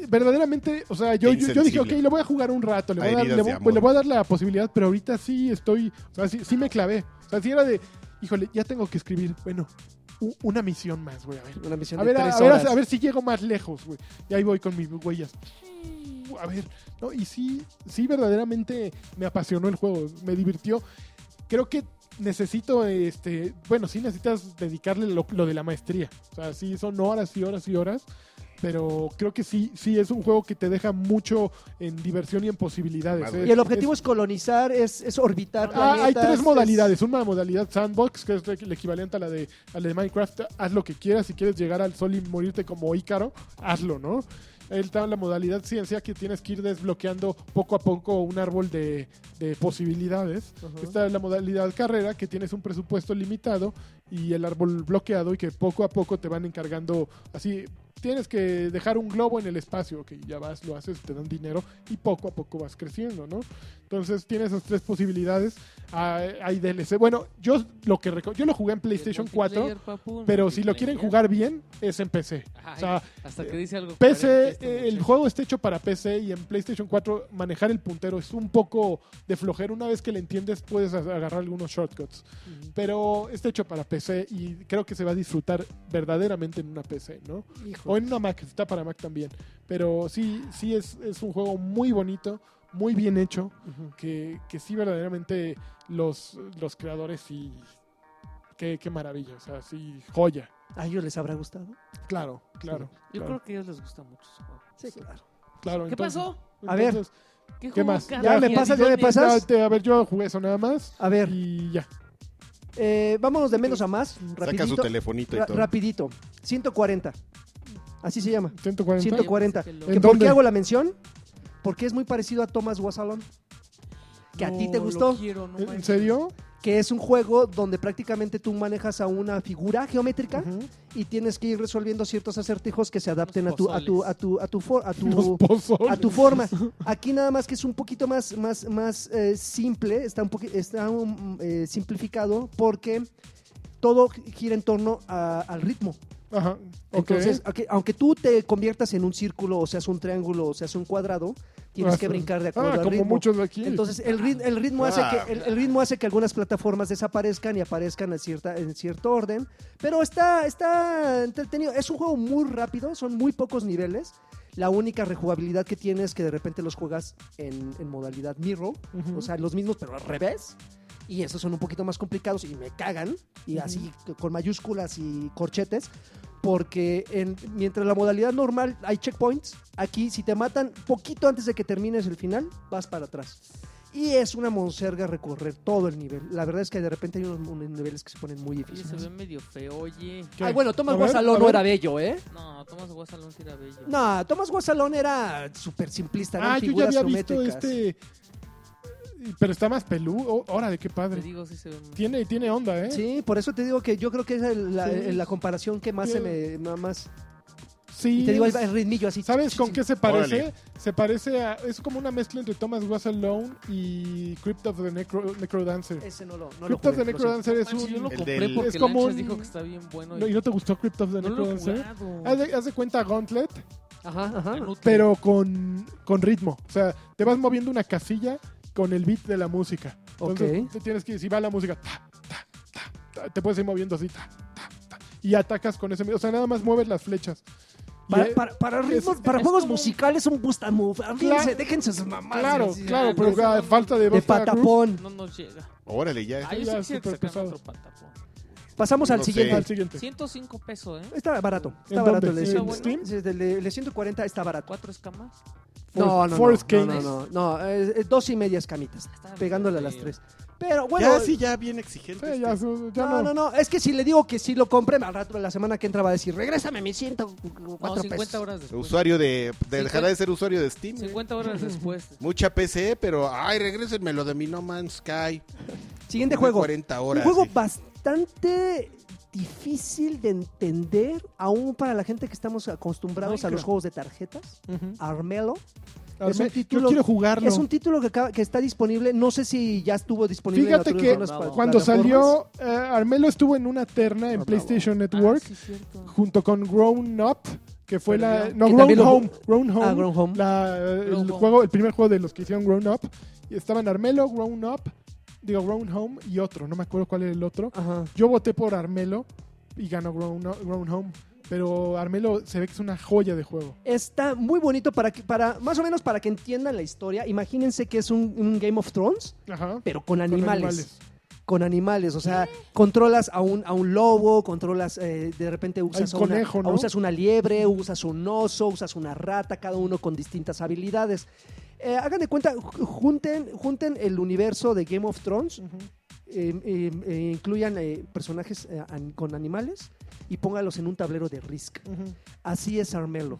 verdaderamente, o sea, yo, yo, yo dije, ok,
Insensible.
le voy a jugar un rato, le voy,
Hay
a dar,
heridas de
le voy- pues,
amor.
le voy a dar la posibilidad, pero ahorita sí estoy. O sea, sí, sí me clavé. O sea, sí era de, híjole, ya tengo que escribir, bueno, u- una misión más, güey, a ver.
Una misión
A
de
ver, a,
tres
a ver,
horas.
a ver si llego más lejos, güey. Y ahí voy con mis huellas. a ver, ¿no? Y sí, sí verdaderamente me apasionó el juego, me divirtió. Creo que necesito, este, bueno, sí necesitas dedicarle lo, lo de la maestría. O sea, sí son horas y horas y horas, pero creo que sí, sí es un juego que te deja mucho en diversión y en posibilidades. ¿eh?
Madre.
Es-
Y el objetivo es, colonizar, es, es orbitar
Ah, hay
planetas,
tres
es-
modalidades. Una modalidad sandbox, que es el equivalente a la de, a la de Minecraft. Haz lo que quieras. Si quieres llegar al sol y morirte como Ícaro, hazlo, ¿no? Está la modalidad ciencia que tienes que ir desbloqueando poco a poco un árbol de, de posibilidades.
Ajá.
Está la modalidad carrera, que tienes un presupuesto limitado y el árbol bloqueado y que poco a poco te van encargando así. Tienes que dejar un globo en el espacio, que ya vas, lo haces, te dan dinero y poco a poco vas creciendo, ¿no? Entonces tienes esas tres posibilidades. Ah, Hay DLC. Bueno, yo lo que reco- yo lo jugué en PlayStation 4, pero si lo quieren jugar bien es en PC. O sea, eh,
hasta que dice algo.
PC,
coherente este
eh, el
muchacho.
juego está hecho para PC y en PlayStation 4 manejar el puntero es un poco de flojera. Una vez que le entiendes puedes a- agarrar algunos shortcuts. Pero está hecho para PC y creo que se va a disfrutar verdaderamente en una PC, ¿no?
Hijo.
O en una Mac, está para Mac también. Pero sí, sí es, es un juego muy bonito, muy bien hecho,
Ujú.
que, que sí verdaderamente los, los creadores sí... Qué, qué maravilla, o sea, sí, joya.
Ah, ¿A ellos les habrá gustado?
Claro, claro.
Yo
claro,
creo que a ellos les gusta mucho su juego.
Sí, claro.
claro,
¿Qué
entonces-
pasó?
A ver.
entonces,
¿Qué,
¿Qué
juego
más?
cada
Ya me
día?
pasas, ya me
Digo,
pasas.
Ya, te- a ver, yo jugué eso nada más.
A ver,
Y ya.
eh, vámonos de menos a más.
Saca su
Rapidito.
telefonito y
ra-
todo.
rapidito. 140. Así se llama.
140.
Siento-
Oye,
40.
pues,
¿En
que
¿Que ¿Por
dónde?
qué hago la mención? Porque es muy parecido a Thomas Wasalon,
lo-
que a ti
No,
te
lo
gustó.
quiero, no
¿En
manches.
serio?
que es un juego donde prácticamente tú manejas a una figura geométrica
Ujú.
y tienes que ir resolviendo ciertos acertijos que se adapten a tu a tu a tu a tu for- a
Los
tu
pozos.
a tu forma. Aquí nada más que es un poquito más más más eh, simple, está un poqui- está un, mm, eh, simplificado porque todo gira en torno a- al ritmo.
Ajá. ok.
Entonces, aunque, aunque tú te conviertas en un círculo, o seas un triángulo, o seas un cuadrado, tienes
Ah,
que
sí.
brincar de acuerdo
Ah,
al
como
ritmo.
muchos de aquí.
Entonces el, rit- el ritmo hace que el, el ritmo hace que algunas plataformas desaparezcan y aparezcan en cierta en cierto orden, pero está está entretenido. Es un juego muy rápido, son muy pocos niveles. La única rejugabilidad que tiene es que de repente los juegas en, en modalidad mirror,
Ujú.
o sea los mismos pero al revés. Y esos son un poquito más complicados y me cagan y
Ujú.
así con mayúsculas y corchetes. Porque en- mientras la modalidad normal hay checkpoints, aquí si te matan poquito antes de que termines el final, vas para atrás. Y es una monserga recorrer todo el nivel. La verdad es que de repente hay unos, unos niveles que se ponen muy
Oye, se
difíciles.
ve medio feo, oye.
¿Qué?
Ay, bueno, Thomas
A ver,
Guasalón
a
no
ver.
era bello, ¿eh?
No, Tomás Guasalón sí era bello.
No, Thomas Guasalón era súper simplista. eran
Ah, yo ya
figuras
había visto
geométricas.
este. Pero está más peludo. Oh, Órale, qué
Te
padre.
digo, sí se ve muy-
Tiene, tiene onda, ¿eh?
Sí, por eso te digo que yo creo que es el- la,
Sí.
la comparación que más
Sí.
se me... ma- Más,
Sí,
y te digo,
es-
el, el ritmillo así.
¿Sabes con qué se parece?
Órale.
Se parece a. Es como una mezcla entre Thomas Was Alone y Crypt of the Necro, Necrodancer.
Ese no lo, Eh, no lo
Crypt
jugué,
of
Ah,
the
lo siento.
Necrodancer es
Manches, yo lo
un.
El
compré
del-
porque
es como
Lanchas
un-
dijo que está bien bueno.
No, ¿Y no te gustó Crypt of the
no lo he
Necrodancer?
jugado. Ah,
Haz Ah, de, haz de cuenta Gauntlet,
Ajá, ajá.
Inútil.
pero con, con ritmo. O sea, te vas moviendo una casilla con el beat de la música. Entonces,
Ok.
te tienes que, si va la música, ta, ta, ta, ta, te puedes ir moviendo así, ta, ta, ta, y atacas con ese. O sea, nada más mueves las flechas. Y,
Para,
eh,
para, para ritmos,
es-
para
es
juegos
como un-
musicales, un boost a move. Ándrense,
Claro.
déjense sus mamás.
claro,
sí, Ah, sí,
claro,
sí,
pero
sí.
a falta de
De
Buster Cruz,
patapón.
No nos llega.
Órale, ya.
Ah, yo sí
ya,
quisiera que
súper
sacaran
pesado.
otro patapón.
Pasamos al
No sé.
siguiente.
Al siguiente.
105 pesos, ¿eh?
Está barato,
¿En
está barato.
dónde?
El,
¿Está
el-
bueno?
el- el- el 140 está barato.
¿Cuatro escamas?
No, no,
Force-
no,
Force
no,
Kings.
no, no, no, eh, eh, dos y medias camitas,
Está
pegándole a
medio
las
feo.
tres. Pero bueno,
Ya, sí, ya bien exigente.
Sí,
este.
ya, su- ya
no, no, no, es que si le digo que sí lo compre, al rato de la semana que entra va a decir, regrésame mi
No,
Uh,
104
50
pesos.
horas después.
Usuario de. de- Dejará de ser usuario de Steam. eh.
50 horas después.
Mucha PC, pero. Ay, regrésenme lo de mi No Man's Sky.
Siguiente juego,
40
un
horas.
juego
sí.
bastante difícil de entender, aún para la gente que estamos acostumbrados a los
Minecraft.
juegos de tarjetas.
Ujú.
Armelo.
Arme-
un título-
Yo quiero jugarlo.
Es un título que, acaba- que está disponible. No sé si ya estuvo disponible.
Fíjate
en
que
otras pla-
Cuando
plataformas.
salió, eh, Armelo estuvo en una terna en PlayStation Network
Ah, sí, cierto.
junto con Grown Up, que fue la.
Perdió.
No,
Que
Grown
también lo-
Home. Grown Home.
Ah, Grown Home.
la, eh, el,
Grown Home.
Juego, el primer juego de los que hicieron Grown Up. Y estaban Armelo, Grown Up, digo Grown Home y otro. No me acuerdo cuál era el otro.
Ajá.
Yo voté por Armelo y ganó Grown, Up- Grown Home. Pero Armelo se ve que es una joya de juego.
Está muy bonito para que, para, más o menos para que entiendan la historia. Imagínense que es un, un Game of Thrones,
Ajá.
pero con
Con
animales. Con animales, o sea, controlas a un, a un lobo, controlas, eh, de repente usas, a una,
conejo, ¿no?
usas una liebre, usas un oso, usas una rata, cada uno con distintas habilidades. Eh, hagan de cuenta, ju- junten, junten el universo de Game of Thrones
Ujú.
eh, eh, eh, incluyan eh, personajes eh, an- con animales y póngalos en un tablero de Risk.
Ujú.
Así es Armelo.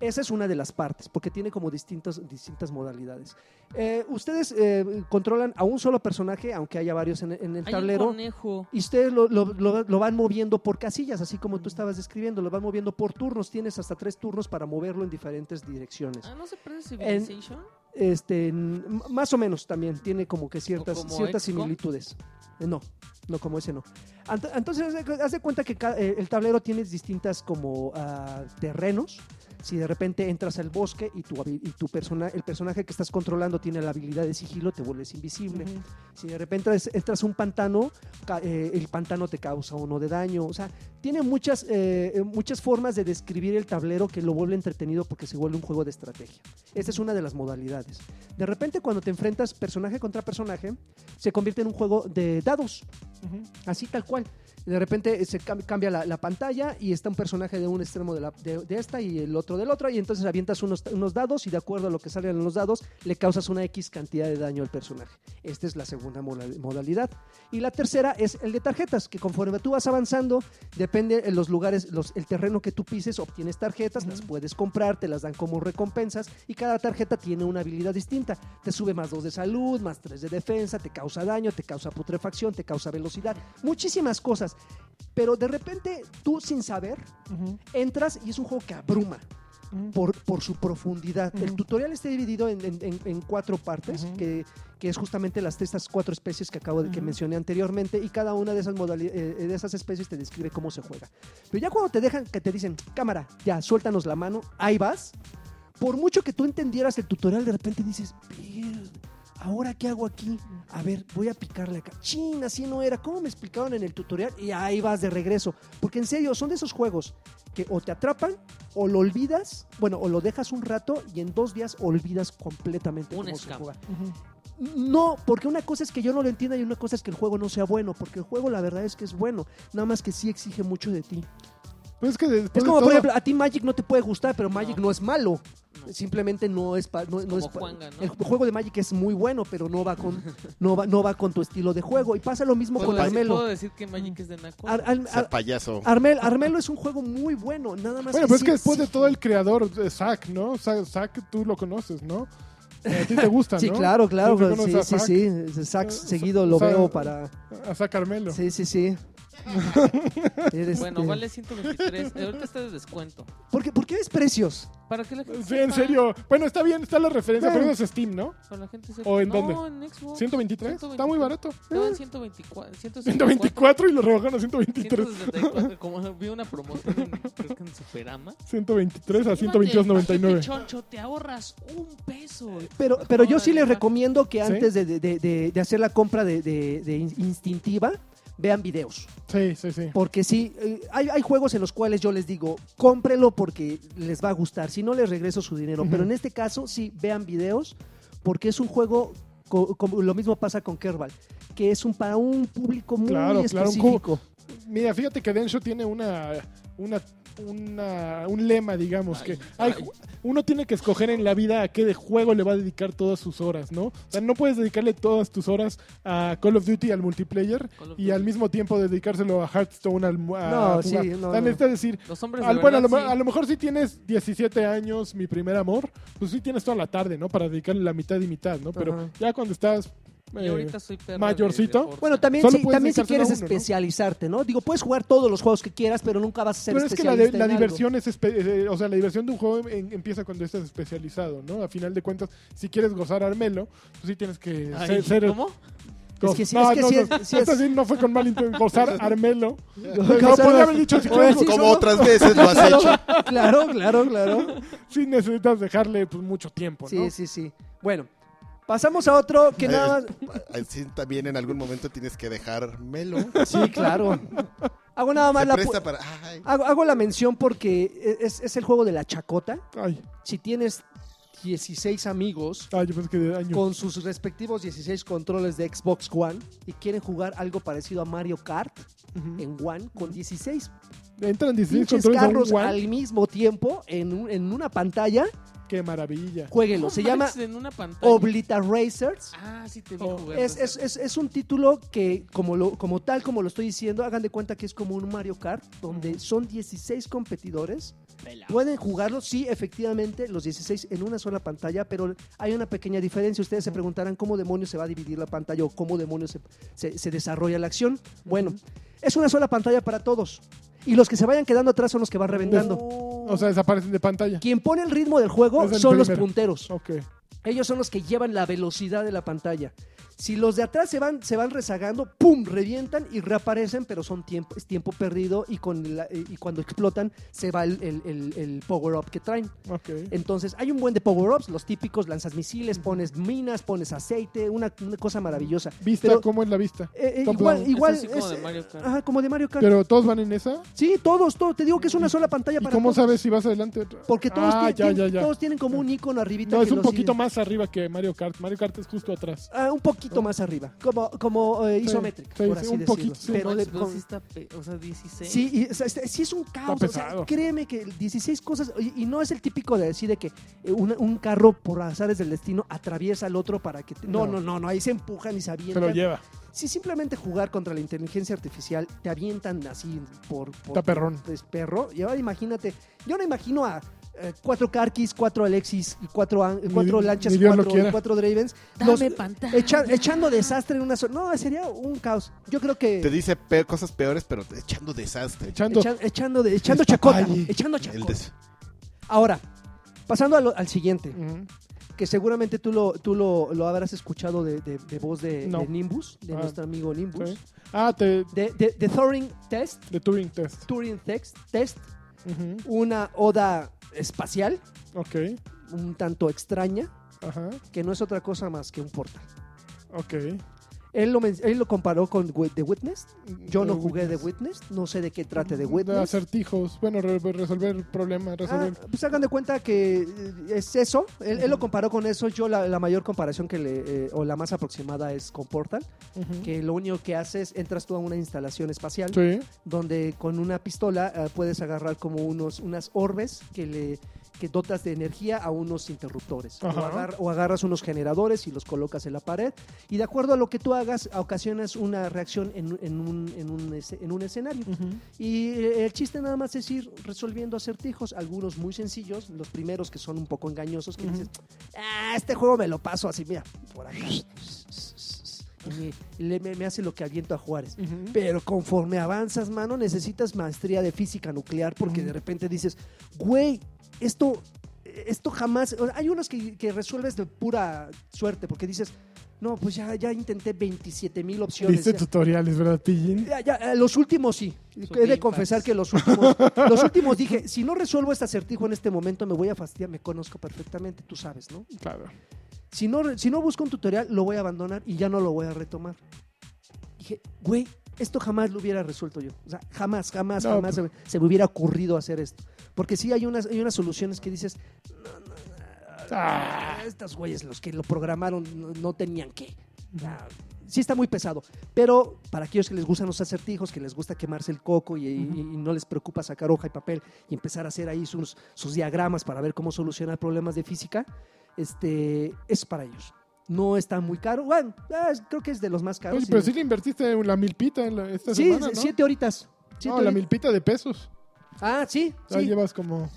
Esa es una de las partes, porque tiene como distintos, distintas modalidades. Eh, ustedes eh, controlan a un solo personaje, aunque haya varios en, en el
Hay un
tablero.
conejo.
Y ustedes lo, lo- lo- lo van moviendo por casillas, así como tú estabas describiendo, lo van moviendo por turnos. Tienes hasta tres turnos para moverlo en diferentes direcciones.
Ah, ¿no se parece Civilization?
Este, n- m- más o menos también tiene como que ciertas,
¿O como
ciertas
XCOM?
similitudes. Eh, No, no como ese no. Ant- Entonces, haz de- haz de cuenta que ca- eh, el tablero tiene distintas como ah, terrenos. Si de repente entras al bosque y tu, habi- y tu persona, el personaje que estás controlando tiene la habilidad de sigilo, te vuelves invisible.
Ujú.
Si de repente es- entras a un pantano, ca- eh, el pantano te causa uno de daño. O sea, tiene muchas, eh, eh, muchas formas de describir el tablero que lo vuelve entretenido porque se vuelve un juego de estrategia. Esta es una de las modalidades. De repente, cuando te enfrentas personaje contra personaje, se convierte en un juego de dados,
Ujú.
así tal cual. De repente eh, se cam- cambia la, la pantalla y está un personaje de un extremo de, la- de- de esta y el otro del otro. Y entonces avientas unos, unos dados y de acuerdo a lo que salgan los dados, le causas una X cantidad de daño al personaje. Esta es la segunda mola- modalidad. Y la tercera es el de tarjetas, que conforme tú vas avanzando, depende de los lugares, los- el terreno que tú pises, obtienes tarjetas, las puedes comprar, te las dan como recompensas y cada tarjeta tiene una habilidad distinta. Te sube más 2 de salud, más 3 de defensa, te causa daño, te causa putrefacción, te causa velocidad, muchísimas cosas. Pero de repente tú sin saber
Ujú.
entras y es un juego que abruma
Ujú.
por, por su profundidad. El
Ujú.
tutorial está dividido en, en- en- en cuatro partes,
Ujú.
que, que es justamente las de estas cuatro especies que acabo de que
Ujú.
mencioné anteriormente, y cada una de esas, modali- eh, eh, de esas especies te describe cómo se juega. Pero ya cuando te dejan, que te dicen, cámara, ya, suéltanos la mano, ahí vas. Por mucho que tú entendieras el tutorial, de repente dices, "Vir, ¿ahora qué hago aquí? A ver, voy a picarle acá. Chin, así no era. ¿Cómo me explicaron en el tutorial? Y ahí vas de regreso. Porque en serio, son de esos juegos que o te atrapan o lo olvidas, bueno, o lo dejas un rato y en dos días olvidas completamente
Un
cómo se
scam.
juega.
Ujú.
No, porque una cosa es que yo no lo entienda y una cosa es que el juego no sea bueno, porque el juego la verdad es que es bueno, nada más que sí exige mucho de ti.
Pues es que después
Es
de
como, por
todo-
ejemplo, a ti Magic no te puede gustar, pero Magic no,
No.
es malo.
No.
Simplemente no es... pa- no, no
Como
es pa-
Juanga, ¿no?
El juego de Magic es muy bueno, pero no va con, no va, no va con tu estilo de juego. Y pasa lo mismo
¿Puedo,
con
decir-
Armelo.
puedo decir que
Mm.
Magic es de Naco?
Ar- al-
Ese
ar-
payaso.
Armel- Armelo es un juego muy bueno, nada más
Bueno, pero es que
sí-
después
sí-
de todo el creador, eh, Zack, ¿no? Zack, Zack, tú lo conoces, ¿no? Eh, A ti te gusta,
Sí,
¿no?
claro, claro,
Sí,
pero sí,
reconoce
sí,
a Zack.
sí, Zack
Eh,
seguido
Zack-
lo
Zack-
veo para...
A Zack Carmelo.
Sí, sí, sí. Eres,
Bueno,
este.
eh,
vale 123. Eh, Ahorita está de descuento.
¿Por qué, por qué ves precios?
Para que la gente
Sí, en
sepa-
serio. Bueno, está bien, está la referencia,
Bueno.
pero eso es Steam, ¿no?
Para la gente
¿O en
no,
dónde?
en Xbox.
123, está muy barato.
Estaban 124. 164.
124 y lo rebajan a 123.
164, como vi una promoción en, creo que en Superama.
123 a
Llévate el
122.99.
paquete, Choncho, te ahorras un peso.
Pero, pero yo sí les
Órale, va.
recomiendo que
¿Sí?
antes de, de- de- de- de hacer la compra de, de- de in- instintiva, vean videos.
Sí, sí, sí.
Porque sí, eh, hay, hay juegos en los cuales yo les digo, cómprelo porque les va a gustar. Si no, les regreso su dinero.
Ujú.
Pero en este caso, sí, vean videos porque es un juego... co- como lo mismo pasa con Kerbal, que es un para un público muy
Claro, claro, un cubo-
específico.
Mira, fíjate que Densho tiene una, una, una- un lema, digamos,
Ay,
que hay
ay.
ju- uno tiene que escoger en la vida a qué de juego le va a dedicar todas sus horas, ¿no? O sea, no puedes dedicarle todas tus horas a Call of Duty, al multiplayer,
Call of
y al
Duty.
mismo tiempo dedicárselo a Hearthstone, al mu- a
No,
jugar.
sí, no,
O
no.
sea, necesitas decir,
Los hombres de
al- bueno, a lo,
verdad,
me- a lo mejor si tienes 17 años, mi primer amor, pues sí tienes toda la tarde, ¿no? Para dedicarle la mitad y mitad, ¿no? Pero
Ajá.
ya cuando estás...
sí.
eh,
Yo ahorita soy perra de-
mayorcito.
de Forza.
Bueno, también,
Solo
si,
puedes
también si
dedicárselo
quieres
a uno, ¿no?
especializarte, ¿no? Digo, puedes jugar todos los juegos que quieras, pero nunca vas a ser
Pero es que la,
especialista
de- la
en algo.
diversión es, espe- eh, o sea, la diversión de un juego en- empieza cuando estás especializado, ¿no? A final de cuentas, si quieres gozar Armelo, tú sí tienes que
Ay,
ser, ser-
¿Cómo?
go-
Es que sí,
no,
es que
no,
sí
no,
es- sí
esta
es-
sí no fue con mal intento, gozar Armelo. No,
Gozar-
podría haber dicho si quieres
Oye, sí,
gozar-
son-
Como otras veces lo has hecho.
Claro, claro, claro.
sí necesitas dejarle pues, mucho tiempo, ¿no?
Sí, sí, sí. Bueno, Pasamos a otro
Eh,
que nada más...
Así también en algún momento tienes que dejármelo.
Sí, claro. Hago nada más
Se
la... pu-
presta para. ay.
Hago, hago la mención porque es, es el juego de la chacota.
Ay,
Si tienes 16 amigos
ay, yo pensé que de año.
con sus respectivos 16 controles de Xbox One y quieren jugar algo parecido a Mario Kart
Ujú.
en One con 16
Entran 16
pinches
controles a un
carros
guan.
al mismo tiempo en, un- en una pantalla,
Qué maravilla.
jueguenlo.
No
Se llama
manches, en una pantalla.
Oblita Racers.
Ah, sí te vi
Oh.
jugar.
Es, es- es- es un título que, como, lo, como tal, como lo estoy diciendo, hagan de cuenta que es como un Mario Kart, donde son 16 competidores.
Pelado.
Pueden jugarlo, sí, efectivamente, los 16 en una sola pantalla, pero hay una pequeña diferencia. Ustedes se preguntarán cómo demonios se va a dividir la pantalla o cómo demonios se, se- se desarrolla la acción. Bueno, es una sola pantalla para todos. Y los que se vayan quedando atrás son los que van reventando.
O sea, desaparecen de pantalla.
Quien pone el ritmo del juego
Es el
son los
primero.
punteros.
Ok.
Ellos son los que llevan la velocidad de la pantalla. Si los de atrás se van, se van rezagando, ¡pum! revientan y reaparecen, pero son tiempo, es tiempo perdido y, con la- eh, y cuando explotan se va el, el- el- el power-up que traen.
Ok.
Entonces, hay un buen de power-ups, los típicos, lanzas misiles, pones minas, pones aceite, una, una cosa maravillosa.
Vista,
Pero-
¿cómo es la vista?
Eh, eh,
Top
igual,
down.
igual
Es así como de Mario Kart.
ajá, como de Mario Kart.
Pero todos van en esa.
sí, todos, todos. Te digo que es una sola pantalla
¿Y
para
cómo
todos.
sabes si vas adelante?
Porque todos,
ah,
ti-
ya,
tienen,
ya, ya.
todos tienen como un icono arribita.
No, es
que
un
los
poquito
sigue.
más arriba que Mario Kart. Mario Kart es justo atrás.
Ah, un poquito más arriba, como, como eh,
Sí,
isométrica,
sí,
por
sí,
así
un
decirlo.
poquito, sí.
Pero
No
le-
manches, pero
con-
sí está pe- o sea, 16.
sí, y, o sea, este- sí es un caos. o sea,
pesado.
créeme que 16 cosas, y, y no es el típico de decir de que eh, una- un carro por azares del destino atraviesa al otro para que... te- no, no,
No.
no, no, ahí se empujan y se
Se lo
avientan.
lleva.
si simplemente jugar contra la inteligencia artificial te avientan así por... por
Está perrón.
Es perro. Y ahora imagínate, yo no imagino a... eh, cuatro Karkis, cuatro Alexis, cuatro, an-
Ni-
cuatro lanchas,
ni Dios lo
cuatro,
quiera.
cuatro Dravens. Los-
Dame pantalla.
Echa- echando desastre en una sola. No, sería un caos. Yo creo que.
Te dice pe- cosas peores, pero te- echando desastre.
Echando.
echa- echando, de- echando chacota.
Despapalle.
Echando
El
chacota.
des-
Ahora, pasando a lo- al siguiente,
Ujú.
que seguramente tú lo, tú lo, lo habrás escuchado de, de- de voz de,
No.
de Nimbus, de
Ah,
nuestro amigo Nimbus.
Sí. Ah, te,
De, de, de Turing Test,
de Turing Test.
Turing Text, Test,
Ujú.
una oda espacial,
Ok.
un tanto extraña,
Ajá.
que no es otra cosa más que un portal.
Ok.
Él lo, men- él lo comparó con Wi- The Witness. Yo no jugué The
de
Witness, no sé de qué trate The
Eh, De
Witness.
acertijos. Bueno, re- resolver problemas. Resolver.
Ah, pues hagan de cuenta que eh, es eso. Él, él lo comparó con eso. Yo la, la mayor comparación que le, eh, o la más aproximada es con Portal,
Ujú.
que lo único que haces, entras tú a una instalación espacial
Sí.
donde con una pistola eh, puedes agarrar como unos, unas orbes que le que dotas de energía a unos interruptores o,
Ajá.
agar- o agarras unos generadores y los colocas en la pared y de acuerdo a lo que tú hagas ocasionas una reacción en, en un, en un esce- en un escenario
Ujú.
y eh, el chiste nada más es ir resolviendo acertijos, algunos muy sencillos, los primeros que son un poco engañosos, que
Ujú.
dices, ah, este juego me lo paso así, mira, por acá. Y me, le- me- me hace lo que aviento a Juárez.
Ujú.
Pero conforme avanzas, mano, necesitas maestría de física nuclear porque
Ujú.
de repente dices, güey, esto, esto jamás. o sea, Hay unos que, que resuelves de pura suerte porque dices, no, pues ya, ya intenté 27 mil opciones.
Viste
ya".
tutoriales, ¿verdad, Pillín?
Ya, ya, eh, los últimos sí. He de
Game
confesar
Pass.
que los últimos, los últimos dije, si no resuelvo este acertijo en este momento me voy a fastidiar, me conozco perfectamente, tú sabes, ¿no?
Claro.
Si no, re- si no busco un tutorial, lo voy a abandonar y ya no lo voy a retomar. Dije, güey, esto jamás lo hubiera resuelto yo. O sea, jamás, jamás,
No, pues.
jamás se me, se me hubiera ocurrido hacer esto. Porque sí hay unas, hay unas soluciones que dices,
Ah.
estos güeyes los que lo programaron no, no tenían que. Ah, Sí está muy pesado, pero para aquellos que les gustan los acertijos, que les gusta quemarse el coco y, y- y no les preocupa sacar hoja y papel y empezar a hacer ahí sus, sus diagramas para ver cómo solucionar problemas de física, este, es para ellos. No está muy caro, bueno, ah, es- creo que es de los más caros.
Oye, pero
Y-
sí le invertiste la milpita en la- esta
sí,
semana, ¿no?
siete horitas. Siete
no, la
hori-
milpita de pesos.
Ah, sí,
Ya
sí.
llevas como...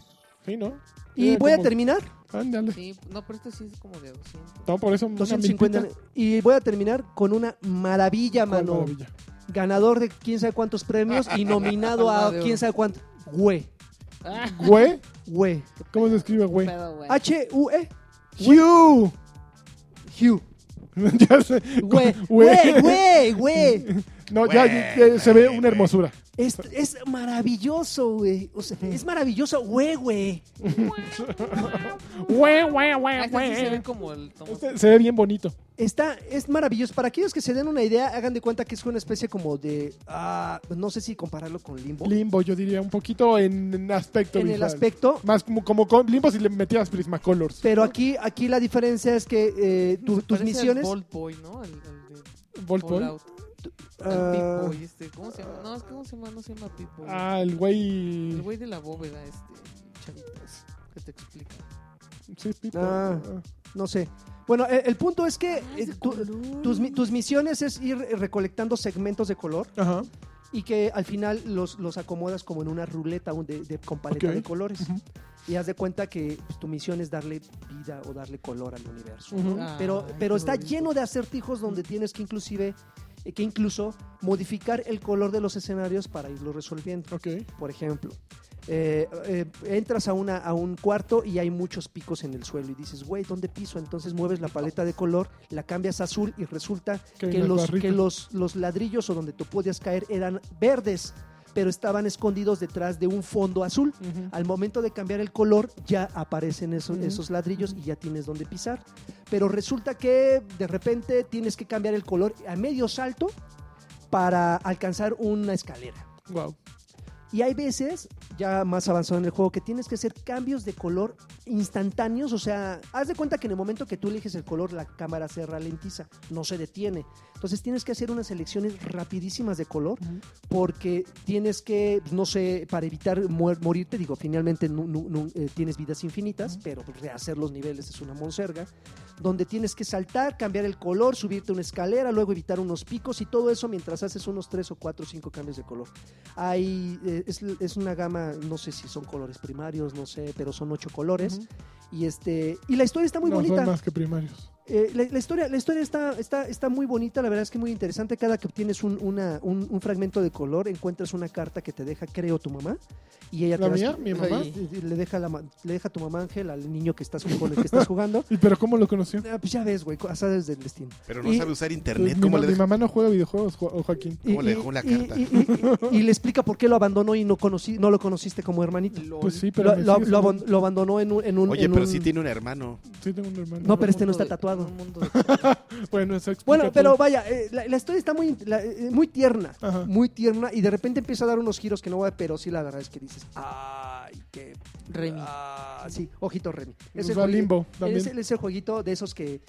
Sí, ¿no?
Y
Ya
voy a
como-
terminar
Ándale.
Sí, no, pero este sí es como de 200.
No, por eso una
250
milpita.
y voy a terminar con una maravilla,
Cuál
mano.
maravilla.
ganador de quién sabe cuántos premios y nominado
Palma
a
de oro.
quién sabe cuánto. Güey,
Ah,
Güey,
güey.
¿cómo se escribe güey?
pedo, güey.
Ah, H-U-E.
¡Hugh!
Hugh.
ya sé.
Güey,
Güey.
güey, güey, güey.
No, ya, ya, ya, se ve una hermosura.
Es, es maravilloso, güey. O sea, es maravilloso, güey, güey.
Güey, güey,
Ah,
güey,
este sí se ve
güey.
como el tomo-
Este se ve bien bonito.
Está, es maravilloso. Para aquellos que se den una idea, hagan de cuenta que es una especie como de. ah, no sé si compararlo con Limbo.
Limbo, yo diría, un poquito en, en aspecto
en el
visual.
aspecto.
Más como, como con Limbo si le metías Prismacolors.
Pero aquí, aquí la diferencia es que eh, tu- tus
Parece al
misiones.
Bolt Boy, ¿no? El, el de
Bolt Boy.
Fallout. El Pip
ah,
Boy, este. ¿Cómo se llama? No, es que ¿cómo se llama? No se llama Pip Boy.
Ah, el
El
güey.
güey de la bóveda, este. Chavito, ese, que te explica.
Sí, tipo,
Ah.
ah.
no sé. Bueno, eh, el, punto es que
Ah,
eh,
es de
tu-
color.
tus, mi- tus misiones es ir recolectando segmentos de color
Ajá.
y que al final los, los acomodas como en una ruleta un de, de- con paleta
Ok.
de colores.
Ujú.
Y haz de cuenta que pues, tu misión es darle vida o darle color al universo.
Ujú.
Ah,
pero
ay,
pero
qué
está
bonito.
lleno de acertijos donde tienes que inclusive eh, que incluso modificar el color de los escenarios para irlo resolviendo.
Ok.
Por ejemplo, eh, eh, entras a, una, a un cuarto y hay muchos picos en el suelo y dices, güey, ¿dónde piso? Entonces mueves la paleta de color, la cambias a azul y resulta
Que hay
que,
unas
los,
barritas.
que los, los ladrillos o donde tú podías caer eran verdes, pero estaban escondidos detrás de un fondo azul.
Ujú.
Al momento de cambiar el color ya aparecen esos,
Ujú.
esos ladrillos y ya tienes donde pisar. Pero resulta que de repente tienes que cambiar el color a medio salto para alcanzar una escalera.
Wow.
Y hay veces, ya más avanzado en el juego, que tienes que hacer cambios de color instantáneos. O sea, haz de cuenta que en el momento que tú eliges el color, la cámara se ralentiza, no se detiene. Entonces tienes que hacer unas elecciones rapidísimas de color
Ujú.
porque tienes que, no sé, para evitar muer- morirte, digo, finalmente nu- nu- nu- eh, tienes vidas infinitas, pero rehacer los niveles es una monserga, donde tienes que saltar, cambiar el color, subirte una escalera, luego evitar unos picos y todo eso mientras haces unos 3 o 4 o 5 cambios de color. Hay, eh, es, es una gama, no sé si son colores primarios, no sé, pero son 8 colores.
Ujú.
Y este y la historia está muy
no,
bonita.
son más que primarios.
Eh, la, la historia, la historia está, está, está muy bonita, la verdad es que muy interesante. Cada que obtienes un, una- un, un fragmento de color, encuentras una carta que te deja, creo, tu mamá. Y ella te
¿La
das-
mía? ¿Mi mamá?
y- y Le deja, la, ma- le deja tu mamá Ángel al niño que estás, con el que estás jugando.
¿Y pero cómo lo conoció?
Ah, pues ya ves, güey, asadas del destino.
Pero no
Y-
sabe usar internet.
Pues, Mi,
¿Cómo
ma-
le
mi
deja?
mamá no juega videojuegos, Jo- o Joaquín.
¿Cómo
Y-
le
y-
dejó la
y-
carta?
Y, y- y- y le explica por qué lo abandonó y no, conocí, no lo conociste como hermanito.
Lol.
Pues sí, pero
Lo,
me
lo-
sigue
lo
sonando.
abon- lo abandonó en un... En un
Oye,
en
pero
un-
sí tiene un hermano.
Sí, tengo un hermano.
No, pero
Un
este no
mundo
está
de-
tatuado.
un mundo de-
Bueno, eso explica
Bueno,
todo.
pero vaya, eh, la, la historia está muy, la- eh, muy tierna.
Ajá.
Muy tierna. Y de repente empieza a dar unos giros que no voy a. Pero sí, la verdad es que dices. ¡Ay, qué.
Remy.
Ah, sí, ojito, Remy.
Nos
Ese
va
juegue-
Limbo también.
Es, el- es el jueguito de esos que.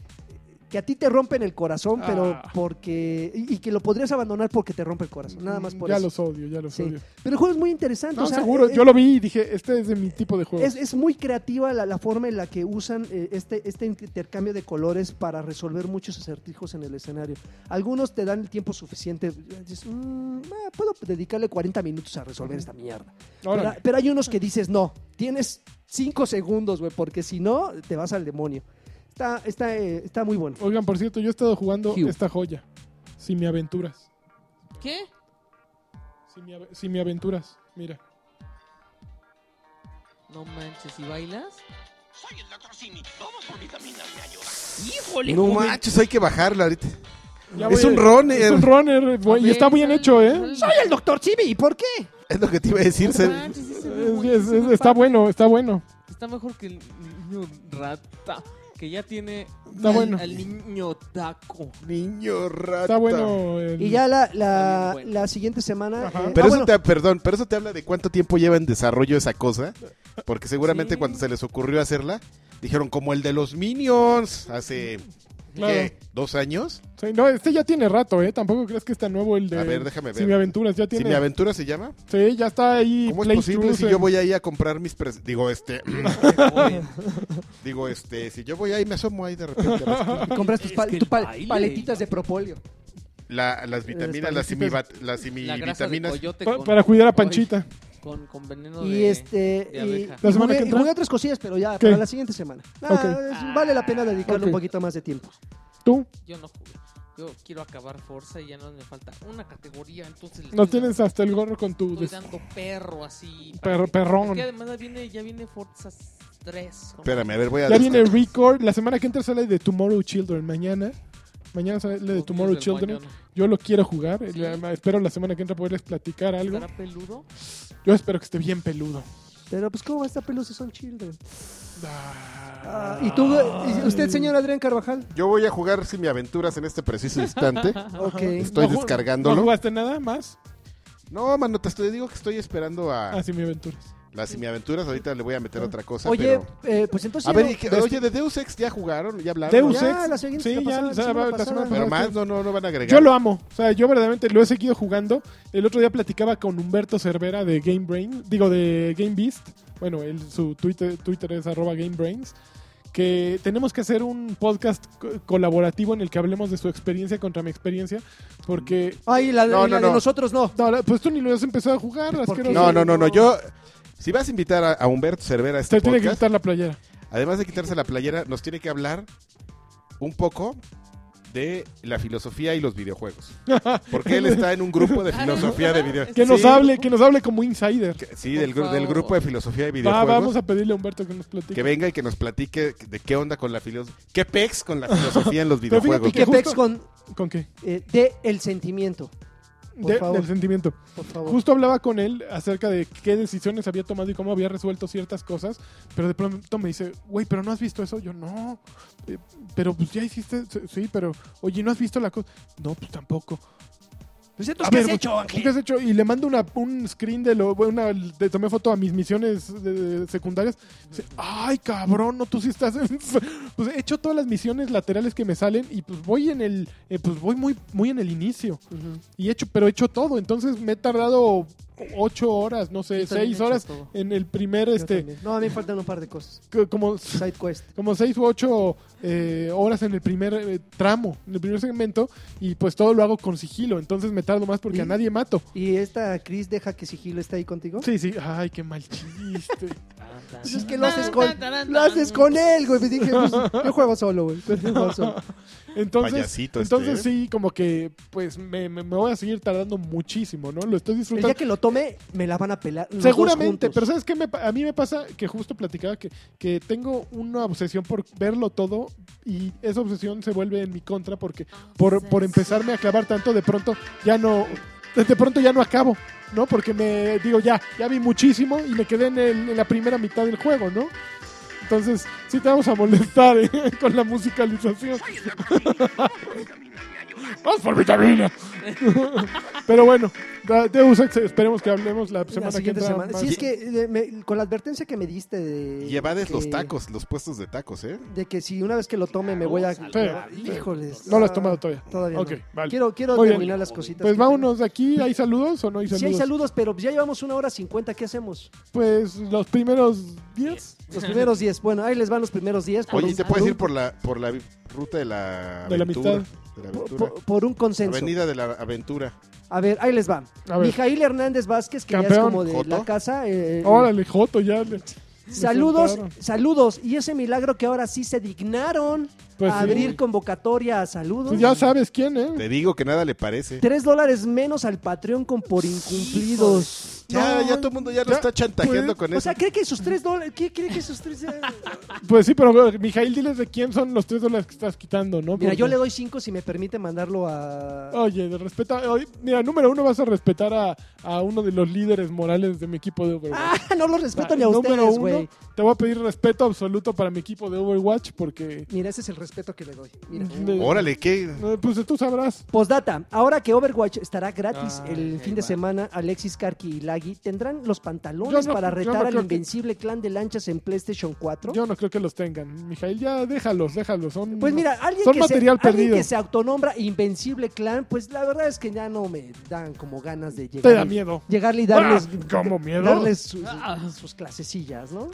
Que a ti te rompen el corazón, pero
Ah.
porque. Y, y que lo podrías abandonar porque te rompe el corazón. Nada más por
Mm, ya
eso.
los odio, ya los
Sí.
odio.
Pero el juego es muy interesante.
No,
o sea,
seguro.
eh,
Yo lo vi y dije, este es de mi tipo de juego.
es, es muy creativa la, la forma en la que usan eh, este, este intercambio de colores para resolver muchos acertijos en el escenario. Algunos te dan el tiempo suficiente. Dices, "Mm, ah, puedo dedicarle 40 minutos a resolver esta mierda. Pero,
Órale.
pero hay unos que dices, no, tienes 5 segundos, güey, porque si no, te vas al demonio. Está, está, eh, está muy bueno.
Oigan, por cierto, yo he estado jugando
Hugh.
esta joya. Si me aventuras.
¿Qué?
Si me, ave- si me aventuras. Mira.
No manches, ¿y bailas?
Soy el Dr. Simi. Vamos por vitaminas, me ayuda.
¡Híjole!
No
joven!
manches, hay que bajarla ahorita.
Ya
Es
voy-
un eh, runner.
Es un runner.
A
güey, y
ver,
está bien
sal-
hecho, ¿eh?
sal-
¡Soy el doctor Chibi! ¿Y por qué?
Es lo que te iba a decir. se-
No manches, sí se ve
Es-
muy-
es-
se ve
es- está
padre.
bueno, está bueno.
Está mejor que el niño rata, que ya tiene
Está
al,
bueno.
al niño taco.
Niño rata.
Está bueno. el-
Y ya la,
Está
la,
bien bueno.
la siguiente semana...
Ajá.
eh,
Pero
ah,
eso
bueno,
te, perdón, pero eso te habla de cuánto tiempo lleva en desarrollo esa cosa. Porque seguramente
Sí.
cuando se les ocurrió hacerla, dijeron como el de los Minions hace
Claro.
¿qué? dos años.
Sí, no, este ya tiene rato, ¿eh? Tampoco crees que está nuevo el de.
A ver, déjame
Si
ver.
me aventuras, ya
Si
tiene.
mi aventura se llama,
Sí, ya está ahí.
¿cómo es
Play
posible
Throughs
si yo
en-
voy ahí a comprar mis pres- digo este
Joven.
digo este si yo voy ahí me asomo ahí de repente a la esquina.
compras tus
Es
pal-
que el
tu pal-
baile.
paletitas de propolio.
La- las vitaminas, las simivat- las
La grasa de
simivitaminas.
coyote
pa-
con,
para cuidar a Panchita.
con, con veneno
Y
de...
este
de
y-
abeja.
y
La semana
jugué,
que
y
entra.
jugué otras cosillas, pero ya
¿Qué?
para la siguiente semana. Ah,
Ok.
es- Vale la pena dedicarle
Ok.
un poquito más de tiempo.
¿Tú?
Yo no jugué. Yo quiero acabar Forza y ya no me falta una categoría, entonces... le
No
estoy
tienes hasta el gorro con tu.
dando-
des-
Estoy dando perro así. para
Perro,
que-
perrón.
Es que además ya viene, ya viene Forza 3. ¿no?
Espérame, a ver, voy a
Ya
descargar.
viene Record. La semana que entra sale de Tomorrow Children. Mañana. Mañana sale de
Los
Tomorrow
niños del
Children.
Oh, mañana.
Yo lo quiero jugar. eh,
Sí.
la- Espero la semana que entra poderles platicar algo.
¿Estará peludo?
Yo espero que esté bien peludo.
Pero pues, ¿cómo va esta pelusa? Son children.
Ah.
Ah, ¿Y tú, y usted, señor Adrián Carvajal?
Yo voy a jugar sin mi aventuras en este preciso instante.
Ok.
Estoy
ju- ¿No
descargándolo.
jugaste nada más? Ah,
No, mano, te estoy- digo que estoy esperando a
Así mi aventuras.
las simiaventuras. Ahorita le voy a
Ah.
meter otra cosa.
Oye,
pero-
eh, pues entonces.
A
ya
ver,
no-
¿y qué-
de-
oye, de Deus Ex ya jugaron, ya hablaron. Ya,
Deus
ya,
Ex.
la siguiente
Sí,
la
ya,
pasada, la
la
semana
la semana
pasada.
Ah, Pero
pasada.
más no, no, no van a agregar.
Yo lo amo. O sea, yo verdaderamente lo he seguido jugando. El otro día platicaba con Humberto Cervera de Game Brain, digo de Game Beast. Bueno, él- su Twitter, Twitter es arroba Game Brains. Que tenemos que hacer un podcast co- colaborativo en el que hablemos de su experiencia contra mi experiencia. Porque.
Ay, la, de-
No,
la
no,
de
no.
nosotros no.
No, la- pues tú ni lo has empezado a jugar.
¿Por qué?
asqueroso.
No, no, no, no. Yo, si vas a invitar a, a Humberto Cervera a este
Se tiene que
podcast,
quitar la playera.
además de quitarse la playera, nos tiene que hablar un poco de la filosofía y los videojuegos. Porque él está en un grupo de
Ah,
filosofía de
¿no?
videojuegos.
Que nos
Sí.
hable, que nos hable como insider.
Que- Sí, del,
Por
gru- del
favor.
grupo de filosofía de
Va,
videojuegos.
vamos a pedirle a Humberto que nos platique.
Que venga y que nos platique de qué onda con la filosofía. ¿Qué pex con la filosofía en los
Pero fíjate
videojuegos?
Que
Justo-
pex con
¿Con qué?
eh, de el sentimiento, Por
De-
favor.
del sentimiento.
por favor.
Justo hablaba con él acerca de qué decisiones había tomado y cómo había resuelto ciertas cosas, pero de pronto me dice, güey, pero no has visto eso. Yo, no, Eh, pero pues ya hiciste, sí, sí, pero, oye, ¿no has visto la cosa? No, pues tampoco.
Pues entonces,
A
¿qué
ver,
has
pues,
hecho, Ángel?
¿Qué has hecho? Y le mando una, un screen de lo. Una, le tomé foto a mis misiones de- de secundarias. Dice, Ay, cabrón, no, tú sí estás. en- pues he hecho todas las misiones laterales que me salen y pues voy en el. eh, pues voy muy, muy en el inicio.
Ujú.
Y he hecho, pero he hecho todo. Entonces me he tardado ocho horas, no sé,
Yo también he
seis
hecho
horas
todo.
en el primer,
Yo
este.
también. No, a mí me faltan un par de cosas.
c- Como
Side quest.
como seis u ocho eh, horas en el primer eh, tramo, en el primer segmento, y pues todo lo hago con sigilo, entonces me tardo más porque
¿Y?
a nadie mato.
¿Y esta Chris deja que Sigilo esté ahí contigo?
Sí, sí, ay, qué mal chiste.
Tan, tan,
Pues es que
tan,
lo haces
tan,
con,
tan, tan,
lo haces
tan.
con él, güey. Me dije, pues, yo juego solo, güey. Yo juego solo.
Entonces,
Payasito este,
entonces
¿eh?
sí, como que pues me, me- me voy a seguir tardando muchísimo, ¿no? Lo estoy
El
disfrutando.
día que lo tome, me la van a pelar. los dos
Seguramente,
juntos.
pero ¿sabes qué? Me pa- a mí me pasa que justo platicaba que, que tengo una obsesión por verlo todo y esa obsesión se vuelve en mi contra porque por, por empezarme a clavar tanto, de pronto ya no, de pronto ya no acabo, ¿no? Porque me digo, ya, ya vi muchísimo y me quedé en, el- en la primera mitad del juego, ¿no? Entonces, sí te vamos a molestar ¿eh? con la musicalización. ¡Vamos por vitamina! Pero bueno, da- Deus Ex, esperemos que hablemos la
La
semana que
siguiente
entra.
semana.
más.
Sí, es que eh, me- con la advertencia que me diste de.
Y evades
que-
los tacos, los puestos de tacos, ¿eh?
De que si una vez que lo tome, me voy a.
Claro, sí, sí.
Híjoles.
No lo has
ah,
tomado todavía.
Todavía. no.
Ok, vale.
Quiero, quiero
Muy bien.
terminar las cositas.
Pues
que
vámonos de aquí. ¿Hay saludos o no hay
tengo.
saludos?
Sí, hay saludos, pero ya llevamos una hora cincuenta. ¿Qué hacemos?
Pues los primeros 10
Los primeros diez. Bueno, ahí les van los primeros diez. por
Oye,
un-
¿y te puedes ir por la, por la vi- ruta de la
De la
aventura?
amistad.
De la
por,
aventura.
por- por un consenso.
Avenida de la aventura.
A ver, ahí les va.
A ver.
Mijail Hernández Vázquez, que ya es
Campeón.
como de
Joto.
la casa. eh, eh,
Órale, Joto, ya. le-
Saludos,
soltaron.
saludos. Y ese milagro que ahora sí se dignaron
Pues
a
sí.
abrir convocatoria a saludos.
Pues ya sabes quién, ¿eh?
Te digo que nada le parece.
Tres dólares menos al Patreon con por incumplidos.
Ya,
No,
ya todo el mundo ya lo
ya,
está chantajeando
pues,
con
O
eso.
sea, ¿cree que esos tres dólares? ¿Qué cree que esos tres dólares?
Pues sí, pero eh, Mijail, diles de quién son los tres dólares que estás quitando, pues ¿no? Oh.
Mira,
Porque-
yo le doy cinco si me permite mandarlo a...
Oye, de respetar. oye, Mira, número uno vas a respetar a, a uno de los líderes morales de mi equipo de Overwatch.
Ah, no los respeto ni a
número
ustedes,
uno,
güey.
te voy a pedir respeto absoluto para mi equipo de Overwatch porque.
Mira, ese es el respeto que le doy. Mira.
de-
Órale, ¿qué?
eh, Pues tú sabrás.
Postdata, ahora que Overwatch estará gratis
Ah,
el
ok,
fin de
va.
semana, Alexis Karki y Lagi tendrán los pantalones
Yo no-
para
yo no
retar al
creo que-
invencible clan de lanchas en PlayStation 4.
Yo no creo que los tengan. Mijail, ya déjalos, déjalos. Son,
Pues mira, alguien,
son
que,
material
se, alguien
perdido.
que se autonombra Invencible Clan, pues la verdad es que ya no me dan como ganas de llegar.
Te da miedo.
Llegarle y darles,
Ah, ¿cómo miedo?
darles sus,
Ah.
sus clasecillas, ¿no?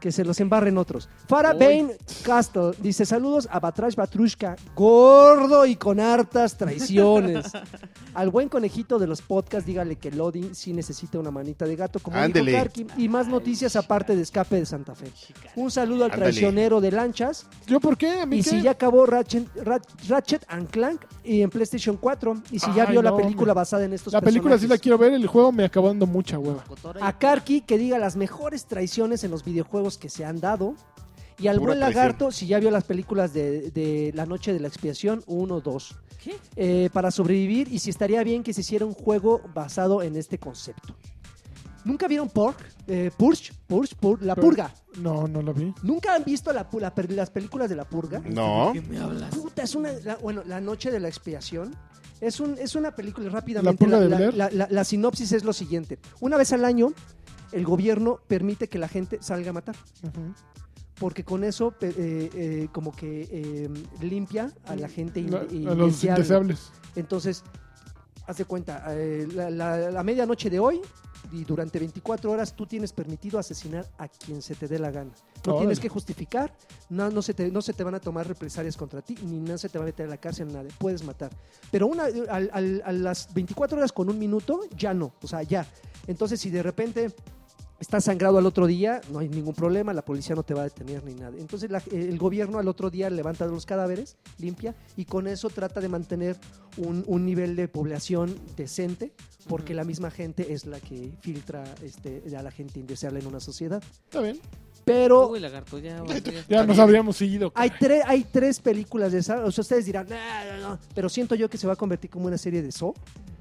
Que se los embarren otros. Farah
Uy.
Bain Castle dice: Saludos a Batrash Batrushka, gordo y con hartas traiciones. Al buen conejito de los podcasts, dígale que Lodin sí necesita una manita de gato, como dijo
Ándele.
Karki. Y más noticias aparte de Escape de Santa Fe. Un saludo al
Ándale.
traicionero de lanchas.
¿Yo por qué? ¿A mí
Y
qué?
si ya acabó Ratchet, Rat- Ratchet and Clank y en PlayStation 4. Y si ya
Ay,
vio la
no,
película
hombre.
basada en estos
La película sí la
personajes.
quiero ver, el juego me acabó dando
Pues
mucha hueva.
Cotora y-
A Karki que diga las mejores traiciones en los videojuegos que se han dado. Y al
Pura
buen
traición.
lagarto, si ya vio las películas de, de La Noche de la Expiación 1, 2,
¿Qué?
eh, para sobrevivir y si estaría bien que se hiciera un juego basado en este concepto. ¿Nunca vieron Pork? Eh, Purge, Purge, Purge, La
Purge.
Purga.
No, no lo vi.
¿Nunca han visto la pu- la per- las películas de La Purga?
No.
¿Qué me hablas?
Puta, es una. la- bueno, La Noche de la Expiación. Es, un, es una película rápidamente.
purga de Blair?
la- la- la sinopsis es lo siguiente: una vez al año, el gobierno permite que la gente salga a matar.
Ujú.
Porque con eso, pe- eh, eh, como que eh, limpia a la gente in-
La- a los
indeseable.
indeseables.
Entonces, haz de cuenta, eh, la, la- la medianoche de hoy y durante 24 horas tú tienes permitido asesinar a quien se te dé la gana. No
Órale.
tienes que justificar, no, no, se te, no se te van a tomar represalias contra ti, ni no se te va a meter a la cárcel, nada, puedes matar. Pero una, al- al- a las 24 horas con un minuto, ya no, o sea, ya. Entonces, si de repente estás sangrado al otro día, no hay ningún problema, la policía no te va a detener ni nada. Entonces la- eh, el gobierno al otro día levanta los cadáveres, limpia, y con eso trata de mantener un, un nivel de población decente, porque
Ujú.
la misma gente es la que filtra este, a la gente indeseable en una sociedad.
Está bien.
Pero
Uy, lagarto, ya.
Ya nos habríamos seguido.
hay, tres hay tres películas de esas, o sea, ustedes dirán, "Nah, no, no", pero siento yo que se va a convertir como una serie de Saw.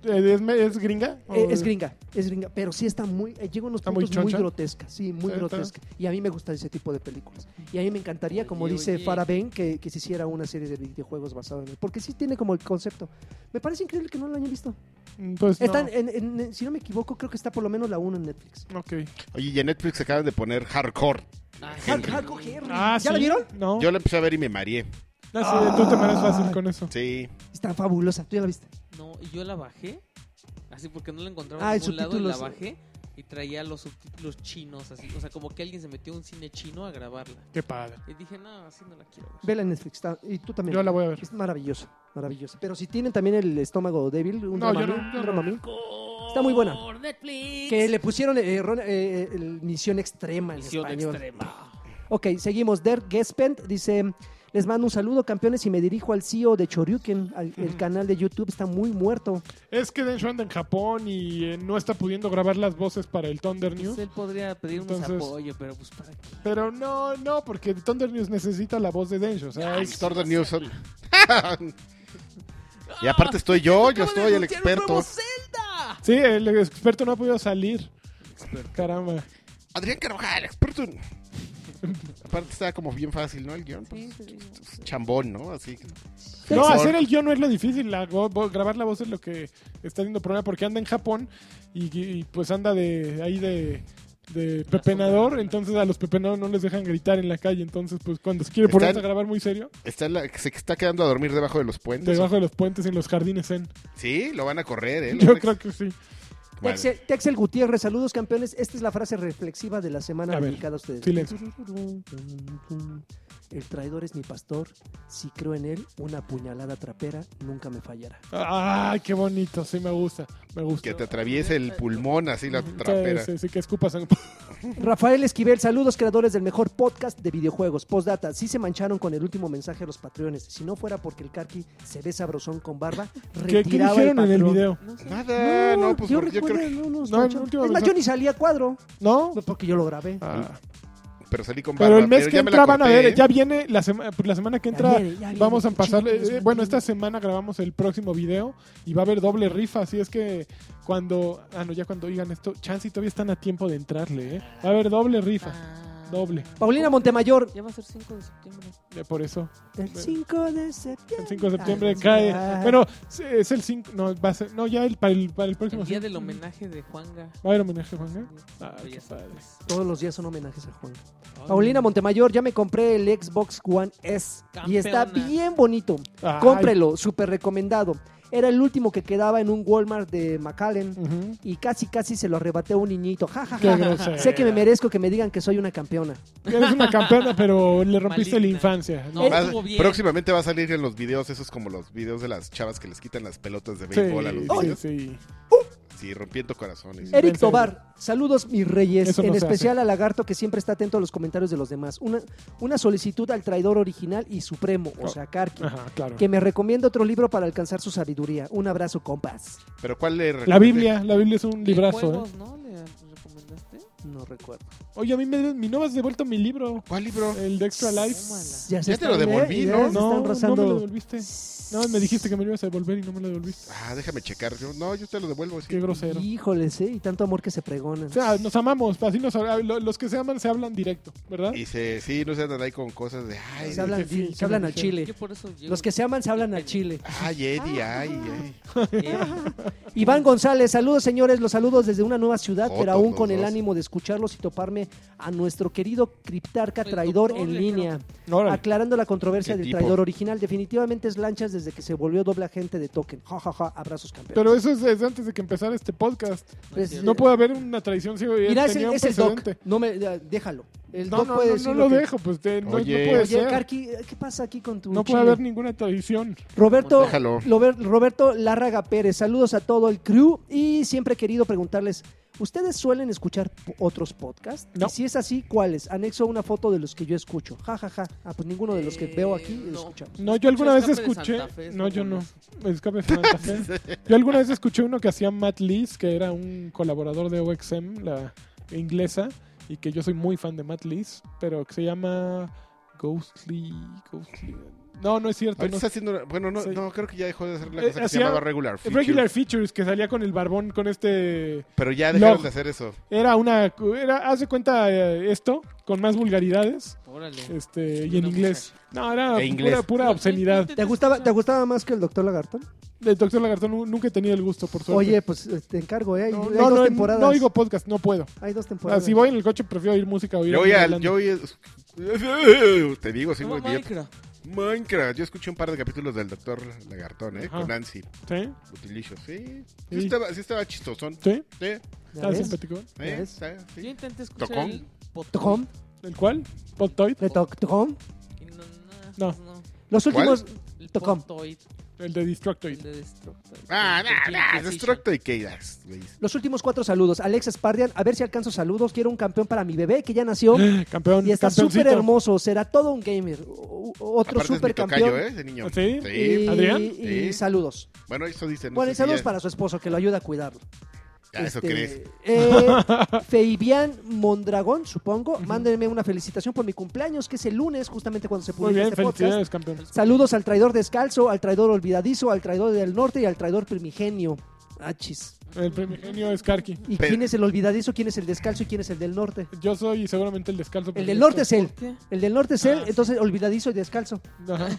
Eh, ¿Es, me- es gringa? ¿O-
Eh, es gringa, es gringa, pero sí está muy, eh, llega a unos
Oh. Está muy
puntos muy,
choncha.
grotesca, sí, muy
Sí, está.
grotesca. Y a mí me gusta ese tipo de películas. Y a mí me encantaría, como
Oye,
dice
oye.
Farah Bain, que, que se hiciera una serie de videojuegos basado en él, porque sí tiene como el concepto. Me parece increíble que no lo hayan visto.
Entonces, no.
Están eh, en- en- en- si no me equivoco, creo que está por lo menos la 1 en Netflix.
Ok.
Oye, y en Netflix acaban de poner Hardcore.
Ah,
Hard- Hardcore Henry.
Ah,
¿Ya la
¿sí?
vieron?
No.
Yo la empecé a ver y me mareé.
Ah, sí, tú te mareas fácil con eso.
Sí.
Está fabulosa, tú ya la viste.
No, y yo la bajé. Así porque no la encontraba
Ah, el
en ningún lado y la
subtítulos.
bajé. Y traía los subtítulos chinos así. O sea, como que alguien se metió a un cine chino a grabarla.
Qué padre.
Y dije, no, así no la quiero ver.
Vela en Netflix, está- y tú también.
Yo la voy a ver.
Es maravillosa, maravillosa. Pero si tienen también el estómago débil, un
No, yo
Dramamine,
no, yo
un
no.
Dramamine, está muy buena.
Por Netflix.
Que le pusieron eh, ron- eh, eh, el misión extrema en
Misión
español.
extrema.
Ok, seguimos. Der Gespent dice: Les mando un saludo, campeones, y me dirijo al CEO de Choryuken. Al- el canal de YouTube está muy muerto.
Es que Densho anda en Japón y eh, no está pudiendo grabar las voces para el Thunder
Pues
News.
él podría pedirnos
Entonces-
apoyo, pero pues para qué.
Pero no, no, porque el Thunder News necesita la voz de Densho. O sea,
Ay,
es-
Thunder News. y aparte estoy yo, yo
Acaba de
soy el
anunciar un nuevo
experto.
Zelda!
Sí, el experto no ha podido salir. Caramba.
Adrián Carvajal, experto. en- aparte está como bien fácil, ¿no? El guión. pues, Chambón, ¿no? Así.
No,
Mejor.
hacer el guión no es lo difícil. la vo- vo- grabar la voz es lo que está haciendo problema porque anda en Japón y, y, pues anda de ahí de, de pepenador. Entonces a los pepenadores no les dejan gritar en la calle. Entonces, pues cuando se quiere
Están-
ponerse a grabar muy serio,
Está en la- se está quedando a dormir debajo de los puentes.
debajo de los puentes en los jardines Zen.
Sí, lo van a correr, ¿eh?
Yo creo que sí.
Bueno,
Texel, Texel Gutiérrez, saludos, campeones. Esta es la frase reflexiva de la semana
A ver,
dedicada a ustedes.
silencio.
El traidor es mi pastor. Si creo en él, una puñalada trapera nunca me fallará.
Ay, qué bonito. Sí, me gusta. Me gusta.
que te atraviese el pulmón así la trapera.
Sí, sí, sí, que escupas en-
Rafael Esquivel, saludos creadores del mejor podcast de videojuegos. Postdata, sí se mancharon con el último mensaje a los patreones. Si no fuera porque el Karki se ve sabrosón con barba,
¿Qué, qué
retiraba
dijeron en el
Patreon.
video? Eh,
No sé.
Nada, no, pues
yo
porque yo
recuerdo,
creo
no, nos
No, el
mancharon.
último
Es más,
mensaje-
yo ni salía a cuadro
¿No?
porque yo lo grabé.
Ah.
que- Pero salí con
Pero
barba,
el mes que
ya me la
entra van a
corté,
ver,
¿eh?
ya viene la, sema- pues, la semana que
Ya
entra.
viene, ya viene,
Vamos a
qué
pasar.
chingados,
eh,
ya
bueno,
viene.
esta semana grabamos el próximo video y va a haber doble rifa. Así es que cuando. Ah, no, ya cuando digan esto, chance y todavía están a tiempo de entrarle, ¿eh? Va a haber doble rifa.
Ah.
Doble.
Paulina Montemayor,
Ya va a ser 5 de septiembre.
eh, Por eso.
el 5 de septiembre.
El 5 de septiembre
Ay,
cae.
ay.
Bueno, se- es el 5. No, va a ser. No, ya el, para, el, para el próximo.
El día
sí.
del homenaje de Juanga.
¿Va a haber homenaje, Juan? Ah, qué
Bellas
padre.
Artes.
Todos los días son homenajes a Juan.
Ay.
Mm.
Paulina Montemayor, ya me compré el Xbox One S y está
Campeona.
bien bonito.
Ay.
Cómprelo, súper recomendado. Era el último que quedaba en un Walmart de McAllen
Ujú.
y casi casi se lo arrebaté a un niñito. Ja, ja,
Qué
ja.
grosera.
Sé que me merezco que me digan que soy una campeona.
Eres una campeona, pero le rompiste la
Maligna.
infancia.
No,
eh,
Va-
estuvo bien.
próximamente va a salir en los videos, esos como los videos de las chavas que les quitan las pelotas de
Sí,
béisbol a los
sí, Eh,
niños.
sí.
Sí, rompiendo corazones.
Eric
En serio.
Tobar, saludos mis reyes,
Eso no
en
se
especial a Lagarto que siempre está atento a los comentarios de los demás. Una, una solicitud al traidor original y supremo, o sea, Karki,
Ajá, claro.
que me recomienda otro libro para alcanzar su sabiduría. Un abrazo, compas.
Pero ¿cuál le
La
recomendé?
Biblia, la Biblia es un
De
librazo. ¿eh?
juegos, ¿no? ¿Le recomendaste?
No recuerdo.
Oye, a mí me, mi no has devuelto mi libro,
¿Cuál libro?
el de Extra Life.
Tómala.
Ya
Ya,
te lo
están, ¿eh?
devolví,
Ya
¿no?
se
No,
están
no
rozando.
me lo devolviste. No, me dijiste que me lo ibas a devolver y no me lo devolviste.
Ah, déjame checar. Yo- no, yo te lo devuelvo. sí.
Qué grosero.
Híjoles, ¿eh? Y tanto amor que se pregonan.
O sea, nos amamos, así nos ah, lo- los que se aman se hablan directo, ¿verdad?
Y se, sí, no se andan ahí con cosas de, ay,
se hablan,
qué fin,
se
qué
hablan al
bendición.
chile.
Yo por eso llego-
Los que se aman se hablan al chile.
ay, Eddie, ay, ay.
Eh,
Iván González, saludos señores, los saludos desde una nueva ciudad,
Jotos
pero aún
los
con el
dos.
ánimo de escucharlos y toparme a nuestro querido criptarca
El
traidor
doctor
en
le
línea.
Órale.
Aclarando la controversia
Qué
del
tipo.
traidor original, definitivamente es lanchas desde que se volvió doble agente de token. Ja, ja, ja, abrazos campeón.
Pero eso es desde antes de que empezara este podcast.
Pues,
cierto.
No puede haber una traición si
Mira, es el,
tenía un
es el doc,
precedente.
no me, ya, déjalo. El
No,
doc
no,
puede
no,
decir
no lo
que-
dejo, pues te- no, no
Oye.
puede
Oye,
ser.
Karki, ¿qué pasa aquí con tu
no
chile?
puede haber ninguna traición.
Roberto,
Déjalo.
Lover- Roberto Lárraga Pérez, saludos a todo el crew y siempre he querido preguntarles, ¿ustedes suelen escuchar po- otros podcasts?
No.
Y si es así, ¿cuáles? Anexo una foto de los que yo escucho. Ja, ja, ja. Ah, pues ninguno de los que
Eh,
veo aquí
no.
lo escuchamos.
No, yo alguna vez
Escape de Santa
escuché.
Fe,
no, yo no.
mames.
Escape de Santa Fe. Yo alguna vez escuché uno que hacía Matt Lees, que era un colaborador de OXM, la inglesa, y que yo soy muy fan de Matt Lees, pero que se llama Ghostly. Ghostly. No, no es cierto.
Ahorita
no.
está haciendo. una- Bueno, no,
Sí.
no, creo que ya dejó de hacer la
Eh,
cosa que se
hacía-
llamaba Regular Feature.
Regular Features, que salía con el barbón, con este.
Pero ya dejaron
Log.
de hacer eso.
Era una. Era, haz de cuenta eh, esto, con más vulgaridades,
Órale.
este, y
Una
en inglés. No, era
E inglés.
pura, pura obscenidad.
¿Te gustaba, ¿Te gustaba más que el Doctor Lagartón?
El doctor Lagartón nu- nunca he tenido el gusto, por suerte.
Oye, pues eh, te encargo, ¿eh? Hay,
no,
hay
no,
dos
no,
temporadas.
no oigo podcast, no puedo.
Hay dos
Ah,
temporadas.
si voy en el coche, prefiero oír música o oír.
Yo
alguien
voy al.
hablando.
Yo voy a- Te digo, sí,
No,
muy bien.
Minecraft.
Minecraft. Yo escuché un par de capítulos del Doctor Lagartón, ¿eh?
Ajá.
Con Nancy.
¿Sí?
Utilizo, sí. Sí,
Sí.
estaba, sí estaba chistosón.
Ah, ¿Sí?
Sí,
¿Ya
¿Estás
ves?
simpático?
Ya
eh,
ves.
está, sí.
Yo intenté escuchar
¿Tocón?
el pot-
¿Tocom?
¿El cuál? ¿Podtoid?
¿De toc- tocom?
y No.
No.
No. no.
Los
¿Cuál?
últimos...
El
Tocón.
Potoid,
El de
el
Destructoid.
de Destructoid.
Ah,
El
nah,
de
nah,
Inquisition.
Destructo y Keidas, güey.
Los últimos cuatro saludos. Alex Spardian, a ver si alcanzo saludos. Quiero un campeón para mi bebé que ya nació.
Campeón,
Y está súper
campeoncito.
hermoso, será todo un gamer. O- o- Otro
Aparte es mi
súper
tocayo,
campeón.
¿eh? Ese niño.
¿Sí?
Y,
¿Adrián?
y
Sí.
saludos.
Bueno, eso dice. No
bueno,
sé
y
si
saludos
ya-
para su esposo, que lo ayuda a cuidarlo.
ya eso
Este,
crees.
eh, Feibian Mondragón, supongo. Mándenme una felicitación por mi cumpleaños, que es el lunes, justamente cuando se
Muy
publica
bien,
este podcast.
felicidades, campeón.
Saludos al traidor descalzo, al traidor olvidadizo, al traidor del norte y al traidor primigenio. Achis.
El primigenio es Karki.
¿Y
Pero-
quién es el olvidadizo, quién es el descalzo y quién es el del norte?
Yo soy seguramente el descalzo.
El del norte es él.
¿Por qué?
El del norte es él,
Ah, sí.
entonces olvidadizo y descalzo.
Ajá.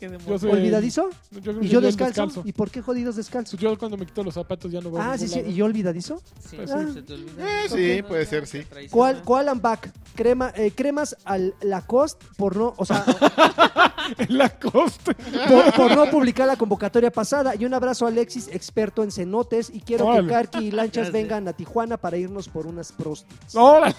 ¿Qué
Yo
demonios?
soy.
¿Olvidadizo?
Yo creo que
¿Y yo
soy el
descalzo? ¿Y por qué jodidos descalzo?
Pues Yo cuando me quito los zapatos ya no voy a
Ah, sí,
ningún
sí.
lado.
¿Y yo olvidadizo?
Sí,
Pues
sí.
se te olvida.
Eh, sí, puede ser, sí.
¿Cuál, cuál and back? Crema, eh, cremas al Lacoste por no, o sea,
La costa.
por, por no publicar la convocatoria pasada. Y un abrazo a Alexis, experto en cenotes. Y quiero
Órale.
que Karki y Lanchas
Gracias.
vengan a Tijuana para irnos por unas prostitutas.
Órale.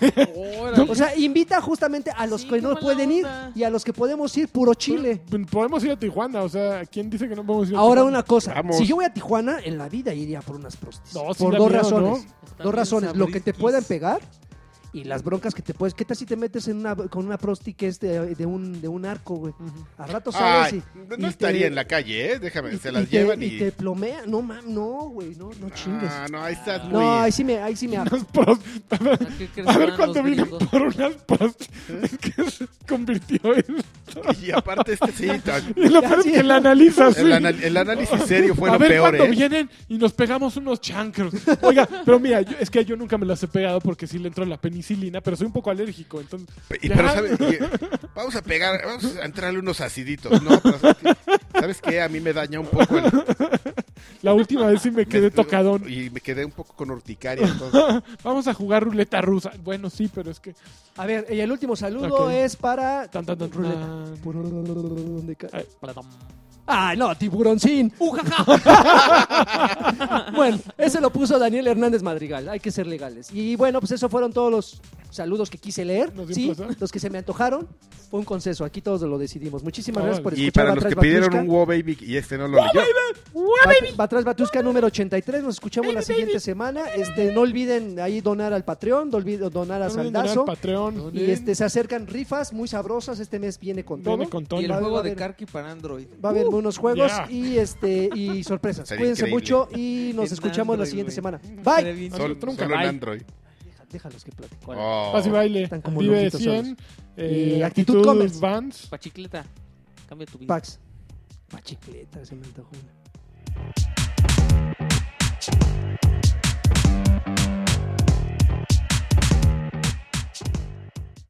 Órale.
O sea, invita justamente a los
Sí,
que
qué
no
mala
pueden
onda.
ir y a los que podemos ir, puro Chile.
Podemos ir a Tijuana, o sea, ¿quién dice que no podemos ir a
Ahora
Tijuana?
una cosa,
Vamos.
si yo voy a Tijuana, en la vida iría por unas prostitutas.
No, sí
por
da
dos
miedo,
razones.
¿no?
Están
Dos
bien
razones, lo que te
sabrisquis.
puedan pegar y las broncas que te puedes. ¿Qué tal si te metes en una, con una prosti que es de, de un, de un arco, güey? A rato sales
Ay,
y.
no
y
no
te-
estaría en la calle, ¿eh? Déjame,
y-
se
y
las
te-
llevan
y.
y.
te plomea. No, mam, no, güey, no, no chingues.
Ah, no, ahí estás muy.
no, ahí sí me, ahí sí me arde.
Unas prost- A ver,
¿A qué crees
A
que
ver
van
cuándo
los
vine
gringos?
por unas prost Es que se convirtió en.
Y aparte, este sí. tan-
Y lo peor es
sí.
que la analizas.
El, anal- el análisis serio fue
a
lo
ver
peor,
cuándo
¿eh?
vienen y nos pegamos unos chancros. Oiga, pero mira, yo- es que yo nunca me las he pegado porque sí le entró la penicilina, pero soy un poco alérgico, entonces.
Y- pero,
Ya.
¿sabes? Y- Vamos a pegar, vamos a entrarle unos aciditos. No, pero ¿sabes qué? ¿sabes qué? A mí me daña un poco el.
La última vez sí me quedé
me-
tocadón.
Y me quedé un poco con urticaria. Entonces,
Vamos a jugar ruleta rusa. Bueno, sí, pero es que.
A ver, y el último saludo
Ok.
es para.
Tan, tan, tan,
Ruleta.
tan.
¿Dónde ca-
Ay,
Ah, no, tiburoncín. bueno, ese lo puso Daniel Hernández Madrigal. Hay que ser legales. Y bueno, pues esos fueron todos los saludos que quise leer.
Nos dio
Sí,
placer.
los que se me antojaron. Fue un consenso. Aquí todos lo decidimos. Muchísimas gracias por escuchar.
y para los
Batrás
que pidieron
Batrushka.
un Wow Baby y este no lo leyó.
Bat- Batrás Batusca número 83. Nos escuchamos la siguiente semana. Este, no olviden ahí donar al Patreon, no olviden donar a
no me darán
Saldazo.
Patreon.
Y este, se acercan rifas muy sabrosas. Este mes viene con todo.
Viene con
Y
Toño.
el
Va- va a
juego de
haber-
Karki para Android.
Va a haber unos juegos
ya.
y este y
Uh,
sorpresas.
Sería
Cuídense
increíble.
mucho y nos
En
escuchamos la
Android,
siguiente
güey.
semana.
Estaría
Bye.
bien
Solo,
Trunca,
solo en
bye.
Android.
Déjalos que platiquen.
¿Cuál?
Oh.
Paz y baile.
Están como
Vive
loquitos
100. eh,
Y
actitud
Actitud Commerce.
Vans.
Pachicleta. Cambia tu vida.
Pax. Pachicleta, se me antojó una.